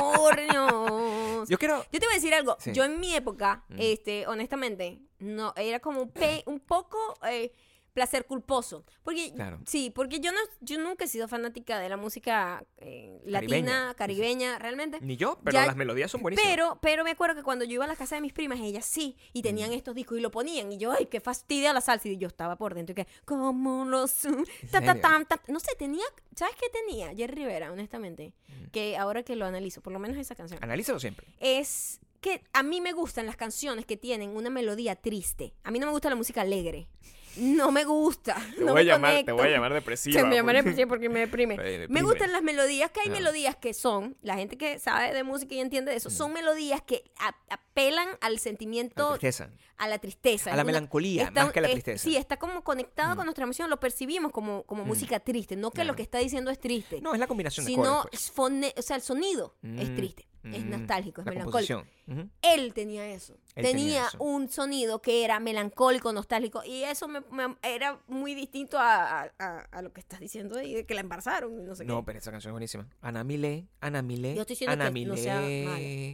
[SPEAKER 1] unicornios.
[SPEAKER 2] Yo quiero
[SPEAKER 1] Yo te voy a decir algo.
[SPEAKER 2] Sí. Mm.
[SPEAKER 1] Yo en mi época, este, honestamente, no, era como un, pe- un poco eh, placer culposo. Porque,
[SPEAKER 2] Claro.
[SPEAKER 1] sí, porque yo, no, yo nunca he sido fanática de la música eh, latina, caribeña, realmente.
[SPEAKER 2] Ni yo, pero
[SPEAKER 1] Ya-
[SPEAKER 2] las melodías son buenísimas.
[SPEAKER 1] Pero, pero me acuerdo que cuando yo iba a la casa de mis primas, ellas sí, y
[SPEAKER 2] Mm.
[SPEAKER 1] tenían estos discos y lo ponían. Y yo, ay, qué fastidia la salsa. Y yo estaba por dentro y que, como los. Ta, ta,
[SPEAKER 2] serio?
[SPEAKER 1] tam, ta. No sé, tenía. ¿Sabes qué tenía? Jerry Rivera, honestamente.
[SPEAKER 2] Mm.
[SPEAKER 1] Que ahora que lo analizo, por lo menos esa canción.
[SPEAKER 2] Analízalo siempre.
[SPEAKER 1] Es que a mí me gustan las canciones que tienen una melodía triste. A mí no me gusta la música alegre. No me gusta.
[SPEAKER 3] Te,
[SPEAKER 1] no
[SPEAKER 3] voy, a
[SPEAKER 1] me
[SPEAKER 3] llamar, te
[SPEAKER 1] conecto.
[SPEAKER 3] voy a llamar depresiva.
[SPEAKER 1] Se me llamaré
[SPEAKER 3] porque-
[SPEAKER 1] sí, porque me deprime.
[SPEAKER 2] Me
[SPEAKER 1] Me
[SPEAKER 2] deprime.
[SPEAKER 1] gustan las melodías que hay
[SPEAKER 2] Ah.
[SPEAKER 1] melodías que son, la gente que sabe de música y entiende de eso, son melodías que a- apelan al
[SPEAKER 2] La
[SPEAKER 1] sentimiento,
[SPEAKER 2] tristeza.
[SPEAKER 1] a la tristeza.
[SPEAKER 2] A la
[SPEAKER 1] Es una-
[SPEAKER 2] melancolía,
[SPEAKER 1] está-
[SPEAKER 2] más que a la
[SPEAKER 1] es-
[SPEAKER 2] tristeza. Mm.
[SPEAKER 1] sí, está como conectado con nuestra emoción, lo percibimos como, como música triste, no que lo
[SPEAKER 2] Claro.
[SPEAKER 1] que está diciendo es triste,
[SPEAKER 2] No, es la combinación de
[SPEAKER 1] sino,
[SPEAKER 2] cosas. pues.
[SPEAKER 1] es fone- o sea, el sonido es
[SPEAKER 2] Mm,
[SPEAKER 1] triste, es
[SPEAKER 2] mm,
[SPEAKER 1] nostálgico, es
[SPEAKER 2] la
[SPEAKER 1] melancólico.
[SPEAKER 2] composición. Ujú.
[SPEAKER 1] Él tenía eso.
[SPEAKER 2] Él
[SPEAKER 1] tenía
[SPEAKER 2] tenía eso.
[SPEAKER 1] un sonido que era melancólico, nostálgico. Y eso me- me- era muy distinto a, a- a- a lo que estás diciendo ahí, de que la embarazaron. y No, sé qué.
[SPEAKER 2] No, pero esa canción es buenísima. Ana Milé, Ana Milé,
[SPEAKER 1] Yo estoy diciendo
[SPEAKER 2] Ana
[SPEAKER 1] que no sea
[SPEAKER 2] Milé.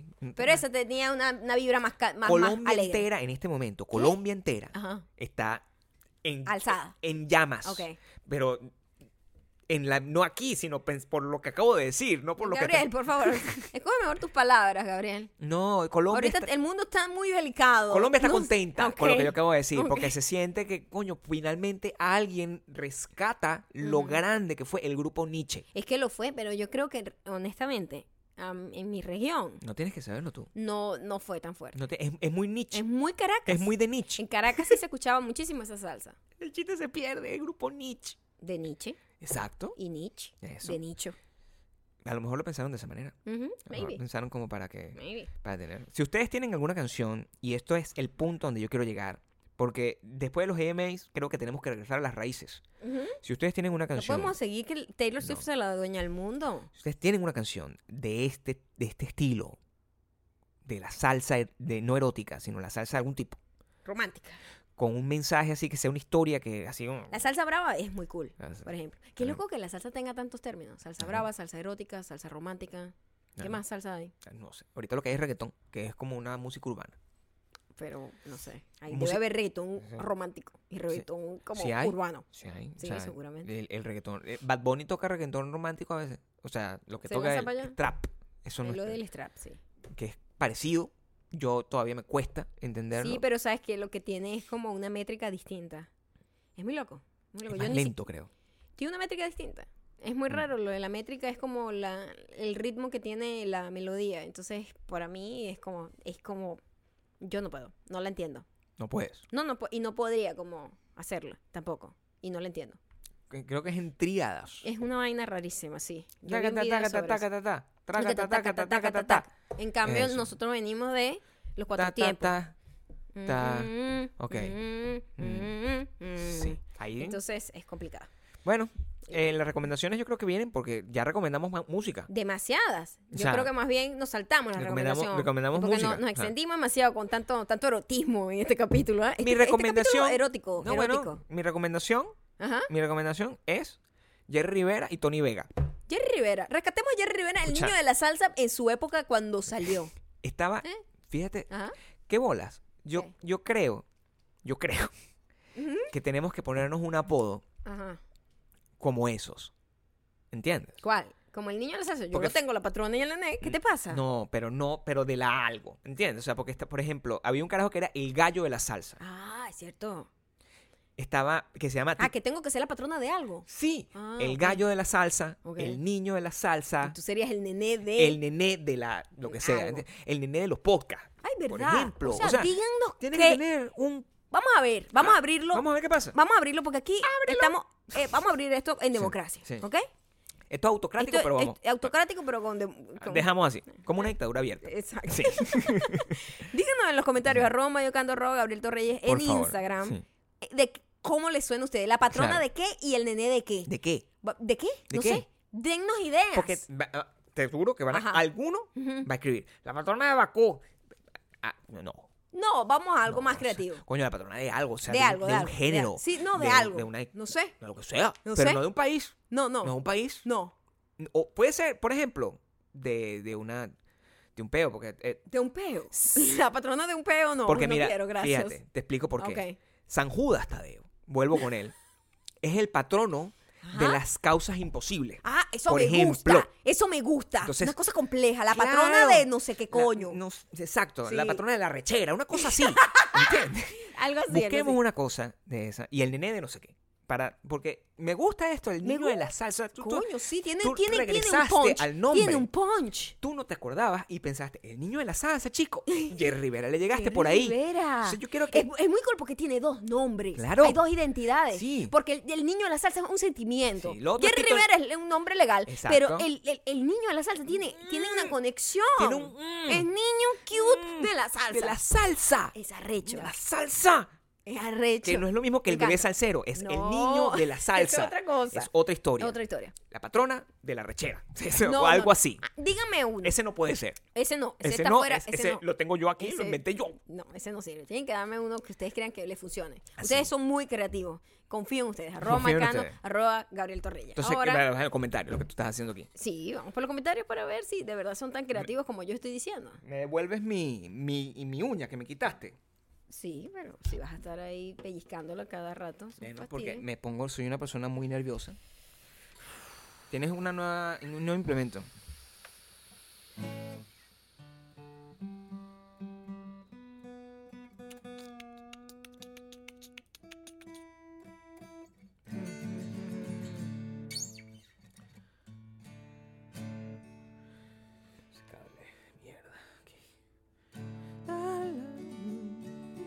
[SPEAKER 1] mala.
[SPEAKER 2] Mm,
[SPEAKER 1] Pero esa tenía una, una vibra más, ca- más, más
[SPEAKER 2] Colombia
[SPEAKER 1] alegre.
[SPEAKER 2] entera en este momento, Colombia entera
[SPEAKER 1] Ajá.
[SPEAKER 2] está en,
[SPEAKER 1] Alzada.
[SPEAKER 2] en llamas.
[SPEAKER 1] Ok.
[SPEAKER 2] Pero en la, no aquí, sino pens- por lo que acabo de decir, no por lo
[SPEAKER 1] Gabriel,
[SPEAKER 2] que
[SPEAKER 1] por favor, escoge mejor tus palabras, Gabriel.
[SPEAKER 2] No, Colombia
[SPEAKER 1] Ahorita
[SPEAKER 2] está,
[SPEAKER 1] el mundo está muy delicado.
[SPEAKER 2] Colombia está
[SPEAKER 1] No-
[SPEAKER 2] contenta
[SPEAKER 1] Ok.
[SPEAKER 2] con lo que yo acabo de decir, porque
[SPEAKER 1] Ok.
[SPEAKER 2] se siente que, coño, finalmente alguien rescata lo grande que fue el grupo Nietzsche.
[SPEAKER 1] Es que lo fue, pero yo creo que, honestamente, am, en mi región,
[SPEAKER 2] No tienes que saberlo tú.
[SPEAKER 1] no, no fue tan fuerte.
[SPEAKER 2] No te- es, es muy Nietzsche.
[SPEAKER 1] Es
[SPEAKER 2] Es,
[SPEAKER 1] muy Caracas.
[SPEAKER 2] muy de Nietzsche.
[SPEAKER 1] En Caracas sí se escuchaba muchísimo esa salsa.
[SPEAKER 2] El chiste se pierde, el grupo Nietzsche.
[SPEAKER 1] De Nietzsche
[SPEAKER 2] Exacto.
[SPEAKER 1] y Nietzsche.
[SPEAKER 2] Eh, Eso. Ah,
[SPEAKER 1] De Nicho.
[SPEAKER 2] A lo mejor lo pensaron de esa manera.
[SPEAKER 1] Ujú,
[SPEAKER 2] A lo mejor
[SPEAKER 1] Maybe.
[SPEAKER 2] Pensaron como para que
[SPEAKER 1] Maybe.
[SPEAKER 2] para tener. Si ustedes tienen alguna canción, y esto es el punto donde yo quiero llegar, porque después de los EMAs creo que tenemos que regresar a las raíces.
[SPEAKER 1] Ujú.
[SPEAKER 2] Si ustedes tienen una
[SPEAKER 1] No
[SPEAKER 2] canción,
[SPEAKER 1] podemos seguir que el- Taylor Swift
[SPEAKER 2] No.
[SPEAKER 1] se la dueña al mundo.
[SPEAKER 2] si ustedes tienen una canción de este, de este estilo, de la salsa de, de- no erótica, sino la salsa de algún tipo,
[SPEAKER 1] Romántica.
[SPEAKER 2] con un mensaje así que sea una historia que así oh, un-
[SPEAKER 1] La salsa brava es muy cool,
[SPEAKER 2] Ah, sí.
[SPEAKER 1] por ejemplo. Qué
[SPEAKER 2] Ajá.
[SPEAKER 1] loco que la salsa tenga tantos términos. Salsa
[SPEAKER 2] Ajá.
[SPEAKER 1] brava, salsa erótica, salsa romántica. ¿Qué
[SPEAKER 2] Ajá.
[SPEAKER 1] más salsa hay?
[SPEAKER 2] no sé. Ahorita lo que hay es reggaetón, que es como una música urbana.
[SPEAKER 1] Pero no sé. Ahí
[SPEAKER 2] Música-
[SPEAKER 1] debe haber reggaetón
[SPEAKER 2] Ajá.
[SPEAKER 1] romántico y reggaetón como
[SPEAKER 2] Sí hay.
[SPEAKER 1] urbano.
[SPEAKER 2] Sí, hay,
[SPEAKER 1] Sí, seguramente.
[SPEAKER 2] El, el reggaetón. eh, Bad Bunny toca reggaetón romántico a veces. O sea, lo que
[SPEAKER 1] ¿Se
[SPEAKER 2] toca
[SPEAKER 1] lanza
[SPEAKER 2] el,
[SPEAKER 1] pa' allá?
[SPEAKER 2] trap. Eso no
[SPEAKER 1] Es lo
[SPEAKER 2] es-
[SPEAKER 1] del strap, sí.
[SPEAKER 2] que es parecido. Yo todavía me cuesta entenderlo.
[SPEAKER 1] Sí, pero sabes que lo que tiene es como una métrica distinta. Es muy loco. Muy
[SPEAKER 2] es
[SPEAKER 1] loco.
[SPEAKER 2] más
[SPEAKER 1] Yo ni si-
[SPEAKER 2] lento, creo.
[SPEAKER 1] tiene una métrica distinta. Es muy
[SPEAKER 2] Mm.
[SPEAKER 1] raro, lo de la métrica es como la, el ritmo que tiene la melodía. Entonces, para mí es como, es como, yo no puedo, no la entiendo.
[SPEAKER 2] No puedes.
[SPEAKER 1] No, no, po- y no podría como hacerlo, tampoco. Y no lo entiendo.
[SPEAKER 2] Que- Creo que es en tríadas.
[SPEAKER 1] Es una vaina rarísima, sí. Yo vi
[SPEAKER 2] Taca,
[SPEAKER 1] un
[SPEAKER 2] ta,
[SPEAKER 1] video
[SPEAKER 2] taca,
[SPEAKER 1] sobre
[SPEAKER 2] ta, taca,
[SPEAKER 1] eso.
[SPEAKER 2] ta, ta. Traca,
[SPEAKER 1] Taca, ta,
[SPEAKER 2] ta, taca,
[SPEAKER 1] taca,
[SPEAKER 2] ta,
[SPEAKER 1] ta,
[SPEAKER 2] taca,
[SPEAKER 1] taca,
[SPEAKER 2] ta,
[SPEAKER 1] ta,
[SPEAKER 2] ta.
[SPEAKER 1] taca. En cambio,
[SPEAKER 2] Eso.
[SPEAKER 1] nosotros venimos de los
[SPEAKER 2] Ta,
[SPEAKER 1] cuatro
[SPEAKER 2] ta,
[SPEAKER 1] tiempos.
[SPEAKER 2] ta. ta.
[SPEAKER 1] Mm,
[SPEAKER 2] Ok.
[SPEAKER 1] mm, mm, mm.
[SPEAKER 2] Sí. Ahí.
[SPEAKER 1] Entonces es complicado.
[SPEAKER 2] Bueno, eh, las recomendaciones yo creo que vienen porque ya recomendamos más música.
[SPEAKER 1] demasiadas. Yo
[SPEAKER 2] O sea,
[SPEAKER 1] creo que más bien nos saltamos la
[SPEAKER 2] recomendamos-
[SPEAKER 1] recomendación.
[SPEAKER 2] recomendamos
[SPEAKER 1] porque no-
[SPEAKER 2] música.
[SPEAKER 1] nos
[SPEAKER 2] Ah.
[SPEAKER 1] extendimos demasiado con tanto, tanto erotismo en este capítulo. ¿eh? Este-
[SPEAKER 2] Mi
[SPEAKER 1] este capítulo
[SPEAKER 2] recomendación.
[SPEAKER 1] erótico,
[SPEAKER 2] No,
[SPEAKER 1] erótico.
[SPEAKER 2] bueno, mi recomendación,
[SPEAKER 1] Ajá.
[SPEAKER 2] mi recomendación es Jerry Rivera y Tony Vega.
[SPEAKER 1] Jerry Rivera. Rescatemos a Jerry Rivera, el
[SPEAKER 2] Escucha.
[SPEAKER 1] niño de la salsa, en su época cuando salió.
[SPEAKER 2] Estaba,
[SPEAKER 1] ¿Eh?
[SPEAKER 2] fíjate,
[SPEAKER 1] Ajá.
[SPEAKER 2] ¿Qué bolas? Yo,
[SPEAKER 1] ¿Qué?
[SPEAKER 2] yo creo, yo creo
[SPEAKER 1] Ujú.
[SPEAKER 2] que tenemos que ponernos un apodo
[SPEAKER 1] Ajá.
[SPEAKER 2] como esos. ¿Entiendes?
[SPEAKER 1] ¿Cuál? Como el niño de la salsa. Yo
[SPEAKER 2] Porque-
[SPEAKER 1] no tengo la patrona y el nené. ¿Qué te pasa?
[SPEAKER 2] No, pero no, pero de la algo. ¿Entiendes? O sea, porque, está, por ejemplo, había un carajo que era el gallo de la salsa.
[SPEAKER 1] Ah, es cierto.
[SPEAKER 2] Estaba, que se llama...
[SPEAKER 1] Ah, que tengo que ser la patrona de algo.
[SPEAKER 2] Sí,
[SPEAKER 1] Ah,
[SPEAKER 2] el
[SPEAKER 1] ok.
[SPEAKER 2] gallo de la salsa,
[SPEAKER 1] Ok.
[SPEAKER 2] el niño de la salsa,
[SPEAKER 1] Y Tú serías el nené de...
[SPEAKER 2] Ah. el nené de la... lo que sea,
[SPEAKER 1] Algo.
[SPEAKER 2] el nené de los podcasts.
[SPEAKER 1] Ay,
[SPEAKER 2] Por
[SPEAKER 1] ¿verdad?
[SPEAKER 2] ejemplo,
[SPEAKER 1] o sea,
[SPEAKER 2] o sea,
[SPEAKER 1] díganos
[SPEAKER 2] Tienes
[SPEAKER 1] qué-
[SPEAKER 2] que tener un...
[SPEAKER 1] Vamos a ver. Vamos a abrirlo.
[SPEAKER 2] Vamos a ver qué pasa.
[SPEAKER 1] Vamos a abrirlo porque aquí estamos. eh, vamos a abrir esto en democracia.
[SPEAKER 2] sí.
[SPEAKER 1] ¿Ok?
[SPEAKER 2] Esto es autocrático,
[SPEAKER 1] Esto
[SPEAKER 2] pero
[SPEAKER 1] es
[SPEAKER 2] vamos.
[SPEAKER 1] autocrático, pero con. de- con-
[SPEAKER 2] Dejamos así, como una dictadura abierta.
[SPEAKER 1] Exacto.
[SPEAKER 2] Sí,
[SPEAKER 1] Díganos en los comentarios, arroba mayocando arroba Gabriel Torreyes en
[SPEAKER 2] por favor.
[SPEAKER 1] Instagram,
[SPEAKER 2] Sí.
[SPEAKER 1] eh, de qué- cómo les suena a ustedes. ¿La patrona
[SPEAKER 2] Claro.
[SPEAKER 1] de qué y el nené de qué?
[SPEAKER 2] ¿De qué?
[SPEAKER 1] Va- ¿De qué?
[SPEAKER 2] ¿De
[SPEAKER 1] no
[SPEAKER 2] qué?
[SPEAKER 1] sé. Dennos ideas.
[SPEAKER 2] Porque va- ah, te juro que van
[SPEAKER 1] Ajá.
[SPEAKER 2] a, alguno va a escribir la patrona de Bakú. Ah, no, no.
[SPEAKER 1] No, vamos a algo
[SPEAKER 2] no,
[SPEAKER 1] más
[SPEAKER 2] o sea,
[SPEAKER 1] creativo.
[SPEAKER 2] coño, la patrona de algo, o sea,
[SPEAKER 1] de,
[SPEAKER 2] un-
[SPEAKER 1] algo, de,
[SPEAKER 2] un
[SPEAKER 1] algo, de
[SPEAKER 2] género.
[SPEAKER 1] algo. Sí, no, de,
[SPEAKER 2] un-
[SPEAKER 1] algo.
[SPEAKER 2] de una-
[SPEAKER 1] No sé.
[SPEAKER 2] de lo que sea,
[SPEAKER 1] No
[SPEAKER 2] pero
[SPEAKER 1] sé.
[SPEAKER 2] no de un país.
[SPEAKER 1] No, no.
[SPEAKER 2] No, de un país.
[SPEAKER 1] No.
[SPEAKER 2] O puede ser, por ejemplo, de, de una de un peo, porque eh,
[SPEAKER 1] De un peo. La patrona de un peo no.
[SPEAKER 2] porque
[SPEAKER 1] no
[SPEAKER 2] mira,
[SPEAKER 1] quiero, gracias.
[SPEAKER 2] fíjate, te explico por qué.
[SPEAKER 1] Ok.
[SPEAKER 2] San Judas Tadeo. vuelvo con él, es el patrono de
[SPEAKER 1] Ajá.
[SPEAKER 2] las causas imposibles.
[SPEAKER 1] Ah, eso
[SPEAKER 2] Por
[SPEAKER 1] me gusta.
[SPEAKER 2] ejemplo.
[SPEAKER 1] Eso me gusta.
[SPEAKER 2] Entonces-
[SPEAKER 1] una cosa compleja. La
[SPEAKER 2] Claro.
[SPEAKER 1] patrona de no sé qué
[SPEAKER 2] La-
[SPEAKER 1] coño.
[SPEAKER 2] no, exacto, la
[SPEAKER 1] Sí.
[SPEAKER 2] patrona de la rechera, una cosa así. ¿Entiendes?
[SPEAKER 1] Algo así. algo
[SPEAKER 2] Busquemos
[SPEAKER 1] así.
[SPEAKER 2] una cosa de esa y el nene de no sé qué. Para, porque me gusta esto, el
[SPEAKER 1] Me
[SPEAKER 2] niño de la salsa. Tú, tú-
[SPEAKER 1] Coño, sí, tiene,
[SPEAKER 2] tú
[SPEAKER 1] tiene, tiene un
[SPEAKER 2] regresaste
[SPEAKER 1] punch.
[SPEAKER 2] al nombre.
[SPEAKER 1] Tiene un punch.
[SPEAKER 2] tú no te acordabas y pensaste, el niño de la salsa, chico. Jerry Rivera, le llegaste
[SPEAKER 1] Jerry
[SPEAKER 2] por ahí.
[SPEAKER 1] Rivera.
[SPEAKER 2] Entonces yo quiero que.
[SPEAKER 1] Es, es muy cool porque tiene dos nombres.
[SPEAKER 2] Claro.
[SPEAKER 1] Hay dos identidades.
[SPEAKER 2] Sí.
[SPEAKER 1] Porque el, el niño de la salsa es un sentimiento.
[SPEAKER 2] Sí, lo otro
[SPEAKER 1] Jerry
[SPEAKER 2] tipo-
[SPEAKER 1] Rivera es un nombre legal.
[SPEAKER 2] Exacto. Mm.
[SPEAKER 1] Pero el, el- el niño de la salsa tiene, tiene una conexión.
[SPEAKER 2] Tiene un mm.
[SPEAKER 1] es niño cute
[SPEAKER 2] Mm.
[SPEAKER 1] de la salsa.
[SPEAKER 2] De la salsa.
[SPEAKER 1] Es arrecho.
[SPEAKER 2] De la salsa.
[SPEAKER 1] Es arrecho.
[SPEAKER 2] Que no es lo mismo que
[SPEAKER 1] Me
[SPEAKER 2] el bebé
[SPEAKER 1] encanta.
[SPEAKER 2] salsero, es el
[SPEAKER 1] No,
[SPEAKER 2] niño de la
[SPEAKER 1] es
[SPEAKER 2] salsa.
[SPEAKER 1] otra cosa.
[SPEAKER 2] Es otra historia.
[SPEAKER 1] Otra historia.
[SPEAKER 2] La patrona de la rechera.
[SPEAKER 1] No,
[SPEAKER 2] o algo
[SPEAKER 1] no.
[SPEAKER 2] así.
[SPEAKER 1] Ah, Dígame uno. Ese,
[SPEAKER 2] Ese no puede ser.
[SPEAKER 1] no. Ese,
[SPEAKER 2] Ese,
[SPEAKER 1] está
[SPEAKER 2] no,
[SPEAKER 1] fuera.
[SPEAKER 2] es-
[SPEAKER 1] ese,
[SPEAKER 2] ese
[SPEAKER 1] no.
[SPEAKER 2] lo tengo yo aquí,
[SPEAKER 1] Ese-
[SPEAKER 2] lo inventé yo.
[SPEAKER 1] No, ese no sirve. Tienen que darme uno que ustedes crean que les funcione. Ustedes son muy creativos. Confío en ustedes. Arroba
[SPEAKER 2] Confío en
[SPEAKER 1] Marcano,
[SPEAKER 2] ustedes.
[SPEAKER 1] arroba Gabriel Torrella.
[SPEAKER 2] Entonces,
[SPEAKER 1] Ahora,
[SPEAKER 2] deja en los comentarios lo que tú estás haciendo aquí.
[SPEAKER 1] sí, vamos por los comentarios para ver si de verdad son tan creativos como yo estoy diciendo.
[SPEAKER 2] Me devuelves mi, mi, y mi uña que me quitaste.
[SPEAKER 1] Sí, pero si vas a estar ahí pellizcándola cada rato. es un
[SPEAKER 2] Bueno,
[SPEAKER 1] fastidio.
[SPEAKER 2] Eh, porque me pongo, soy una persona muy nerviosa. Tienes una nueva, un nuevo implemento.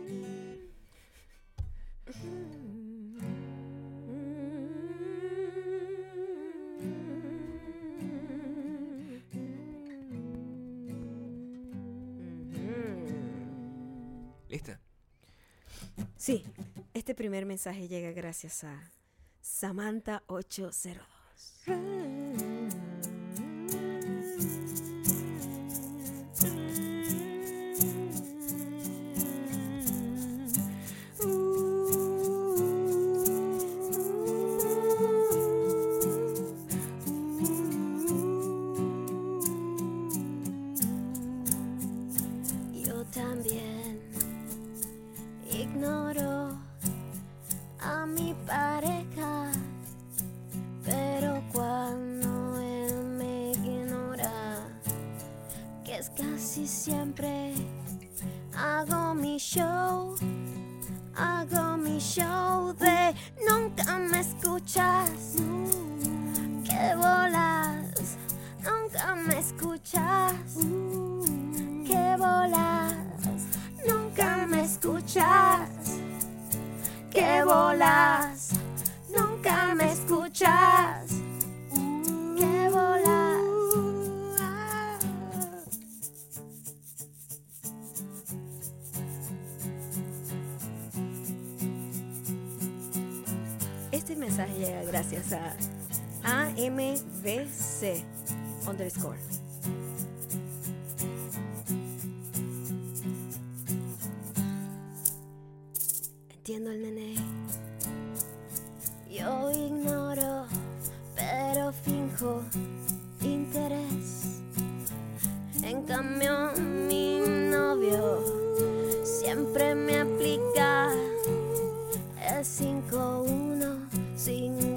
[SPEAKER 1] Mm. Mm-hmm.
[SPEAKER 2] ¿Lista?
[SPEAKER 1] Sí, este primer mensaje llega gracias a Samantha 802.
[SPEAKER 4] Yo también ignoro a mi pareja, pero cuando él me ignora, que es casi siempre, hago mi show, hago mi show de nunca me escuchas, que volas, nunca me escuchas, que volas, nunca me escuchas, que volas, nunca me escuchas, que volas.
[SPEAKER 1] Este mensaje llega gracias a AMBC underscore.
[SPEAKER 4] Entiendo el nene. Yo ignoro, pero finjo interés. En cambio, mi novio siempre me aplica el 5150.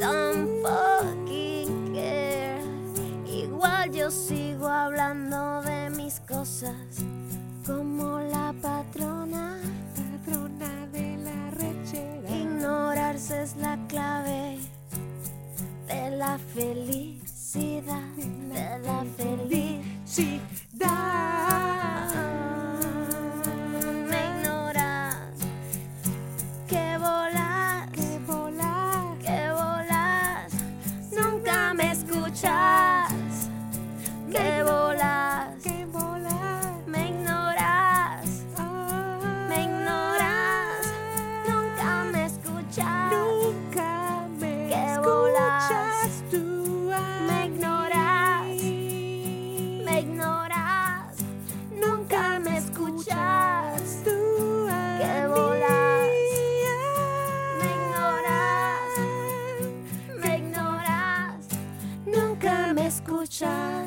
[SPEAKER 4] Tan fucking care. Igual yo sigo hablando de mis cosas como la patrona, patrona de la rechera. Ignorarse es la clave de la felicidad, de la felicidad. Me ignoras, que volas, que volas, que volas. Nunca me escuchas. Que volas, que volas, me ignoras, Ah. me ignoras, nunca me escuchas, nunca me que volas, tú me ignoras, me ignoras, Ah.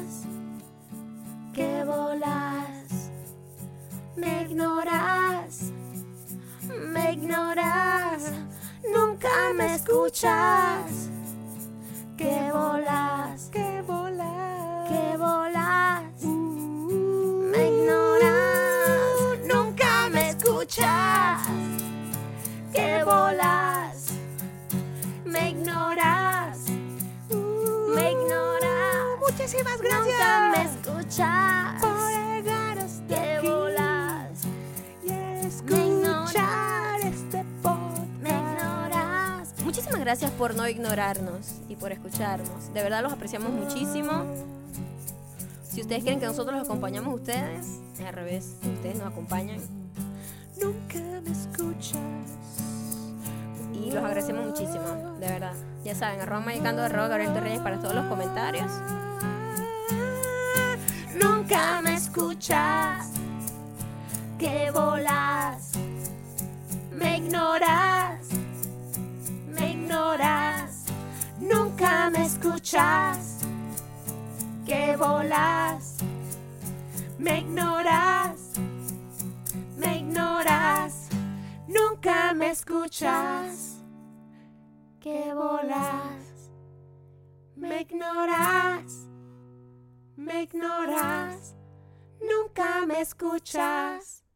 [SPEAKER 4] ignoras, nunca me escuchas. Que volas, que volas, uh, que volas. Me ignoras, nunca me escuchas. Que volas, me ignoras, me ignoras. Uh, Muchísimas gracias. Nunca me escuchas. Por llegar hasta que volas. Me ignoras. este Me ignoras.
[SPEAKER 1] Muchísimas gracias por no ignorarnos y por escucharnos. De verdad los apreciamos muchísimo. Si ustedes quieren que nosotros los acompañamos a ustedes, es al revés, ustedes nos acompañan
[SPEAKER 4] Nunca me escuchas.
[SPEAKER 1] y los agradecemos muchísimo, de verdad. Ya saben, arroba Magicando, arroba Gabriel Torreyes para todos los comentarios.
[SPEAKER 4] Nunca me escuchas, que volas, me ignoras, me ignoras. Nunca me escuchas, que volas, me ignoras, me ignoras. Nunca me escuchas, que volas, me ignoras. Me ignoras, nunca me escuchas.